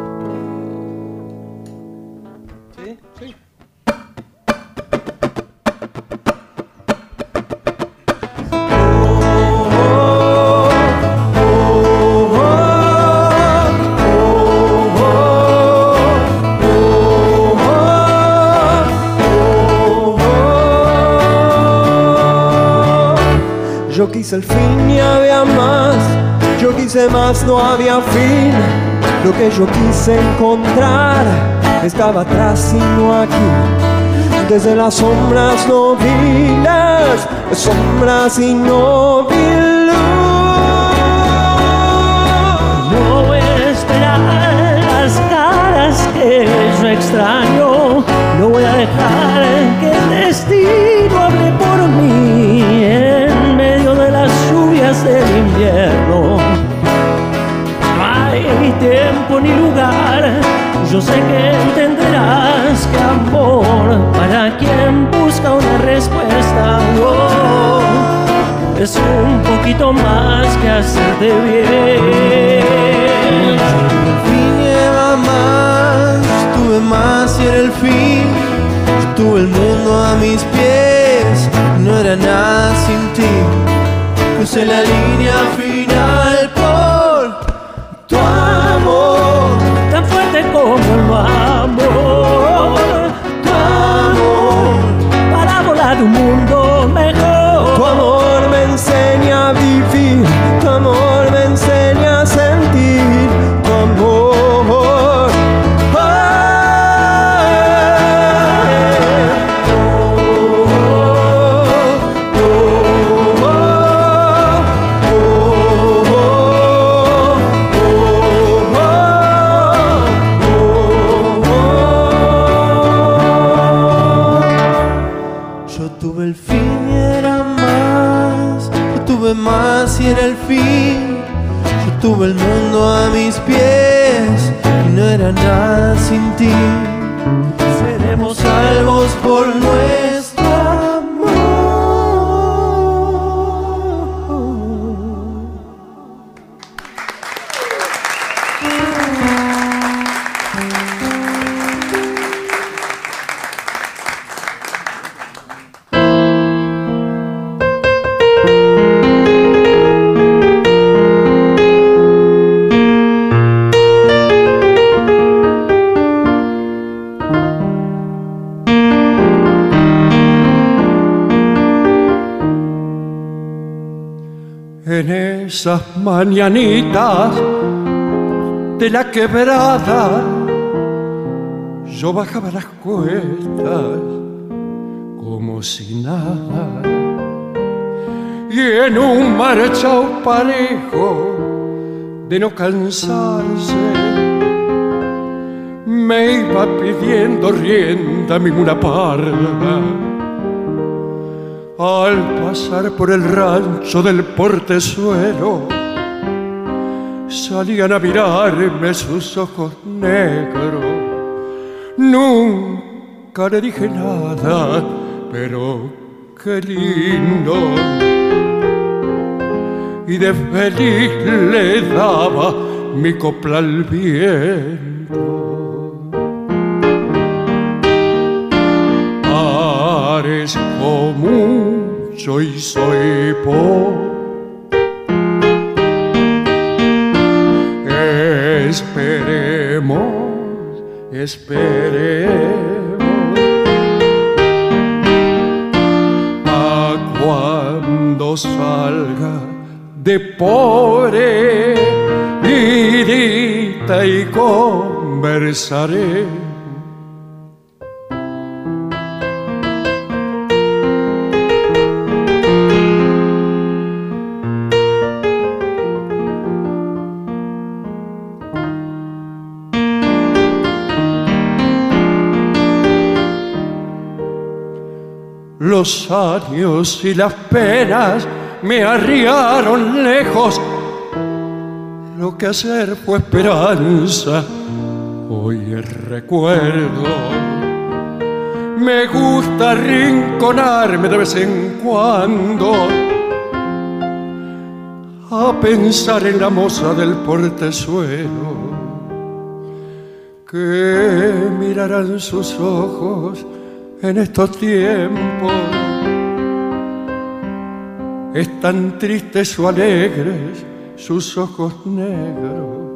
[SPEAKER 9] Yo quise el fin y había más, yo quise más, no había fin. Lo que yo quise encontrar estaba atrás y no aquí. Desde las sombras no vi las sombras y no vi luz. No esperar las caras que yo extraño. No voy a dejar que el destino hable por mí en medio de las lluvias del invierno. No hay tiempo ni lugar, yo sé que entenderás que amor para quien busca una respuesta. oh, es un poquito más que hacerte bien.
[SPEAKER 10] fin lleva más, tuve más y era el fin. Yo tuve el mundo a mis pies, no era nada sin ti. Crucé la línea final por
[SPEAKER 9] Ah.
[SPEAKER 10] más y era el fin. Yo tuve el mundo a mis pies y no era nada sin ti. Seremos salvos por nuestro amor.
[SPEAKER 11] En esas mañanitas de la quebrada, yo bajaba las cuestas como si nada. Y en un marchao parejo de no cansarse, me iba pidiendo rienda mi mula parda. Al pasar por el rancho del portezuelo, salían a mirarme sus ojos negros. Nunca le dije nada, pero qué lindo. Y de feliz le daba mi copla al viento. Parezco mucho y soy poco. Esperemos, esperemos. A cuando salga de pobre, vidita y conversaré. Los años y las penas me arriaron lejos. Lo que hacer fue esperanza, hoy es recuerdo. Me gusta rinconarme de vez en cuando a pensar en la moza del portezuelo que mirarán sus ojos en estos tiempos. Están tristes o alegres sus ojos negros.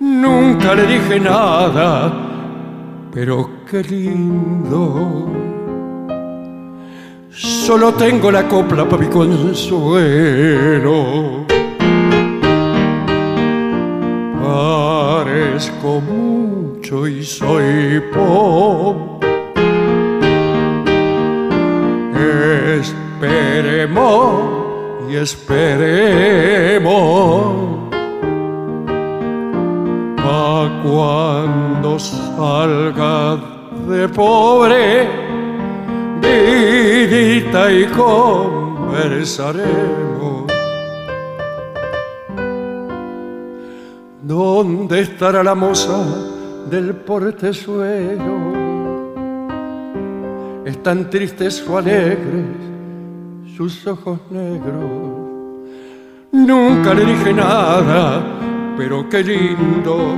[SPEAKER 11] Nunca le dije nada, pero qué lindo. Solo tengo la copla para mi consuelo. Parezco mucho y soy pobre. Esperemos y esperemos a cuando salga de pobre vidita y conversaremos. ¿Dónde estará la moza del portezuelo? Están tristes o alegres sus ojos negros. Nunca le dije nada, pero qué lindo.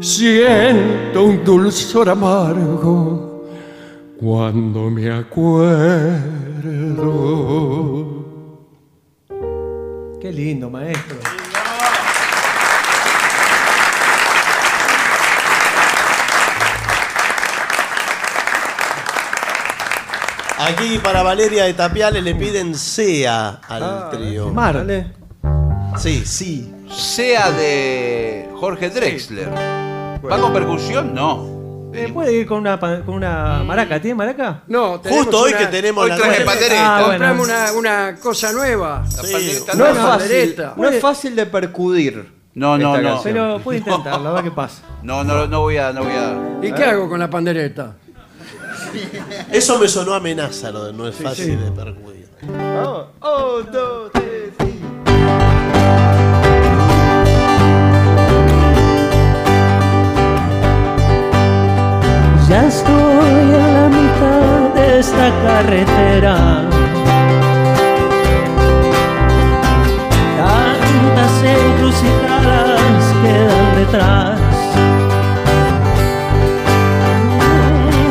[SPEAKER 11] Siento un dulzor amargo cuando me acuerdo.
[SPEAKER 3] Qué lindo, maestro. Aquí para Valeria de Tapiales le piden sea al
[SPEAKER 9] Ah,
[SPEAKER 3] trío.
[SPEAKER 2] Marle.
[SPEAKER 3] Sí, sí.
[SPEAKER 2] Sea de eh, Jorge Drexler. ¿Va con percusión? No.
[SPEAKER 9] Eh, ¿Puede ir con una, pa- con una maraca? ¿Tiene maraca?
[SPEAKER 1] No,
[SPEAKER 9] Mm. Justo hoy que tenemos Hoy la traje nueva. pandereta. Ah, bueno.
[SPEAKER 1] Compramos una, una cosa nueva.
[SPEAKER 2] No es
[SPEAKER 1] fácil.
[SPEAKER 9] no es
[SPEAKER 2] fácil de percudir. No, no,
[SPEAKER 9] Esta
[SPEAKER 2] no.
[SPEAKER 9] canción. Pero puede intentarlo, a ver qué pasa.
[SPEAKER 2] No, no, no voy a. No voy a
[SPEAKER 1] ¿Y qué hago con la pandereta?
[SPEAKER 3] Eso me sonó amenaza, lo de no es fácil de percudir.
[SPEAKER 12] Vamos. Un, dos, tres, sí. Ya estoy a la mitad de esta carretera. Tantas encrucijadas quedan detrás.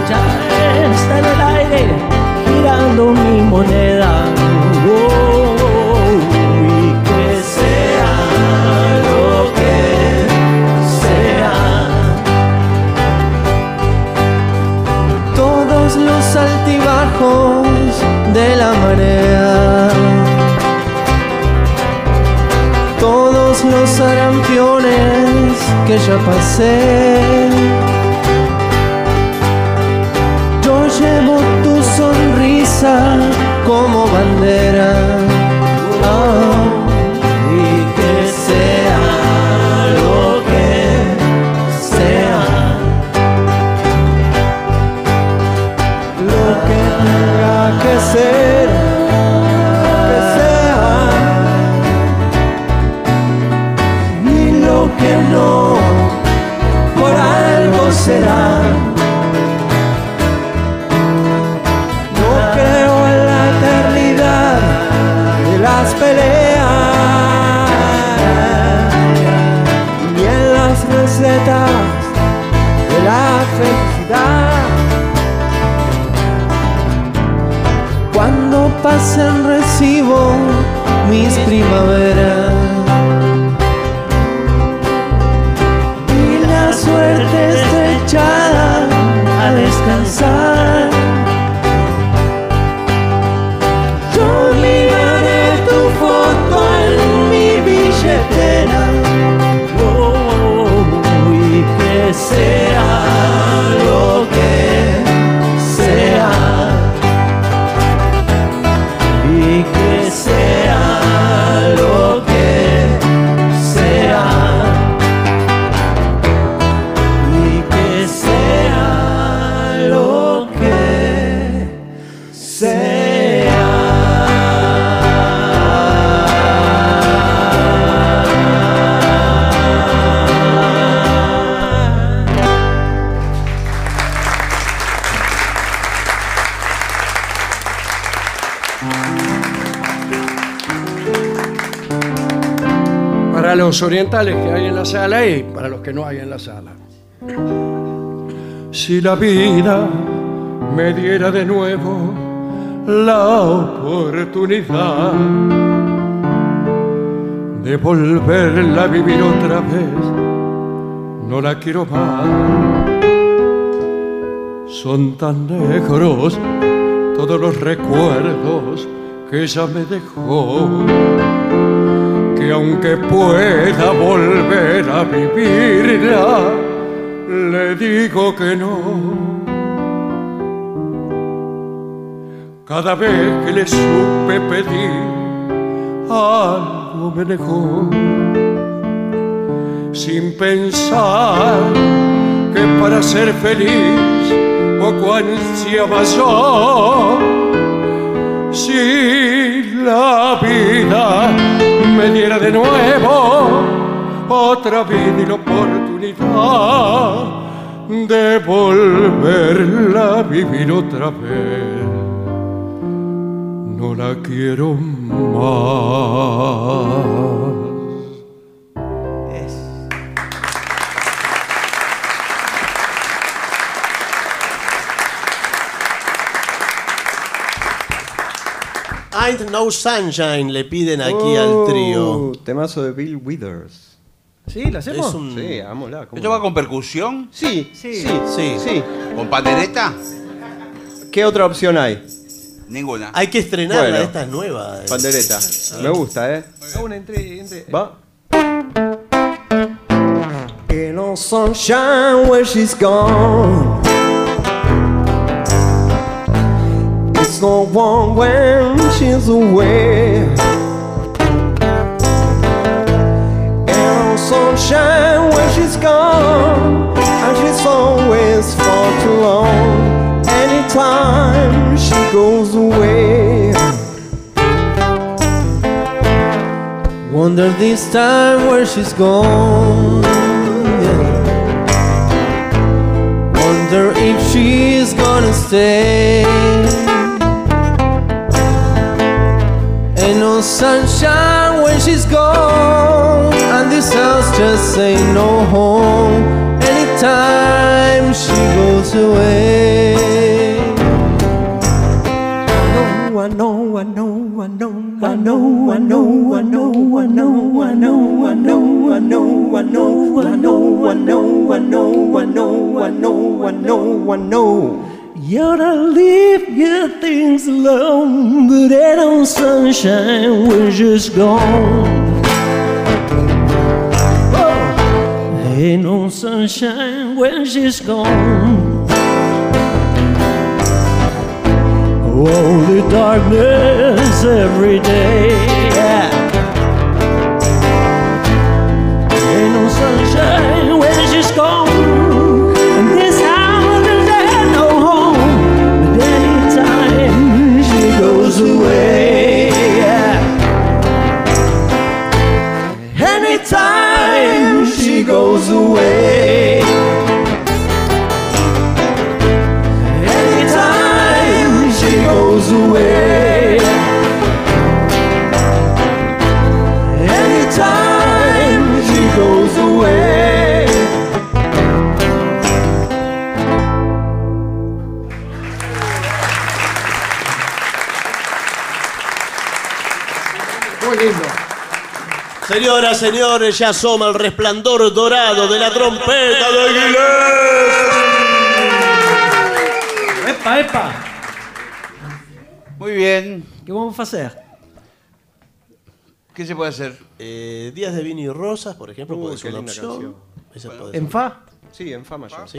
[SPEAKER 12] Ya está en el aire girando mi moneda. Oh, oh, oh, y que sea lo que sea.
[SPEAKER 9] todos los altibajos de la marea. Todos los arampiones que ya pasé. Yo llevo tu sonrisa como bandera. Ah, y que sea lo que sea. lo que tenga que ser, que sea, y lo que no, por algo será. No creo en la eternidad de las peleas, ni en las recetas de la felicidad. cuando pasen recibo mis primaveras. Y la suerte está echada a descansar. Yo miraré tu foto en mi billetera. Oh, y que sea lo que sea y que sea lo que sea y que sea lo que
[SPEAKER 11] Para los orientales que hay en la sala y para los que no hay en la sala. Si la vida me diera de nuevo la oportunidad de volverla a vivir otra vez, no la quiero más. Son tan negros todos los recuerdos que ella me dejó que aunque pueda volver a vivirla, le digo que no. Cada vez que le supe pedir, algo me negó. Sin pensar que para ser feliz poco ansiaba yo. Si la vida me diera de nuevo otra vida y la oportunidad de volverla a vivir otra vez, no la quiero más.
[SPEAKER 6] Ain't No Sunshine le piden aquí
[SPEAKER 3] Oh,
[SPEAKER 6] al trío.
[SPEAKER 3] Temazo de Bill Withers. ¿Sí? ¿La hacemos?
[SPEAKER 6] Es un-
[SPEAKER 3] Sí, hagámosla. ¿cómo no?
[SPEAKER 2] ¿Esto va con percusión?
[SPEAKER 3] Sí, sí, sí.
[SPEAKER 2] ¿Con pandereta?
[SPEAKER 3] ¿Qué otra opción hay?
[SPEAKER 2] Ninguna.
[SPEAKER 6] Hay que estrenarla,
[SPEAKER 3] Bueno.
[SPEAKER 6] esta es nueva.
[SPEAKER 3] Pandereta. Me gusta, ¿eh?
[SPEAKER 6] Hago una entre, entre.
[SPEAKER 3] ¿Va?
[SPEAKER 9] Ain't no sunshine where she's gone. It's no warm when she's away. Ain't no sunshine when she's gone. And she's always far too long. Anytime she goes away.
[SPEAKER 10] wonder this time where she's gone. yeah. Wonder if she's gonna stay. And no sunshine when she's gone. And this house just ain't no home. Anytime she goes away.
[SPEAKER 9] know, I know, I know, I know, I know, I know, I know, I know, I know, I know, I know, I know, I know, I know, I know, I know, I know, I know, I know. Yet I leave your things alone, but that old sunshine was just gone. Oh, ain't no sunshine when she's gone. Only darkness every day. Ain't no sunshine when she's gone. And this house is there no home. But anytime she goes away. Anytime she goes away. Anytime she goes away. Anytime she goes away.
[SPEAKER 1] Muy lindo.
[SPEAKER 3] Señoras, señores, ya asoma el resplandor dorado de la trompeta de Aguilera.
[SPEAKER 13] Epa, epa.
[SPEAKER 14] Muy bien.
[SPEAKER 13] ¿Qué vamos a hacer?
[SPEAKER 14] ¿Qué se puede hacer?
[SPEAKER 3] Eh, Días de vino y rosas, por ejemplo,
[SPEAKER 13] Uy,
[SPEAKER 3] puede ser una
[SPEAKER 13] qué linda
[SPEAKER 3] opción.
[SPEAKER 13] canción.
[SPEAKER 3] Esa puede ser.
[SPEAKER 13] ¿En fa?
[SPEAKER 3] Sí, en fa mayor. Sí.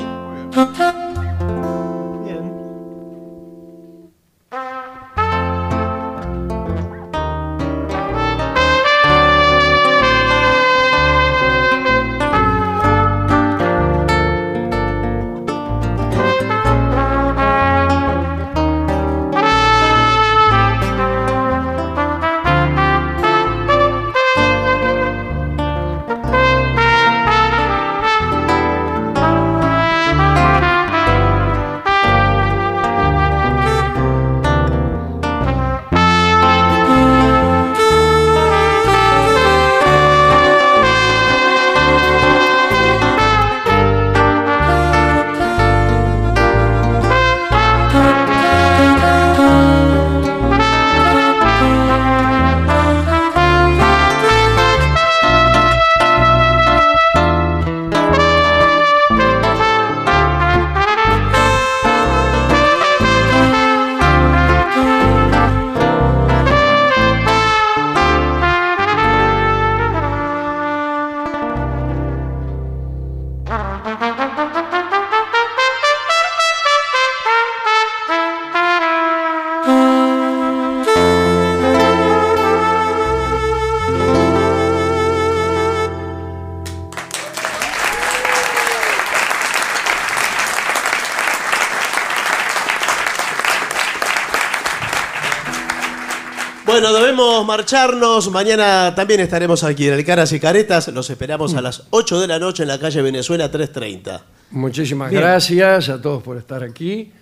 [SPEAKER 3] Bueno, debemos marcharnos. Mañana también estaremos aquí en el Caras y Caretas. Los esperamos
[SPEAKER 6] Mm.
[SPEAKER 3] a las 8 de la noche en la calle Venezuela 330.
[SPEAKER 1] Muchísimas
[SPEAKER 3] Bien.
[SPEAKER 1] gracias a todos por estar aquí.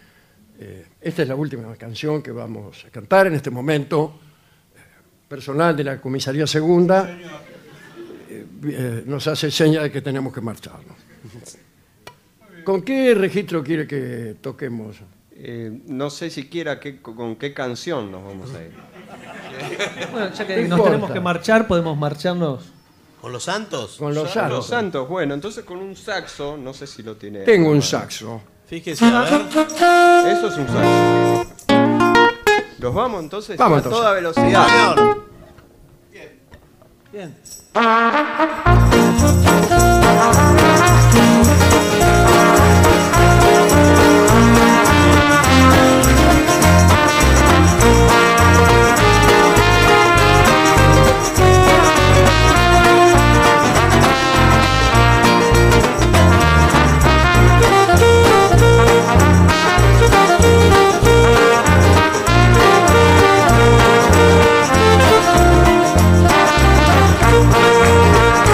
[SPEAKER 1] Eh, esta es la última canción que vamos a cantar en este momento. Eh, Personal de la comisaría segunda eh, eh, nos hace señas de que tenemos que marcharnos. ¿Con qué registro quiere que toquemos?
[SPEAKER 6] Eh, no sé siquiera qué- con qué canción nos vamos a ir.
[SPEAKER 13] Bueno, ya que
[SPEAKER 6] No
[SPEAKER 13] nos
[SPEAKER 6] importa.
[SPEAKER 13] tenemos que marchar, podemos marcharnos.
[SPEAKER 3] ¿Con los santos?
[SPEAKER 13] Con los
[SPEAKER 6] Con
[SPEAKER 13] santos.
[SPEAKER 6] los santos, bueno, entonces con un saxo, no sé si lo tiene.
[SPEAKER 1] Tengo un saxo.
[SPEAKER 3] Fíjese, a ver.
[SPEAKER 6] Eso es un saxo. Nos vamos entonces
[SPEAKER 1] Vamos,
[SPEAKER 6] a
[SPEAKER 1] entonces.
[SPEAKER 6] toda velocidad.
[SPEAKER 13] Bien.
[SPEAKER 9] Thank you.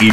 [SPEAKER 5] Y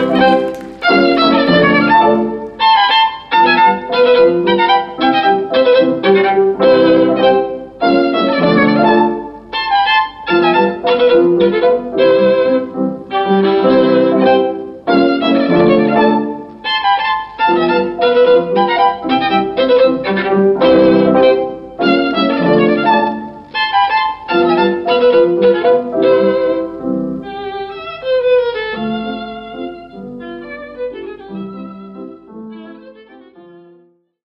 [SPEAKER 6] you.